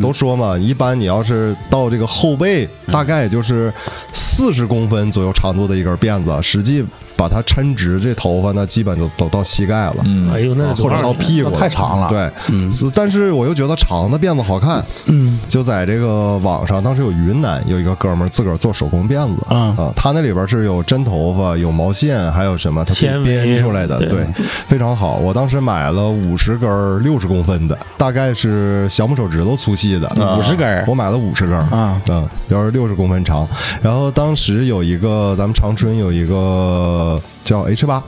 都说嘛，一般你要是到这个后背，大概就是四十公分左右长度的一根辫子，实际把它抻直，这头发那基本就都到膝盖了。
哎
嗯，
呦，那
啊或者到屁股
那太长了
对，
嗯
所但是我又觉得长的辫子好看，
嗯
就在这个网上，当时有云南有一个哥们儿自个儿做手工辫子，
嗯
啊，他那里边是有真头发、有毛线，还有什么他自己
纤维
编出来的，
对
对，非常好。我当时买了五十根六十公分的，大概是小拇手指头粗细的，
五十根儿
我买了五十根儿
啊，
嗯，要是六十公分长。然后当时有一个咱们长春有一个叫 H 八，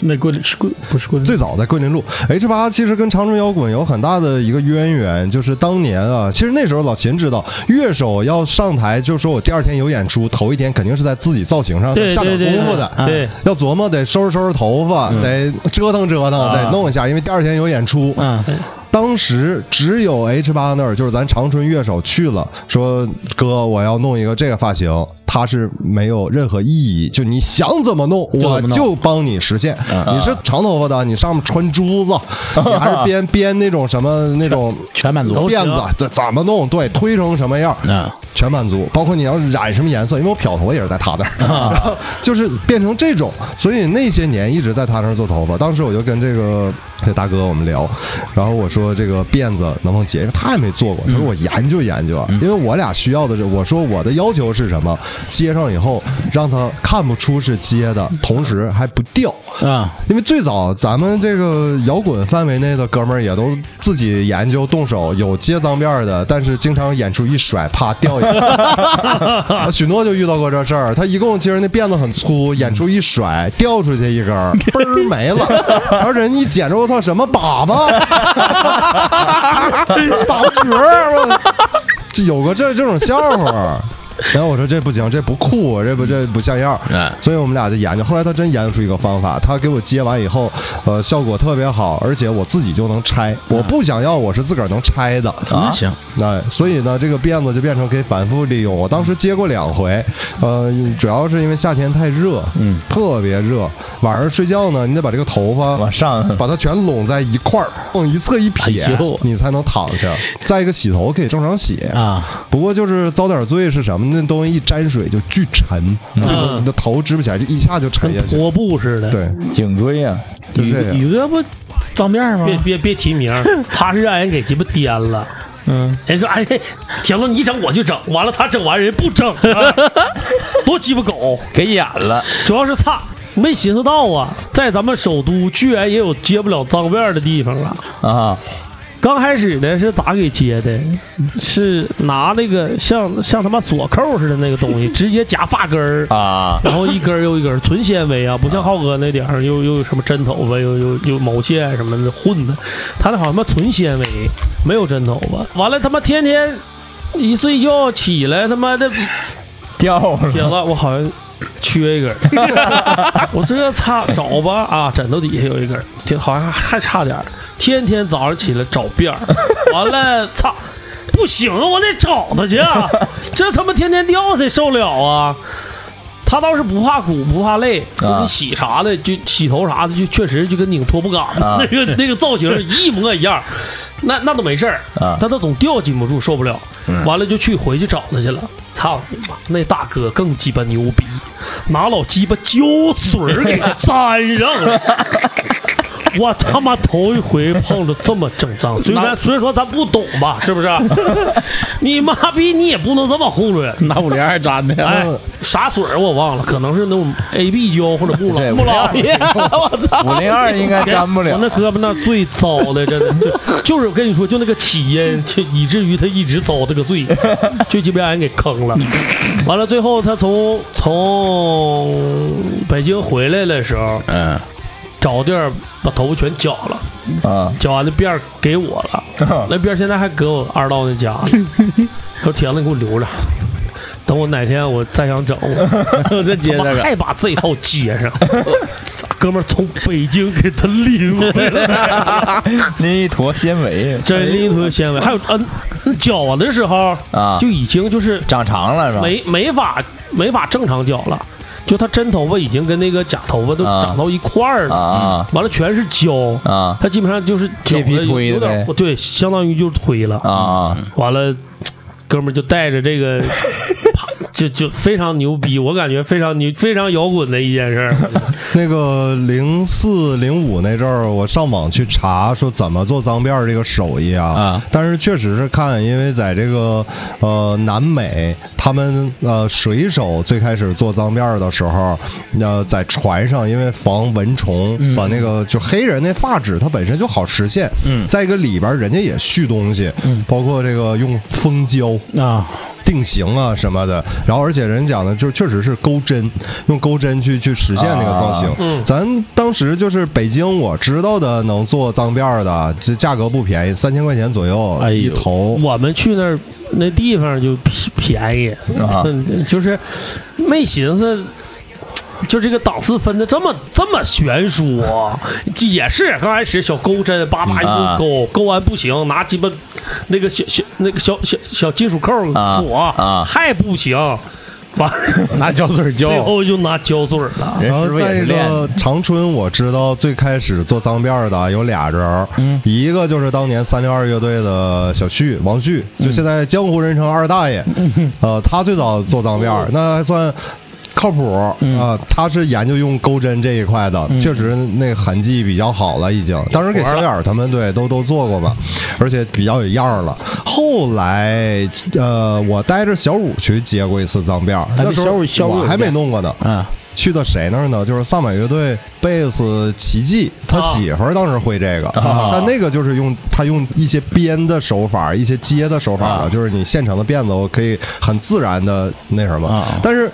那桂林是桂不是桂林
最早在桂林路 H 八，其实跟长春摇滚有很大的一个渊源，就是当年啊，其实那时候老秦知道，乐手要上台就说我第二天有演出，头一天肯定是在自己造型上
对
下
对
点
对
功夫的。
啊
对，嗯
要琢磨，得收拾收拾头发，得折腾折腾，
啊
得弄一下，因为第二天有演出。
嗯
当时只有 H 八那儿，就是咱长春乐手去了，说哥，我要弄一个这个发型，他是没有任何意义，就你想怎么弄，啊我就帮你实现。你是长头发的，你上面穿珠子，你还是编编那种什么那 *laughs* 种
全满足
辫子，这怎么弄？对，推成什么样？
啊
全满足，包括你要染什么颜色，因为我漂头也是在他那儿，然后 *laughs* 就是变成这种，所以那些年一直在他那儿做头发。当时我就跟这个这大哥我们聊，然后我说这个辫子能不能结，因为他也没做过，他说我研究研究，因为我俩需要的是，我说我的要求是什么，接上以后让他看不出是接的，同时还不掉。
啊，
因为最早咱们这个摇滚范围内的哥们儿也都自己研究动手，有接脏辫儿的，但是经常演出一甩，啪掉一个。啊许诺就遇到过这事儿，他一共其实那辫子很粗，演出一甩掉出去一根儿，嘣儿没了。然后人一捡着，我操，什么粑粑？粑粑角儿，啊我这有个这这种笑话。然后我说这不行，这不酷，这不这不像样儿。所以我们俩就研究。后来他真研究出一个方法，他给我接完以后，呃，效果特别好，而且我自己就能拆。我不想要，我是自个儿能拆的。
那行，
那所以呢，这个辫子就变成可以反复利用。我当时接过两回，呃，主要是因为夏天太热，嗯，特别热，晚上睡觉呢，你得把这个头发
往。上
把它全拢在一块儿，往一侧一撇
哎呦，
你才能躺下。再一个，洗头可以正常洗
啊，
不过就是遭点罪是什么？那东西一沾水就巨沉，就你的头支不起来，就一下就沉
跟
下去。
拖布似的。
对，
颈椎啊，
就这样。
宇哥不脏辫儿
别
吗？
别别提名儿，他是让人给鸡巴颠了。
嗯，
人说：“哎，嘿铁子你整我就整，完了他整完人不整了，多鸡巴狗！
给演了，
主要是差，没寻思到啊，在咱们首都居然也有接不了脏辫儿的地方了。
啊，
刚开始呢是咋给接的？是拿那个像像他妈锁扣似的那个东西，直接夹发根儿。”
啊，
然后一根儿又一根儿，纯纤维啊，不像浩哥那点儿又又有什么真头发，又又又毛线什么的混的，他那好像他妈纯纤维，没有真头发。完了他妈天天一睡觉起来他妈的
掉了， *laughs*
铁子，我好像缺一根儿，我这擦找吧啊，枕头底下有一根儿，这好像还差点儿。天天早上起来找
*laughs*
辫儿，完了操，不行啊，我得找他去
*laughs*
啊，这他妈天天掉谁受了啊？他倒是不怕苦不怕累，就是
啊
洗啥的，就洗头啥的，就确实就跟拧拖布杆子、
啊
*laughs* 那个那个造型一模一样，那那都没事儿，
啊嗯
但他总吊禁不住，受不了，完了就去回去找他去了。操你妈！那大哥更鸡巴牛
*laughs*
逼，拿老鸡巴胶水儿给粘上了。我他妈头一回碰着这么整脏，虽然虽然说咱不懂吧，是
*laughs*
不是？你妈逼，你也不能这么糊弄。
*laughs* 拿五零二粘的
哎，啥水儿我忘了，可能是那种 A B 胶或者木
对
老木老
502五零二应 *laughs* 该粘不
我
了。
那胳膊那最糟的，真的就就是我跟你说，就那个起因，就以至于他一直遭这个罪，就鸡巴让人给坑了。完了，最后他从从北京回来的时候，
嗯，
找地儿把头发全绞了，
啊，
绞 *laughs* 完那辫儿给我了，啊那辫儿现在还搁我二道那家
*laughs*
呢。说铁子，你给我留着。等我哪天我再
*laughs*
想整，我再接
着整
还把这套接上。 *laughs* 哥们儿从北京给他拎回来，
*laughs* 那一坨纤维，
真拎回纤维。还有嗯，绞的时候
啊
就已经就是
长长了是吧？
没没法没法正常绞了，就他真头发已经跟那个假头发都
啊
长到一块儿了，
啊
完了全是胶，
啊
他基本上就是绞
这批
的有
推的
有点
呗
对，相当于就是推了
啊。啊！
完了，哥们儿就带着这个， *laughs* 啪就就非常牛逼，我感觉非常牛，非常摇滚的一件事儿。
那个零四零五那阵儿，我上网去查说怎么做脏辫儿这个手艺啊，
啊
但是确实是看，因为在这个呃南美，他们呃水手最开始做脏辫儿的时候，呃在船上，因为防蚊虫，把那个就黑人那发质它本身就好实现，嗯，再一个里边儿人家也续东西，嗯，包括这个用蜂胶，
啊，
定型啊什么的，然后而且人讲的就确实是钩针，用钩针去去实现那个造型。
啊
嗯
咱当时就是北京我知道的能做脏辫儿的，这价格不便宜，三千块钱左右
哎呦
一头。
我们去那儿那地方就便便宜，
啊
就是没寻思。就这个档次分的这么这么悬殊、啊，这也是刚开始小钩针叭叭一
啊
顿勾，勾完不行，拿鸡巴那个小小那个小小小金属扣
啊
锁、
啊
还不行，
*laughs*
完了
拿胶水胶
最后就拿胶水了。
人
啊然后
师傅
再
也
一
是练的，
个长春，我知道最开始做脏辫儿的有俩人儿，一个就是当年三六二乐队的小旭王旭，就现在江湖人称二大爷，呃，他最早做脏辫儿，那还算。靠谱啊、他是研究用钩针这一块的，确实那痕迹比较好了，已经。当时给小眼儿他们对都都做过嘛，而且比较有样儿了。后来呃，我带着小五去接过一次脏辫儿，
那
那时
小
候
五小五
我
有
还没
辫
弄过呢。
啊，
去的谁那儿呢？就是萨满乐队贝斯奇迹，他媳妇儿当时会这个，
啊
但那个就是用他用一些编的手法、一些接的手法了，
啊
就是你现成的辫子，我可以很自然的那什么，
啊
但是。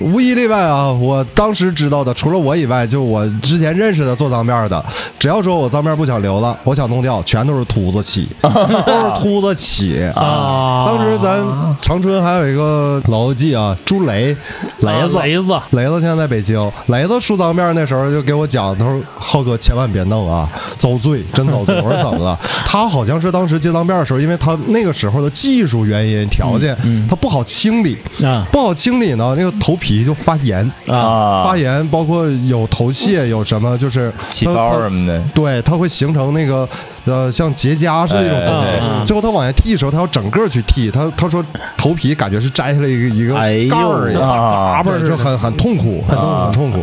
无一例外啊！我当时知道的，除了我以外，就我之前认识的做脏辫儿的，只要说我脏辫儿不想留了，我想弄掉，全都是秃子起，都是秃子起
啊！
当时咱长春还有一个老记啊，朱雷，雷子，
啊雷子
雷子现在在北京，雷子梳脏辫儿那时候就给我讲，他说：“浩哥千万别弄啊，遭罪，真遭罪。”我说怎么了？他好像是当时接脏辫儿的时候，因为他那个时候的技术原因条件，他不好清理，
啊
不好清理呢，那个头皮就发炎，
啊
嗯
发，炎包括有头屑，有什么就是
起
他
包
他
什么
嗯
的，
对，它会形成那个呃像结痂似的一种东西。
哎
哎哎
最后他往下剃的时候，他要整个去剃，他他说头皮感觉是摘下来一个一个
哎呦
盖儿一样。
啊
嘎巴
对
儿
就很很痛苦，啊很痛苦，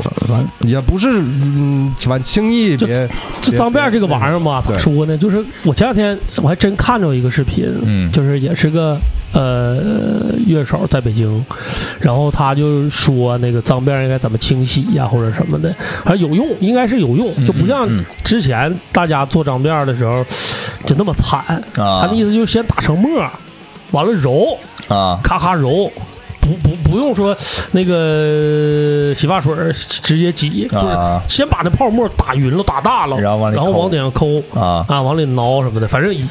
也不是嗯，反正轻易
就
别
这脏辫儿这个玩意
儿，
儿嘛，咋
对
说呢？就是我前两天我还真看着一个视频，
嗯
就是也是个呃乐手在北京，然后他就说那个脏辫儿应该怎么清洗呀、或者什么的，反正有用，应该是有用，
嗯
就不像之前大家做脏辫儿的时候就那么惨。他
啊
的意思就是先打成沫儿，完了揉，
啊
咔咔揉，不不不用说那个洗发水儿直接挤，就是
啊
先把那泡沫打匀了、打大了，
然后往里
然后
抠
往顶上抠
啊！
啊，往里挠什么的，反正也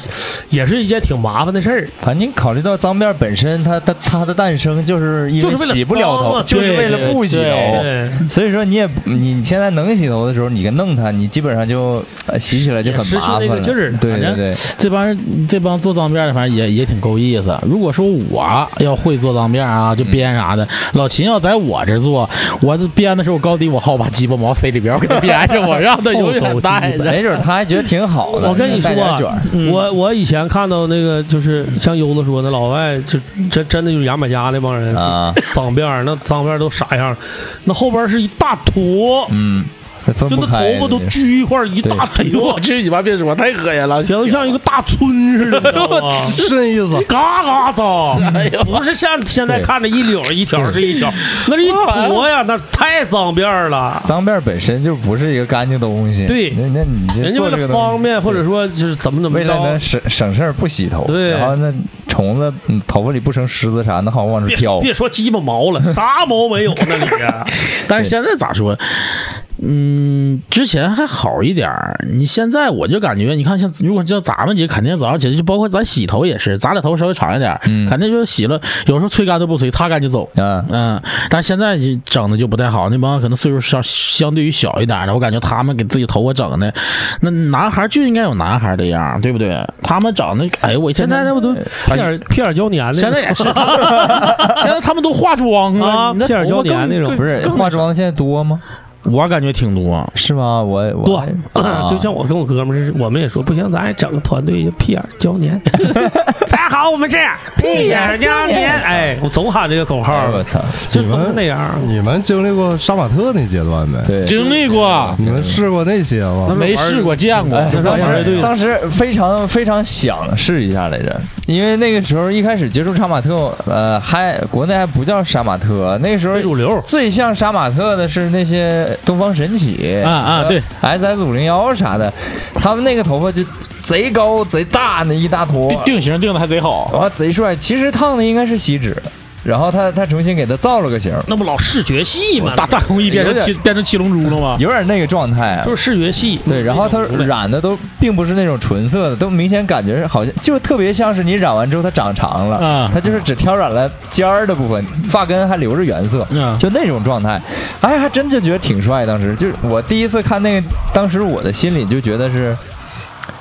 也是一件挺麻烦的事儿。
反正考虑到脏辫本身，它它它的诞生就是因
就是为了
洗不了
脏
头，
嘛
就是
对
为了不洗头。
对，
所以说你也不你你现在能洗头的时候，你给弄它，你基本上就呃洗起来就很
也失
麻
去
烦
那个
了。
劲儿了
对
反
对
正
对，
这帮人这帮做脏辫儿的，反正也也挺够意思。如果说我要会做脏辫儿啊，就编啥的，老秦要在我这儿做，我这编的时候高低我薅把鸡巴毛飞里边儿，我给他编上，我让他永远带着。
没准他还觉得挺好的。
我跟你说
带点
啊
卷儿，
我我以前看到那个就是像优子说的，老外就真真的就是牙买加那帮人
啊，
脏辫儿，那脏辫儿都啥样儿？那后边儿是一大坨
嗯分
就
不
那
开
头
呀。
发都
你
聚一块儿一大
哎呦，
坨
我，去你妈！别说，太恶心了，
显得像一个大村似的，你知道吗？
是那意思。
嘎嘎脏，不是像现在看着一绺一条是一条，那是一坨呀，那太脏辫儿了。
脏辫儿本身就不是一个干净的东西。
对
那那你就
人家
做
为
这个
了
东西
方便，或者
对
说就是怎么怎么
为了能
着，
省省事儿不洗头，
对
然后那虫子嗯头发里不生虱子啥，那好往出
别
挑。
别说鸡巴毛了，啥毛没有那里边。
*laughs* 但是现在咋说？嗯，之前还好一点儿，你现在我就感觉，你看像如果叫咱们姐，肯定早上起来就包括咱洗头也是，咱俩头稍微长一点儿，
嗯
肯定就是洗了，有时候吹干都不吹，擦干就走。
啊，
嗯，但现在就整的就不太好，那帮可能岁数相相对于小一点儿的，我感觉他们给自己头发整的，那男孩就应该有男孩的样儿，对不对？他们整的，哎呦我
*laughs* 现在那不都屁眼屁眼胶粘的？
现在
*laughs*
也是，现在他们都化妆
啊
了，你那
屁眼
头
胶
发
粘
更
那种
更
不是
更
化妆的现在多吗？
我感觉挺多，
是吗？我我
哎
多
啊
*clears throat* 就像我跟我哥们儿似的，我们也说不行，咱也整个团队屁眼胶
*laughs*
粘。大家好，我们这样屁眼胶粘，哎，我总喊这个口号
哎，我操，
就都是那样。
你们经历过杀马特那阶段没？
对。
经历过。
你们试过那些吗？
没试过见过，
哎，当
玩
时当时非常非常想试一下来着，因为那个时候一开始接触杀马特，呃，还国内还不叫杀马特，那个时候
非主流，
最像杀马特的是那些东方神起
啊啊对
，S S 五零幺啥的，他们那个头发就贼高贼大那一大坨，
定型定的还贼好。
然后贼帅。其实烫的应该是锡纸，然后他他重新给他造了个型，
那不老视觉系吗？
大大空翼变成七变成七龙珠了吗？
有点那个状态。啊
就是视觉系。
对，然后他染的都并不是那种纯色的，都明显感觉是好像就特别像是你染完之后它长长了，
啊
它就是只挑染了尖儿的部分，发根还留着原色，
嗯
就那种状态，哎，还真就觉得挺帅。当时就是我第一次看那个，当时我的心里就觉得是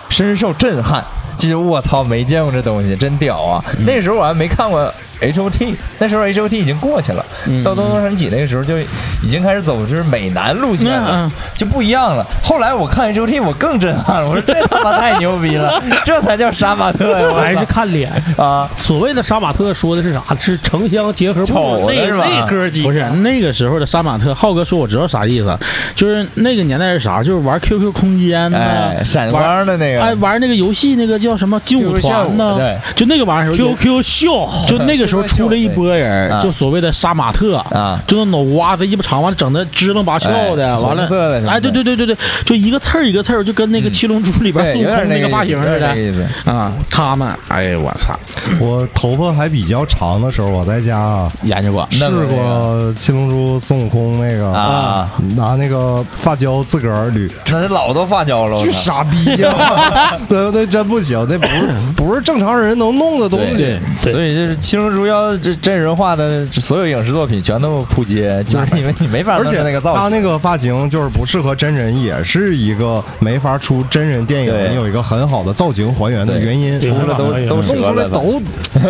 深受震撼。就是我操，没见过这东西，真屌啊！
嗯
那时候我还没看过 H O T，那时候 H O T 已经过去了，
嗯
到东东神起那个时候就已经开始走就是美男路线了，
嗯嗯
就不一样了。后来我看 H O T，我更震撼了，我说这他妈太牛逼
*laughs*
了，这才叫杀马特呀！我操
哎还是看脸。
啊，
所谓的杀马特说的是啥？是城乡结合部
丑的
那
是吧
那哥几
不
个
是那个时候的杀马特，浩哥说我知道啥意思，就是那个年代是啥，就是玩 QQ 空间呐、
哎，闪
玩
光的那
嗯哎
个，
玩那个游戏那个叫什么劲舞
QQ 炫舞
团呐、
对
就那个玩意儿。就
QQ 秀，
就那个时候出了一波人
对啊
儿，就所谓的杀马特
啊
就那脑瓜子一巴长，完了整的支棱八翘
哎
的，完
红
了
色的什么的嗯
哎，对对对对对，就一个刺儿一个刺儿，就跟那个七龙珠里边
对，
孙
有
悟
点
空
那
那个发型
有
似
点那个
的
意思。
啊。他们，哎呦我操，
我头发还比较长的时候，我在家啊
研究过，
试
那么那
过七龙珠孙悟空那个
啊，
拿那个发胶自个儿捋，
那是老多发胶了，我
巨
操
傻逼啊呀、 *laughs* 那那真不行，那不是不是正常人能弄的东西
对。所以就是《七龙珠》要这真人化的所有影视作品全都扑 *laughs* 街，就是因为你没法
而
弄
且
成那个造
他
型。
那个发型就是不适合真人，也是一个没法出真人电
对
影有一个很好的造型还原的原因。
出来
哎呀
都都
弄出
折
来
了吧，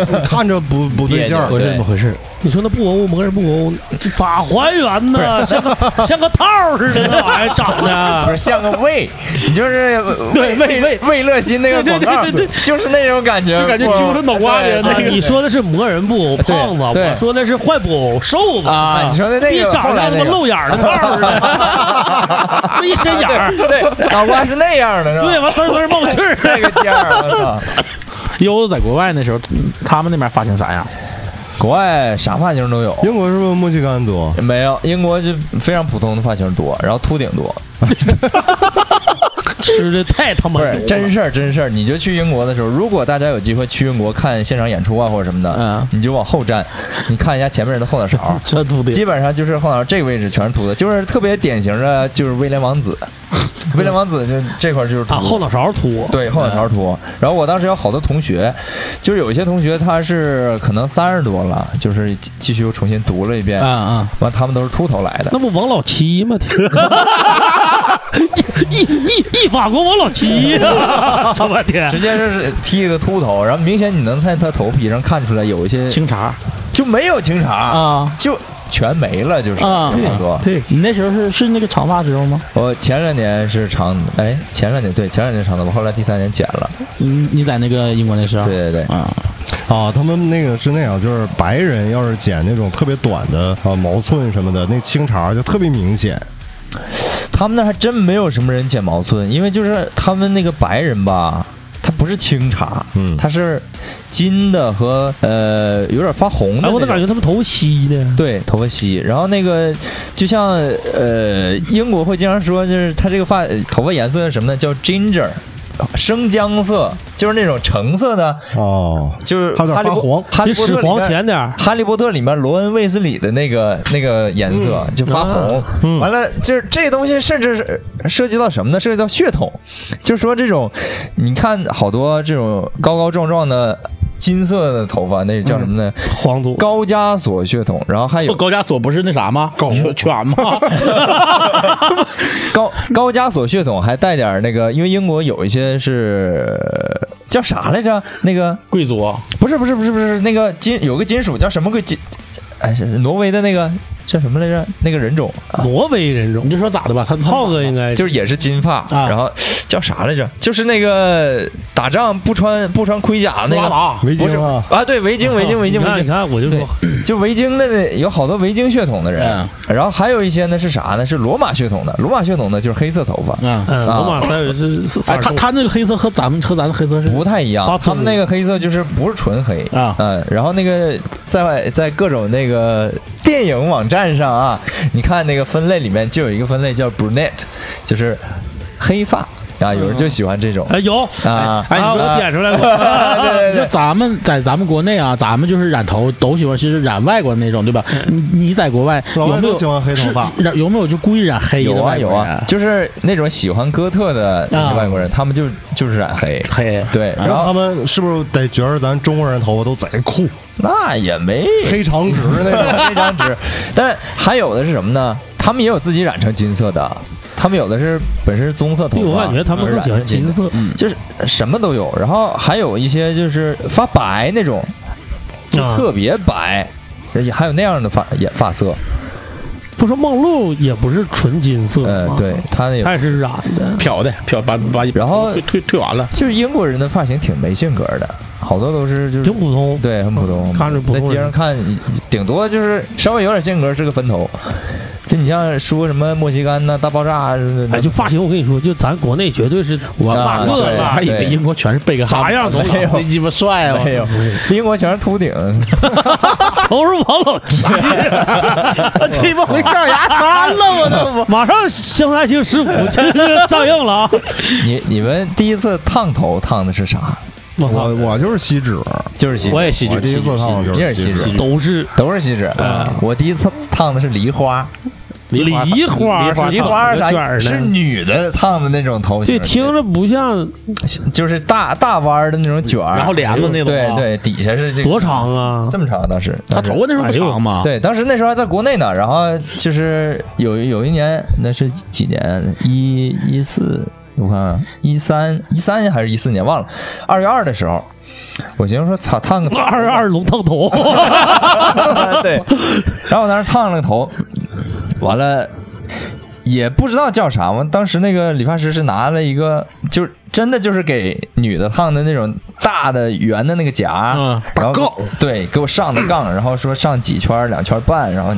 都 *laughs* 看着不不对劲儿，
别扭对这么
回事？
你说那不文物磨人不文物，这咋还原呢？像个像个套儿似的，那玩意儿长
不
得
是像个胃，你就是对魏魏魏乐心那个广告，就是那种感觉，
就感觉
我
揪着脑瓜
对
子。啊
对
你说的是磨人不偶
对
胖子，
对
我说的是坏不偶瘦子
啊你说的那个
一
后
长
来
像他
那
妈
个
露眼儿的套儿似的， *laughs* 那一伸眼儿，
对，对脑瓜是那样的，是吧
对，，完滋儿滋儿冒气儿。
*laughs* 那个尖儿，我操！
悠子在国外那时候，嗯他们那边发型啥样？
国外啥发型都有。
英国是不是墨西哥安多？
没有，英国就非常普通的发型多，然后秃顶多，
*laughs* 吃的太他妈
不
油
是
了
真事儿，真事儿。你就去英国的时候，如果大家有机会去英国看现场演出啊或者什么的，
嗯，
你就往后站，你看一下前面人的后脑勺
*laughs*
这秃顶
基本上就是后脑勺这个位置全是秃的，就是特别典型的，就是威廉王
*laughs*
子，威廉王子就这块儿就是秃的
啊，后脑嗯勺秃，
对后脑勺秃。然后我当时有好多同学，就是有一些同学他是可能三十多了，就是继继续又重新读了一遍
啊，啊！
完他们都是秃头来的
嗯那。不王老七吗？天 *laughs* 一一一法国王老七呀！我 *laughs* 天
直，接就是剃一个秃头，然后明显你能在他头皮上看出来有一些
清茶
就没有清
嗯
茶，
啊
就全没了，就是
啊
差不多。
对你那时候是是那个长发时候吗？
我前两年是长，哎，前两年对，前两年长头发，后来第三年剪了。
你嗯你在那个英国那时候？
对对对，
啊，
啊，他们那个是那样，就是白人要是剪那种特别短的啊毛寸什么的，那清茬就特别明显。
他们那还真没有什么人剪毛寸，因为就是他们那个白人吧，他不是清茶，
嗯，
他是金的和呃有点发红的那
哎，
种。
我咋感觉他们头发稀呢？
对，头发稀，然后那个就像呃，英国会经常说，就是它这个发呃头发颜色是什么呢？叫 ginger，生姜色，就是那种橙色的，
哦，
就是
还有点
哈利
发
波
黄
哈利
你
波
使
特里
黄
面
前点儿，
哈利波特里面罗恩·卫斯理的那个那个颜色、就发红，
嗯
完了就是这东西甚至是涉及到什么呢？涉及到血统，就是说这种你看好多这种高高壮壮的金色的头发，那叫什么呢？
皇族
高加索血统，然后还有
高加索不是那啥吗？犬犬 *laughs* 吗？
高高加索血统还带点儿那个，因为英国有一些是呃叫啥来着？那个
贵族
不是不是不是不是那个金有个金属叫什么贵金？哎，是挪威的那个叫什么来着？那个人种啊，
挪威人种
你，就说咋的吧，他
浩哥应该
就是也是金发，
啊
然后叫啥来着？就是那个打仗不穿不穿盔甲那
拉
个。
达
围
不是
巾啊，
啊，对围巾，围巾，围巾，
你
围
看，你嗯
巾，
看，我就说
就维京的那有好多维京血统的人，然后还有一些呢是啥呢？是罗马血统的，罗马血统的就是黑色头发，
啊。
嗯，
啊
罗马三是是
哎，
法
他他那个黑色和咱们和咱们黑色是
不太一
嗯发
样，
紫
他们那个黑色就是不是纯黑
啊
嗯，然后那个在在各种那个电影网站上啊，你看那个分类里面就有一个分类叫 brunette，就是黑发啊，有人就喜欢这种
哎有
啊，
啊，
啊
我点出来过，
啊对对
就
*laughs* 对。
咱们在咱们国内啊，咱们就是染头都喜欢，其实染外国那种，对吧？你你在国外
老
有
外
没
都
有
喜欢黑头发，
染有没有就故意染黑的
有啊
外
有
国人
啊，就是那种喜欢哥特的那
啊
些外国人，他们就就是染黑，
黑
*laughs* 对，然
然后
后
他们是不是得觉得咱中国人头发都贼酷，
那也没
黑长直那
*laughs*
种？
非常直。但还有的是什么呢？他们也有自己染成金色的，他们有的是本身是棕色头
*laughs* 我
发，
感觉他们
而
更喜
染
欢
啊
成
金
金色，
色，
就是什么都有。然后还有一些就是发白那种，
嗯
就
啊
特别白，也还有那样的发也发色。
不说梦露也不是纯金色
呃
吗，？
对，他那
他
个。
也是染啊的。
漂的漂把把，
然后
退退退完了，
就是英国人的发型挺没性格的，好多都是就是
挺普通，
对很普通，
看着普
在
通
街上
人
看，顶多就是稍微有点性格是个分头。就你像说什么莫西干呐、大爆炸什么的，
哎，就发型，我跟你说，就咱国内绝对是
我
啊
马克
对
我
吧
还以为
对
英国全是贝克汉姆
啥样都有
没有，那鸡巴帅啊！
没有，英国全是秃顶，
都是王老吉，
*laughs* 这帮回象牙山了，我都不。
马上《乡村爱
*laughs*
情十五》真是上映了啊！
你你们第一次烫头烫的是啥？
我操，
我我就是锡纸，
就是锡
我
纸，
也戏剧，
我第一次烫的就
你也是
锡
锡纸
纸，
都是
都是锡纸。我第一次烫的是梨花，
梨花，梨花，
梨花
是
是
卷儿
啥？是
的。
女的烫的那种头型，
这听着不像
就是大大弯儿的那种卷儿，
然后帘子那种
对
啊
对，底下是这个
多长啊？
这么长，当时
他
当时
头发那时候不长吗？
对，当时那时候还在国内呢，然后就是有有一年，那是几年？一一四，我看看，一三一三还是一四年，忘了。二月二的时候，我寻思说，操，烫个头
二十二龙烫
*laughs*
头，
*laughs* 对，然后我当时烫了个头，完了也不知道叫啥，我当时那个理发师是拿了一个，就是真的就是给女的烫的那种大的圆的那个夹，
嗯
然后给对，给我上的杠，然后说上几圈儿两圈儿半，然后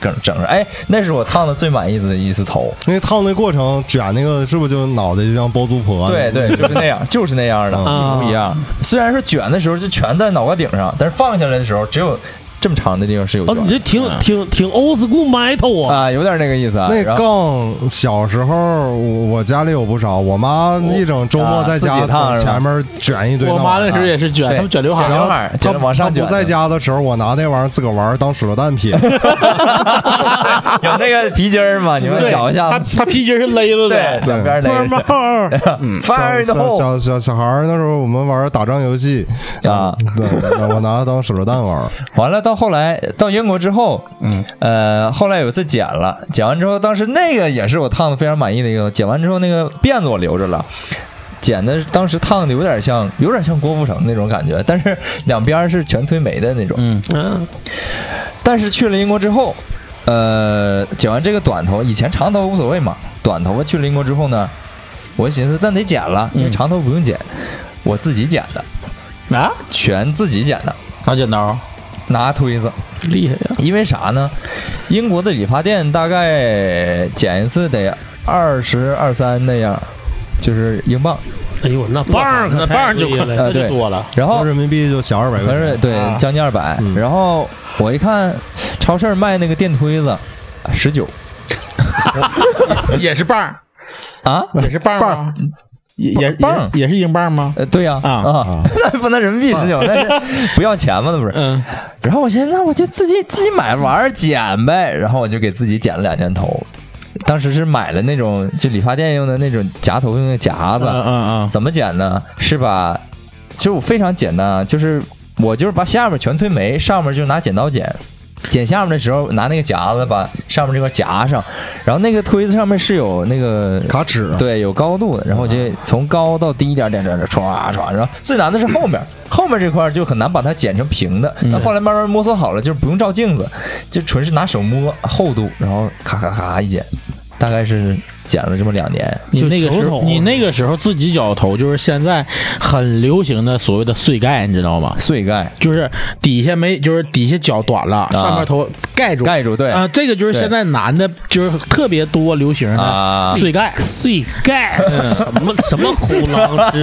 整整上，哎，那是我烫的最满意的一次头。
那烫那过程卷那个是不是就脑袋就像包租婆？啊
对，对，就是那样，就是那样的，
啊
一不一样。虽然说卷的时候就全在脑瓜顶上，但是放下来的时候只有这么长的地方是有
哦
卷，
你
的
这挺挺挺 old school metal 啊！
啊，有点那个意思啊。
那
然后
杠小时候我我家里有不少，我妈一整周末在
啊自
家
己烫
从
是吧
前面卷一堆
我
闹。
妈那时候也是卷，
对
他们卷刘海
卷
儿，
刘
然后
海儿
她
接着往上
她
卷
不在家的时候，我拿那玩意儿自个儿玩儿当手榴弹
*laughs*
撇。
有那个皮筋儿嘛，你们
对
咬一
他
下，
他皮筋儿是勒着
对
的，，
对
两边
哥们
那 *laughs* 个
儿，
小
，fire in
小
the hole
小小小孩儿那时候我们玩儿打仗游戏，
啊。
对，我拿它当手榴弹玩儿。
完了，到后来到英国之后，嗯，呃，后来有一次剪了，剪完之后，当时那个也是我烫的非常满意的一个，剪完之后那个辫子我留着了。剪的当时烫的有点像，有点像郭富城那种感觉，但是两边儿是全推没的那种。
嗯，
嗯，
但是去了英国之后，呃，剪完这个短头，以前长头无所谓嘛，短头发去了英国之后呢，我寻思但得剪了，因为长头不用剪，我自己剪的，
啊，
全自己剪的，
拿剪刀，
拿推子。
厉害呀！
因为啥呢？英国的理发店大概剪一次得二十二三那样，就是英镑。
哎呦，那棒儿可
那棒
太
儿就
贵
可
了，
啊
那就
对
多了，
然后
合人民币就小二百块
反
钱，
正对
啊
将近二百、
嗯
然后我一看超市卖那个电推子，十九
也是棒儿，
啊，
也是棒儿吗，也也
棒儿
也也是英镑吗？
呃对呀
啊
啊，那 *laughs* 不能人民币十九，那是不要钱吗？那不是。
嗯，
然后我寻思，那我就自己自己买玩儿剪呗。然后我就给自己剪了两年头，当时是买了那种就理发店用的那种夹头用的夹子，
嗯嗯
怎么剪呢？是把，其实我非常简单，啊，就是我就是把下面全推没，上面就拿剪刀剪。剪下面的时候，拿那个夹子把上面这块夹上，然后那个推子上面是有那个
卡啊尺，
对，有高度的，然后我就从高到低一点点点点唰唰，然后最难的是后面，后面这块儿就很难把它剪成平的。但后来慢慢摸索好了，就是不用照镜子，就纯是拿手摸厚度，然后咔咔咔一剪，大概是剪了这么两年。
你那个
就
时
球
候，
头
你那个时候自己绞头，就是现在很流行的所谓的碎盖，你知道吗？
碎盖
就是底下没，就是底下绞短了，上面头盖住，
啊盖住，对
啊，这个就是现在男的，就是特别多流行的
啊，
碎盖，
碎盖什么什么虎狼之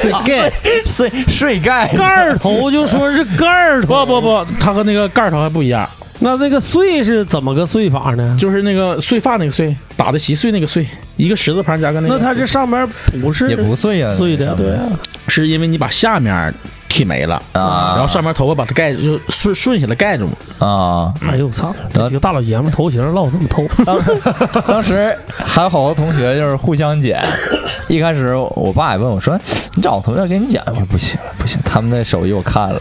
最
*laughs* 啊
gay
碎碎盖
盖儿头就说是盖儿头，
不不不，它和那个盖头还不一样，
*laughs* 那那个碎是怎么个碎法呢？
就是那个碎发那个碎，打的稀碎那个碎，一个十字旁加个那个，
那它这上面不是
也不碎呀，
碎的，
对
是因为你把下面剃没了，
啊，
然后上面头发把它盖住，就顺顺下来盖住。
啊，
哎呦我操！这几个大老爷们儿头型落这么透，
当当时还有好多同学就是互相剪，一开始我爸也问我说：“你找我同学给你剪？”我说：“不行不行，他们那手艺我看了，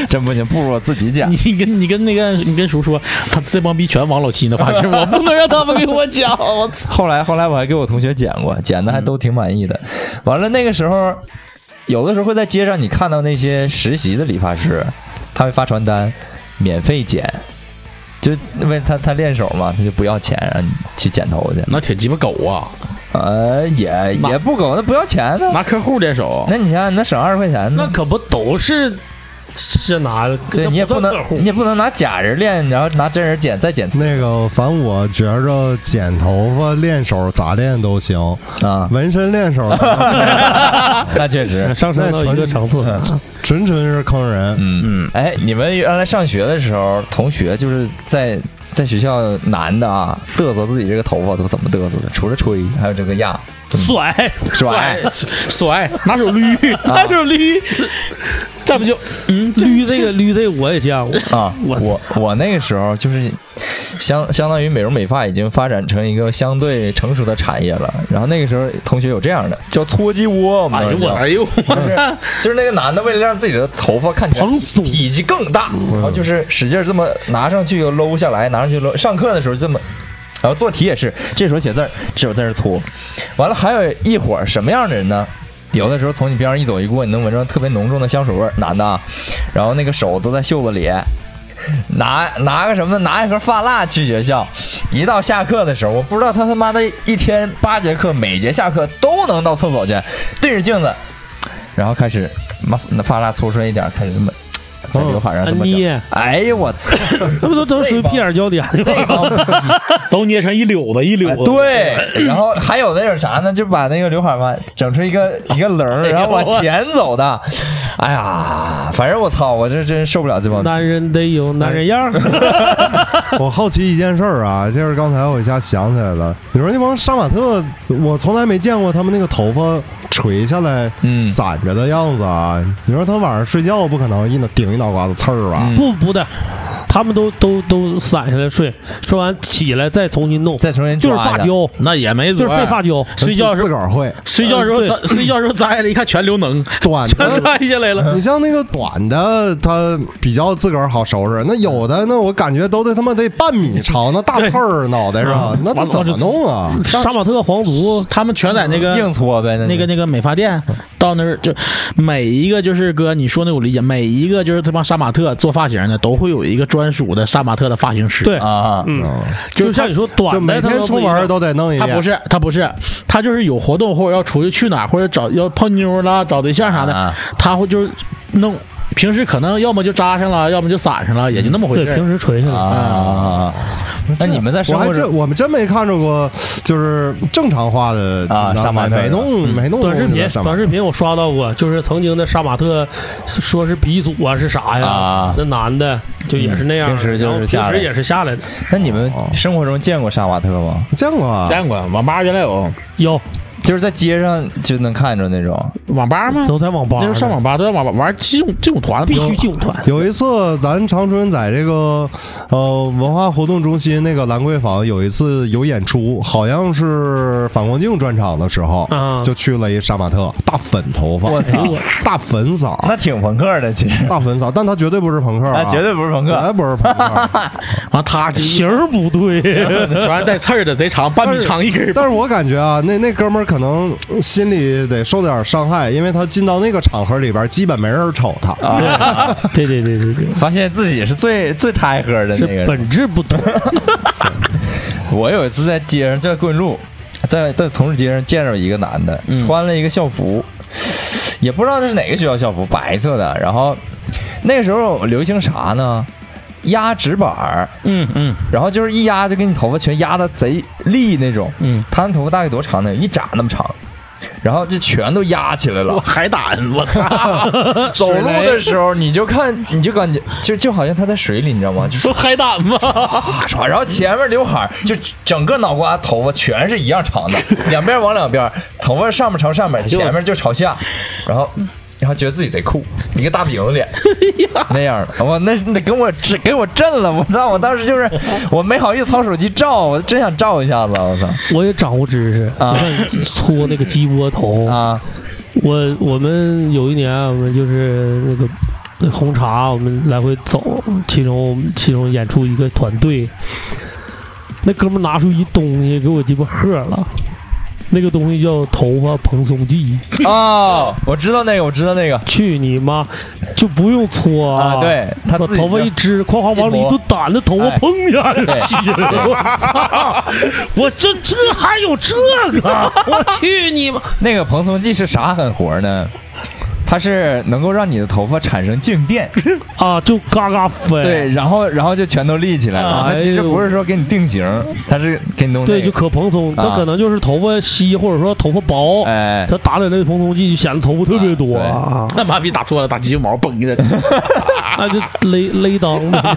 *laughs* 真不行，不如我自己剪。
*laughs* 你跟你跟那个你跟叔说，他这帮逼全王老七呢，发现我不能让他们给我讲，我操！”
后来后来我还给我同学剪过，剪的还都挺满意的。完了那个时候，有的时候会在街上你看到那些实习的理发师，他会发传单，免费剪。就因为他他练手嘛，他就不要钱，让你去剪头去。
那挺鸡巴狗啊，
呃，也
妈
也不够，那不要钱呢。
拿客户练手，
那你想想，你能省二十块钱呢
那？可不都是是拿？
对
那
你也不
算
能
客，户
你也不能拿假人练，然后拿真人剪再剪
*laughs*
次
那个，反正我觉着剪头发、练手咋练都行，。
啊
纹身练手
那确
*laughs*
实，
上升到一个层次。
*laughs*
啊
纯纯是坑人。
嗯嗯。哎，你们原来上学的时候，同学就是在在学校男的啊，嘚瑟自己这个头发都怎么嘚瑟的？除了吹，还有这个压
甩，
甩。
甩，拿手捋，拿手捋，再不就
*laughs* 嗯， *laughs* 捋这个捋这个我也见过，
啊，
我
我我那个时候就是相相当于美容美发已经发展成一个相对成熟的产业了。然后那个时候同学有这样的叫搓鸡窝，我们当时叫
哎呦，
就是就是那个男的为了让自己的头发看起来
蓬松
体积更大，然后就是使劲儿这么拿上去又搂下来，拿上去搂。上课的时候这么。然后做题也是，这手写字儿，这手在这儿搓。完了，还有一伙儿什么样的人呢？有的时候从你边上一走一过，你能闻着特别浓重的香水味儿，男的啊。然后那个手都在袖子里，拿拿个什么呢？拿一盒发蜡去学校。一到下课的时候，我不知道他他妈的一天八节课，每节下课都能到厕所去，对着镜子，然后开始妈那发蜡搓出来一点儿，开始这么
哦
在刘海上这么整。
捏，
哎呦我，哎
那不都都属于屁眼焦点
这
吗？ *laughs*
帮
都捏成一绺子一绺子，
哎对，然后还有那种啥呢？就把那个刘海嘛整出一个一个
*laughs*
棱儿，然后往前走的。哎呀，反正我操，我这真受不了这帮。
男人得有男人样儿，
哎
我好奇一件事儿啊，就是刚才我一下想起来了，你说那帮杀马特，我从来没见过他们那个头发垂下来、
嗯
散着的样子啊。你说他晚上睡觉不可能一脑顶一脑瓜子刺儿啊吧？
嗯
*laughs* 不不的，他们都都都散下来睡，睡完起来再重新弄，
再重新
就是
抓
发
一下
胶，
那也没
就
准
是费发胶。
睡觉时
自
候
个儿会
睡觉时候
嗯对
咱睡觉时候摘下来一看全流能，
短
*laughs* 全
的。
摘下来
嗯
了。
你像那个短的，它比较自个儿好收拾。那有的那我感觉都得他妈得半米长，那大刺儿脑袋
嗯
上，那这怎么弄啊？
杀马特皇族
他们全在那个
硬搓呗，
那
就
个那个美发店，到那儿就每一个就是哥，你说那我理解，每一个就是这帮杀马特做发型的，都会有一个专属的杀马特的发型师。
对，
啊，
嗯，
就
就是像你说
就
短
每
的，
天出门都得弄一
他
遍。
不是他不是他就是有活动或者要出去去哪儿或者找要泡妞啦找对象啥的，
啊
他会就是弄，平时可能要么就扎上了，要么就散上了，也就那么回
对
事
平
儿。
时垂下来。
啊，那你们在生
我还
活
真
中
我们真没看着过，就是正常化的
啊杀
买
马特
没
的
弄没弄
嗯短视频，
上
短视频我刷到过，就是曾经的杀马特，说是鼻祖啊，是啥呀？
啊
那男的就也是那
嗯
样，
平时就是
然后
下
平
来
时也是下来的。
那你们生活中见过杀马特吗？
见过啊，
见过网吧原来有
有
就是在街上就能看着那种，
哦
网吧吗？
都在网吧
那时
呢，
候上网吧都要玩玩这种这种团，
必须进舞团。
*laughs*
有一次，咱长春在这个呃文化活动中心那个兰桂坊有一次有演出，好像是反光镜专场的时候，
啊
就去了一杀马特，大粉头发，
我操，
大粉
*laughs*
色，
那挺朋克的，其实
大粉色，但他绝对不是朋克、啊
啊，绝对不是朋
绝
克，
对不是朋克。
*laughs*
完他
型儿不对，
全带刺儿的，贼长，半米长一根儿。
但是我感觉啊，那那哥们儿可能嗯心里得受点伤害，因为他进到那个场合里边，基本没人瞅他。
啊
*laughs* 对对对对对，
发现自己是最最胎喝的那个
是
人。
本质不同。
我有一次在街上，在棍路，在在同事街上见着一个男的，穿了一个校服，也不知道这是哪个学校校服，白色的。然后那个时候流行啥呢？压直板儿，
嗯嗯
然后就是一压就给你头发全压的贼利那种。
嗯，
他那头发大概多长呢？一扎那么长，然后就全都压起来
我
了。
海胆，我操，
走路的时候你就看，你就感觉就就好像他在水里，你知道吗？就是
说海胆吗？
唰唰，然后前面刘海儿就整个脑瓜头发全是一样长的，两边往两边，头发上面朝上面，前面就朝下，然后。然后觉得自己贼酷，一个大饼子脸那样的，我那那给我震给我震了，我操！我当时就是我没好意思掏手机照，我真想照一下子，我操
我也掌握知识
啊
你看搓那个鸡窝头，
啊！
我我们有一年啊，我们就是那个那红茶，我们来回走，其中其中演出一个团队，那哥们拿出一东西给我鸡巴喝了，那个东西叫头发蓬松剂，
哦，我知道那个，我知道那个
去你妈，就不用搓
啊，对他
把
自己
头
*laughs*
发一支，哐哐往里一顿掸，那头发
哎
砰一下就
对
起
*laughs*
来了。我操！我这这还有这个？我去你妈！
那个蓬松剂是啥狠活呢？它是能够让你的头发产生静电，
啊，就嘎嘎飞。
对，啊然后然后就全都立起来了。
哎呦
它其实不是说给你定型，它是给你弄
对
那
就
个
可蓬松。他
啊
可能就是头发稀，或者说头发薄，
哎，
他打点那个蓬松剂就显得头发特别多啊，
*laughs* 那妈逼打错了，打鸡毛崩的。
那就勒勒裆呗。 *laughs*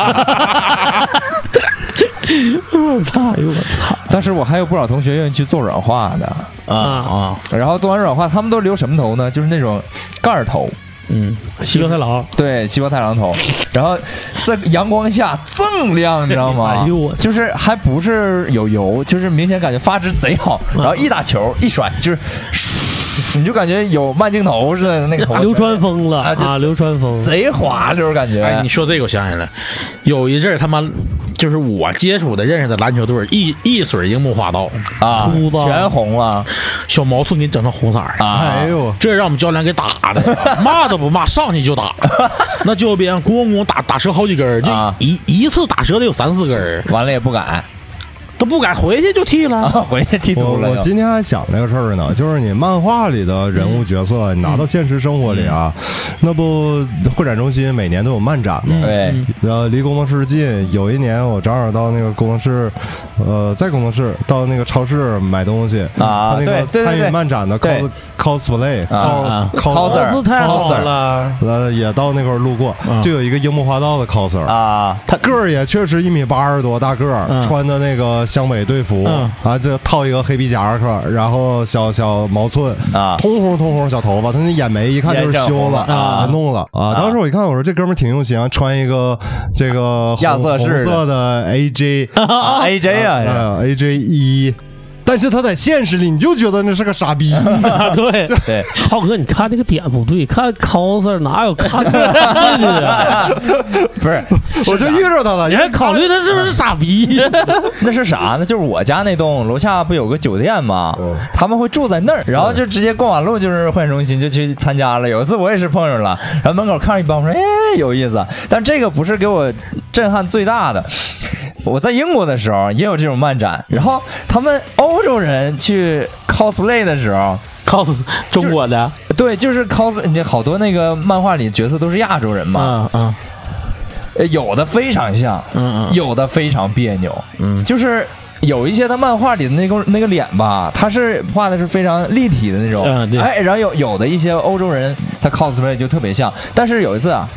我操！哎呦我操！
当时我还有不少同学愿意去做软化的，
啊啊，
然后做完软化，他们都留什么头呢？就是那种盖儿头，
嗯，
西格太郎，
对，西瓜太郎头，然后在阳光下锃亮，你知道吗？
哎呦我
就是还不是有油，就是明显感觉发质贼好，然后一打球一甩就是唰，你就感觉有慢镜头似的那个头发
流川枫了
啊就
啊，流川枫。
贼滑溜，感觉。
哎，你说这个我想起来了，有一阵儿他妈就是我接触的、认识的篮球队儿一一水樱木花道，
啊
秃，子
全红了
小毛寸给你整成红色儿
啊！
哎呦，
这让我们教练给打 *laughs* 的，骂都不骂，上去就 *laughs* 打，那教鞭咣咣打打折好几根儿，就
啊
一、一次打折得有三四根儿，
完了也不敢
都不敢回去就剃了。
啊，回去剃
我
秃了
我
又。
今天还想这个事儿呢，就是你漫画里的人物角色，
嗯
你拿到现实生活里啊，那不会展中心每年都有漫展吗？
对，
呃，离工作室近。有一年我正好到那个工作室，呃，在工作室到那个超市买东西他
啊
那
对
个
对对
参与
对
漫展的 cos
对
cosplay
啊
cos
coser 嗯
cos
太好
coser，
了，
呃，也到那块儿路过，就有一个樱木花道的 coser，
啊，
他个儿也确实一米八十多大个儿，穿的那个湘北队服、啊，这套一个黑皮夹克，然后小小毛寸
啊
通红通红小头发，他那眼眉一看就是
眼整
修
红
了
了啊
弄了啊。当时我一看，我说这哥们儿挺用心啊，穿一个这个红
亚瑟士
红
的
色的 AJ
啊 AJ 啊，
啊 AJ 一。但是他在现实里，你就觉得那是个傻逼，
对，
对，
浩哥，你看这个点不对，看 coser 哪有看这个呀？ *laughs*
不是，
我就遇着他了。
你还考虑他是不是傻逼？
那 *laughs* 是啊啥呢？就是我家那栋楼下不有个酒店吗？他们会住在那儿，然后就直接过马路就是会展中心就去参加了。有一次我也是碰上了，然后门口看着一帮，我说哎有意思。但这个不是给我震撼最大的。我在英国的时候也有这种漫展，然后他们欧洲人去 cosplay 的时候，
靠中国的
对，就是 cos，你这好多那个漫画里角色都是亚洲人嘛。
啊啊，
呃有的非常像，
嗯
有的非常别扭，
嗯
就是有一些他漫画里的那个那个脸吧，他是画的是非常立体的那种，
嗯对
哎，然后有有的一些欧洲人他 cosplay 就特别像，但是有一次啊，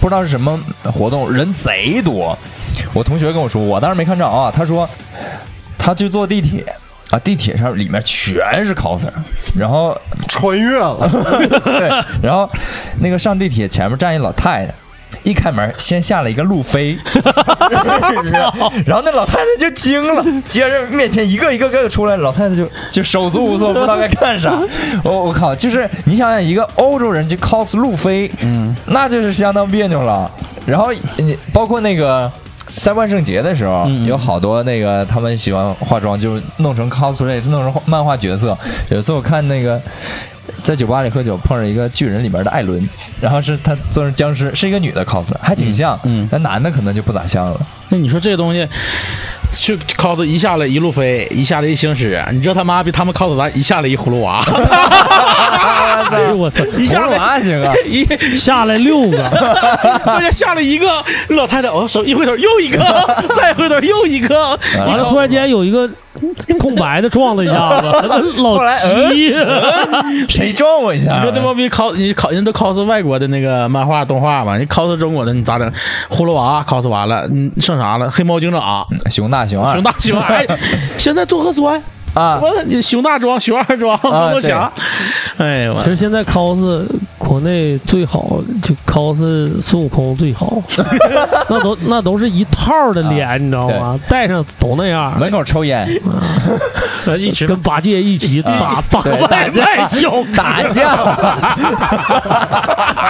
不知道是什么活动，人贼多，我同学跟我说，我当时没看着啊，他说他去坐地铁。啊，地铁上里面全是 coser，然后
穿越了，。
*laughs*
对，然后那个上地铁前面站一老太太。一开门，先下了一个路飞， *laughs* 然后那老太太就惊了，接着面前一个一个个出来，老太太就就手足无措，不知道该干啥。我、我靠，就是你想想，一个欧洲人去 cos 路飞，嗯，那就是相当别扭了。然后你包括那个在万圣节的时候，
嗯
有好多那个他们喜欢化妆，就弄成 cosplay，弄成漫画角色。有一次我看那个在酒吧里喝酒，碰上一个巨人里边的艾伦，然后是他做成僵尸，是一个女的 cos，还挺像，
嗯
但男的可能就不咋像了。
那你说这东西，去 cos 一下来一路飞，一下来一星矢，你这他妈比他们 cos 咱一下来一葫芦娃，
哎呦我操！
一下娃行啊，
一 *laughs*
下来六个，
关键下来一个老太太，我、手一回头又一个， *laughs* 再回头又一个，
完了突然间有一个哎 *laughs* 空白的撞了一下 *laughs* 子，老
来
七，
*laughs*
*laughs*
谁撞我一下？啊
你说这帮逼 cos 你 cos 人都 cos 外国的那个漫画动画嘛，你 cos 中国的你咋整？葫芦娃 cos 完了，嗯，剩啥了？黑猫警长、
熊大熊二
熊大、熊二，哎现在做核酸，
啊
我你熊大装、熊二装、红
啊
龙侠，哎呦我
其。实现在 cos 国内最好，就 cos 孙悟空最好， *laughs* 那都那都是一套的脸，你知道吗？戴上都那样，
门口抽烟
一起跟八戒一起打打外卖小
打架，
*laughs*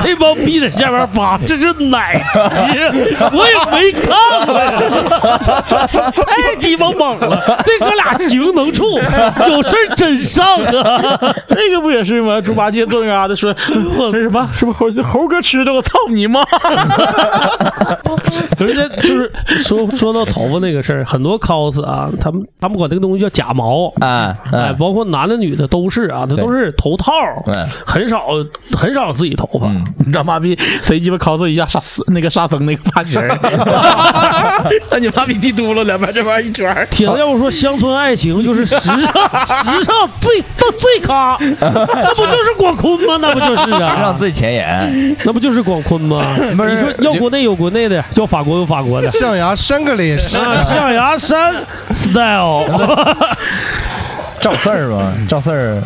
这帮逼在下边发，这是哪集？我也没看过呀。太鸡巴猛了，这哥俩行能处，有事儿真上啊！
那个不也是吗？猪八戒坐那嘎达说：“我那什么，是不是猴猴哥吃的？我操你
*laughs*
妈！
可是这就是说说到头发那个事儿，很多 cos 啊，他们他们管这个东西叫假毛。
啊
哎，
嗯
包括男的女的都是啊，他
对
都是头套，
嗯
很少很少自己头发。
嗯
你他妈逼谁鸡巴 cos 一下沙僧那个沙僧那个发 *laughs* 型儿？那你妈逼地嘟噜两边这边一圈儿
铁子要不说乡村爱情就是时
*laughs*
尚，时尚最到最咖，那不就是广坤吗？那不就是
时尚
啊？
最前沿，
*laughs* 那不就是广坤吗？
*laughs* 不是
你说要国内有国内的，要法国有法国
*laughs*
的
象牙山格里什
啊，象牙山 style， *laughs*
赵四儿吗？赵四儿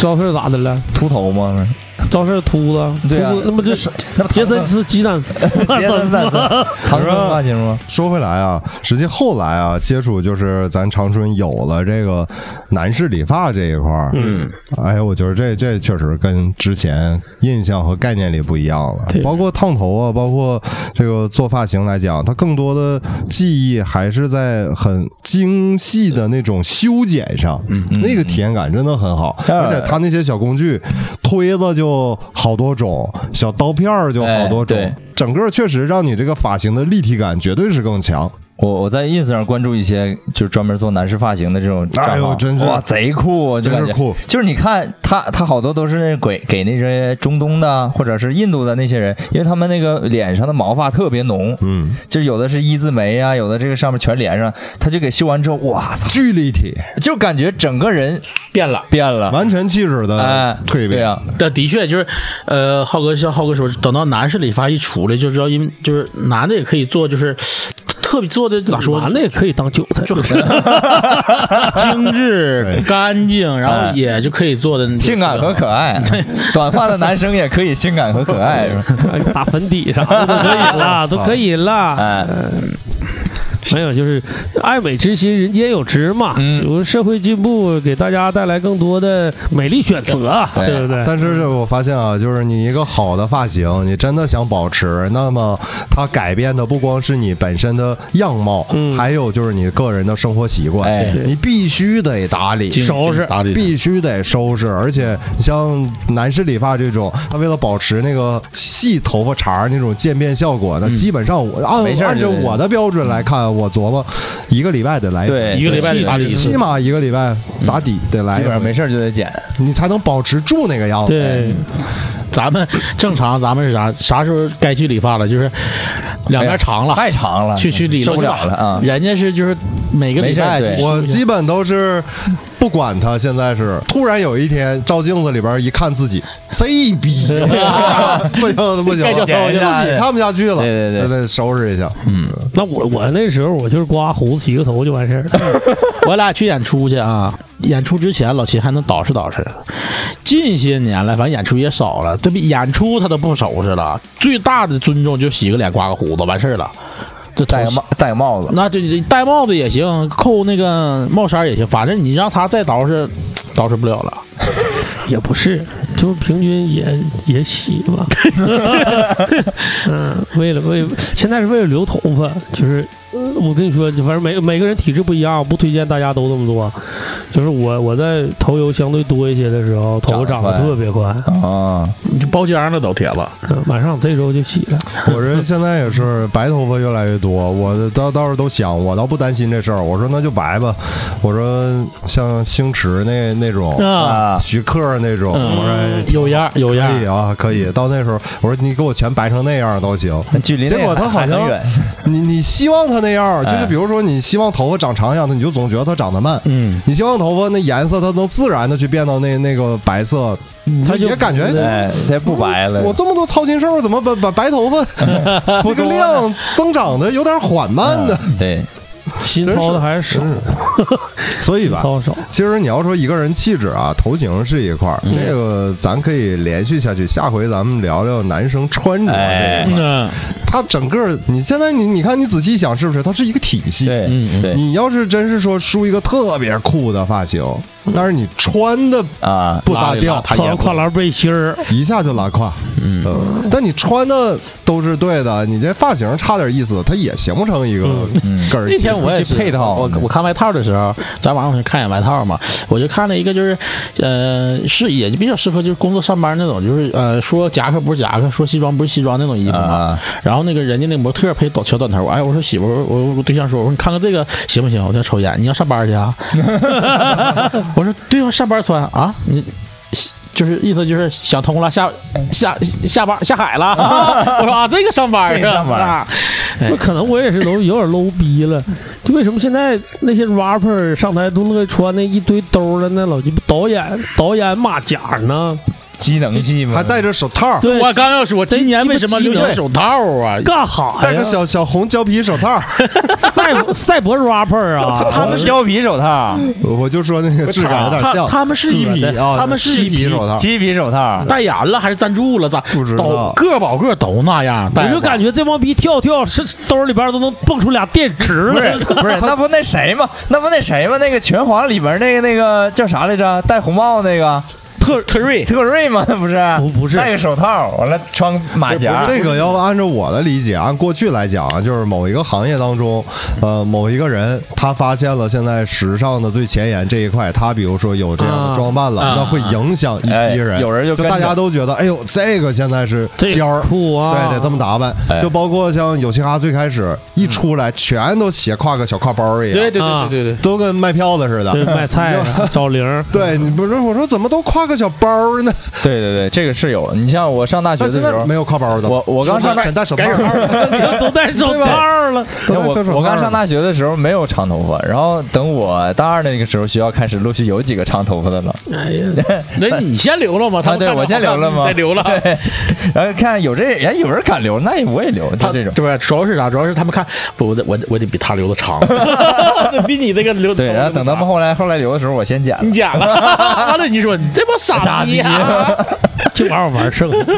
赵四咋的了？
秃头吗？
赵四秃子，秃
对啊
子那不就是
那不
杰森是鸡
*laughs*
蛋斯
唐僧
*laughs* 吗
吗？唐僧发型吗？
说回来啊，实际后来啊，接触就是咱长春有了这个男士理发这一块儿，嗯，哎呀，我觉得这这确实跟之前印象和概念里不一样了
对，
包括烫头啊，包括这个做发型来讲，它更多的技艺还是在很精细的那种修剪上，嗯，那个体验感真的很好，
嗯
而且它那些小工具，推子就好多种，小刀片儿就好多种。
哎对
整个确实让你这个发型的立体感绝对是更强。
我我在 ins 上关注一些就是专门做男士发型的这种账号，
哎呦真是
哇贼酷，就
真是
感觉
酷
就是你看他他好多都是那给给那些中东的或者是印度的那些人，因为他们那个脸上的毛发特别浓，
嗯，
就是有的是一字眉啊，有的这个上面全连上，他就给修完之后，哇操，
巨立体，
就感觉整个人
变了。
变了，
完全气质
哎
的，蜕
对
变。
啊，
但的确就是，呃，浩哥像浩哥说，等到男士理发一出来，就知道，因为就是男的也可以做，就是特别做的咋说呢？
男的也可以当韭菜，
就精致
对
干净，然
哎
后也就可以做的
性感
*laughs*
和可
*laughs*
爱，短发的男生也可以性感和可爱，是吧
哎打粉底啥的都可
*laughs*
以了，都可以了。
哎，
没有，就是爱美之心，人皆有之嘛。
嗯
就是社会进步给大家带来更多的美丽选择，啊
对
对不
*laughs*
对？
但是我发现啊，就是你一个好的发型，你真的想保持，那么它改变的不光是你本身的样貌，
嗯
还有就是你个人的生活习惯，
哎
对
你必须得打理。
收拾
打理必须得收拾，而且你像男士理发这种，他为了保持那个细头发茬儿那种渐变效果，那基本上我按
嗯没事儿
按
就
照
得
我的标准来看，我琢磨一个礼拜得来一回
对，
一个礼拜里打理一
起
次。
码一个礼拜打底得来
基
一
本上
回，
没事儿就得剪，
你才能保持住那个样子。
哎
对，
咱们正常，咱们是啥？啥时候该去理发了？就是两边长了，
太长了，
去去理
受
论
不
去
了了
吧。
啊！
人家是就是每个
没
礼
事
拜
对
去
我基本都是不管他，现在是突然有一天照镜子里边一看自己，贼逼，不行不行，
就
自己
剪一下
看不下去了，
对对对
得得收拾一下。
那我我那时候我就是刮胡子洗个头就完事儿了。
*laughs* 我俩去演出去啊，演出之前老秦还能捯饬捯饬，近些年来反正演出也少了，这不演出他都不收拾了。最大的尊重就洗个脸、刮个胡子，完事儿了。这头
戴个帽，戴个帽子，
那对对戴帽子也行，扣那个帽衫也行，反正你让他再捯饬，捯饬不了了。
也不是，就是平均也也洗 *laughs* 吧。嗯，为了为现在是为了留头发，就是呃我跟你说，反正每每个人体质不一样，我不推荐大家都这么做。就是我我在头油相对多一些的时候，头发长
长
得
得快
特别快，
啊，
哦
你就包浆了都铁子，
嗯马上这周就洗了。
我这现在也是白头发越来越多，我倒倒是都想，我倒不担心这事儿。我说那就白吧，我说嗯像星驰那那种，
啊，哎
啊
徐克那种，
嗯
我说哎
有样儿有样
可以
儿。
啊，可以。到那时候我说你给我全白成那样都行。
距离那
结果他
还
好像
还很远
你你希望他那样，就
哎
是比如说你希望头发长长一样的，你就总觉得它长得慢。
嗯，
你希望头发那颜色它能自然的去变到那那个白色，你
嗯它就
也感觉
哎，他不白了，
我这么多操心事儿，怎么把把白头发
*laughs*
这个量增长的有点缓慢呢？
嗯对，
新操的还是少，
嗯
所以吧，
操少。
其实你要说一个人气质啊，头型是一块儿，
嗯
这个咱可以连续下去。下回咱们聊聊男生穿着啊这一块儿，
嗯
他整个你现在你你看你仔细想是不是？它是一个体系。
对
嗯
对
你要是真是说梳一个特别酷的发型，但是你穿的
啊，
不搭调，
穿个跨栏背心儿，
一下就拉胯。
嗯
嗯，但你穿的都是对的，你这发型差点意思，它也形不成一个
嗯
根儿
那
气
天我也是
去配套
我我看外套的时候，咱晚上我去看一眼外套嘛，我就看了一个，就是，呃，是也比较适合就是工作上班那种，就是呃，说夹克不是夹克，说西装不是西装那种衣服嘛。
啊，
然后那个人家那模特配短小短头，哎，我说媳妇儿，我我我对象说，我说你看看这个行不行？我在抽烟，你要上班
*laughs*
去啊？我说对啊，上班穿啊，你。就是意思就是想通了，下下下班下海了。
*laughs*
我说啊，这个上班去
这个上班
啊，
哎
那可能我也是都有点 low 逼了。就为什么现在那些 rapper 上台都乐意穿那一堆兜儿的那老鸡巴导演导演马甲呢？
机能系嘛，
还戴着手套，
对，
我刚要说，今年为什么流行手套啊？
干哈
戴个
呀？
小小红胶皮手套，
赛博赛博 rapper 啊，
他们胶皮手套，
我就说那个质感有点像。
他他们是
漆皮啊，
他们是
漆皮手套，
漆皮手套，
代言了还是赞助了？咋
不知道
都个保个都那样，
我就感觉这帮逼跳跳是兜里边都能蹦出俩电池
不是
来。
不是，那不那谁嘛，那不那谁嘛，那个拳皇里面那个那个叫啥来着？戴红帽那个
特特瑞
特瑞嘛，那不是？
不不是
戴个手套，完了穿马甲，
这个要按照我的理解，按过去来讲啊，就是某一个行业当中，呃，某一个人他发现了现在时尚的最前沿这一块，他比如说有这样的装扮了，
啊
那会影响一批
哎
人，
有人就
就
跟
大
着
家都觉得，哎呦，这个现在是尖儿。
酷啊！
对，得这么打扮
哎，
就包括像有嘻哈最开始一出来，全都斜挎个小挎包一样，
对对对
对
都跟卖票的似
啊对，
的。
卖菜的找零儿，
对，你不是我说怎么都挎个小包呢？
对对对，这个是有。你像我上大学
但
的
现
时
在
候
*laughs* 没，有挎包的，
我我刚上大
全戴手套， *laughs*
*laughs* 都戴手套了。
都戴
我
小手套
我刚上大学的时候没有长头发，然后等我大二那个时候，学校开始陆续有几个长头发的了。
哎呀，
对，那你先留了吗？哎他
啊，
们
对
看着
我先留了吗？
再留了。
对，然后看有这人有人敢留，那也我也留，就这种。
对吧？主要是啥？主要是他们看不，我得我得我得比他留的长，比你 *laughs* 那个留
对，然后等他们后来后来留的时候，我先剪了
你。讲了， *laughs* 完了你说你这帮傻逼啊！ *laughs*
就把我玩剩了。
*laughs*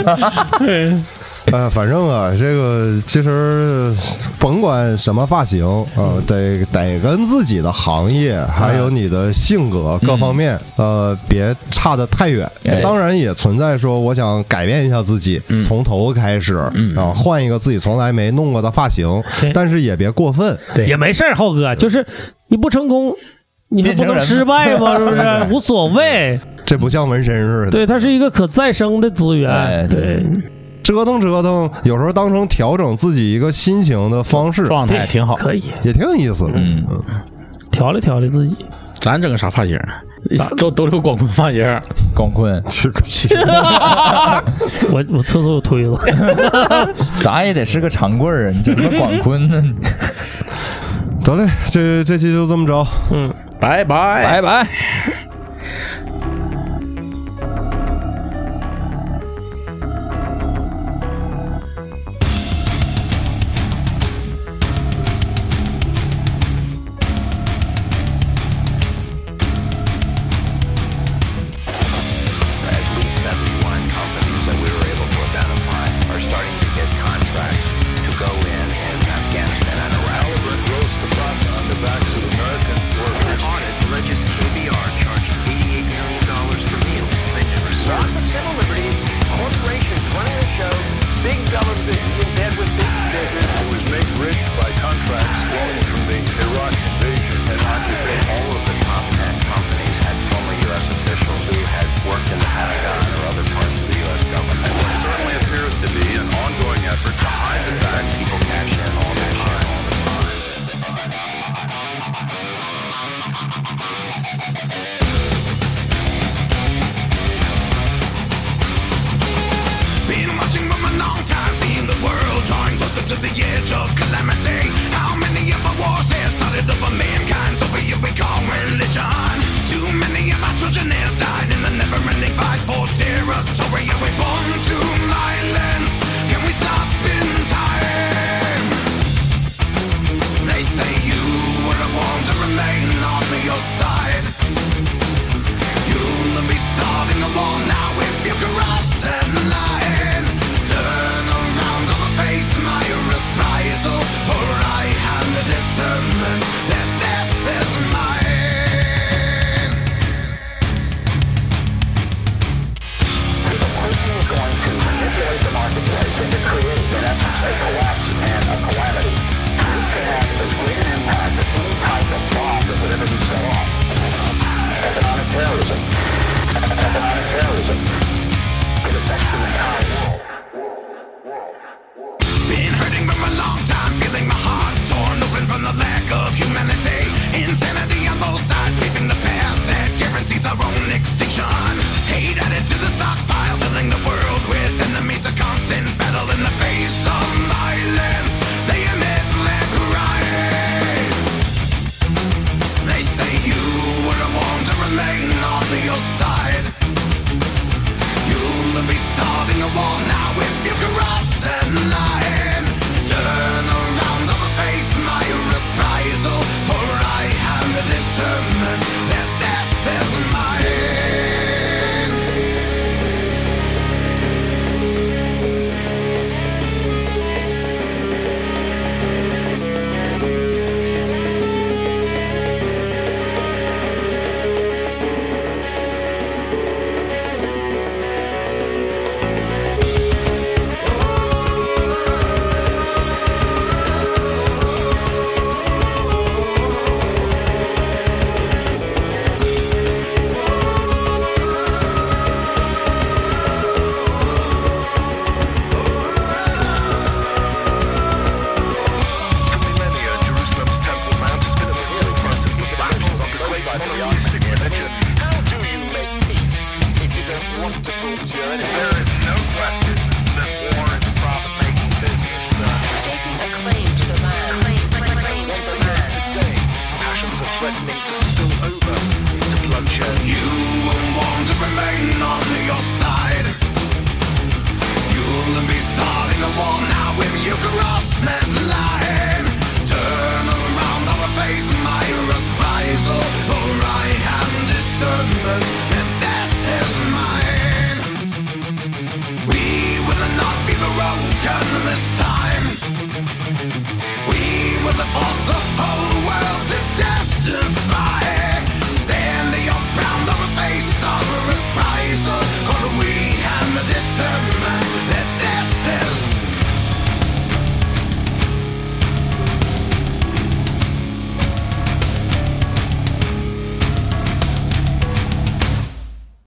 呃，反正啊，这个其实甭管什么发型啊、呃得得跟自己的行业还有你的性格各方面，呃，别差得太远
哎。
当然也存在说，我想改变一下自己，从头开始啊、换一个自己从来没弄过的发型
对，
但是也别过分。
对
也没事儿，浩哥，就是你不成功，你还不能失败吗？是不是？无所谓，
这不像纹身似的，
对，它是一个可再生的资
哎
源。
对
对，
折腾折腾，有时候当成调整自己一个心情的方式，
状态挺好，
可以
也挺有意思的。
嗯
调理调理自己。
咱整个啥发型？啊都都留广坤发型儿，
广坤，
去个屁！
我我厕所有推子，
咱也得是个长棍儿啊！你整个广坤呢？
*laughs* 得嘞，这这期就这么着。
拜拜
拜拜。
at least 71 companies that we were able to identify are starting to get contracts to go in in Afghanistan and Iraq. Taliban rose to power on the backs of American workers. audit alleges KBR charged $88 million for meals they never served. Loss of civil liberties, corporations running the show, big government in bed with big business. It was made rich by contracts flowing from the Iraq invasion and occupation. All of the top 10 companies had former U.S. officials who had worked in the Pentagon or other parts of the U.S. government. What certainly appears to be an ongoing effort to hide the facts. People cash in all the time.
Been watching from a long time, seeing the world drawing closer to the edge of calamity. How many of our wars have started over mankind's over you we call religion? Too many of our children have died in the never-ending fight for territory. Are we born to violence? Can we stop in time? They say you were born to remain on your side. You'll be starting a war now if you cross that line. Turn around or face my reprisal, for I am determined that this is mine. Been hurting from a long time, feeling my heart torn open from the lack of humanity. Insanity on both sides, paving the path that guarantees our own extinction. Hate added to the stockpile, filling the world with enemies. A constant battle in the face of violence. They emit black crying. They say you were born to remain on your side. You'll be starting a war now if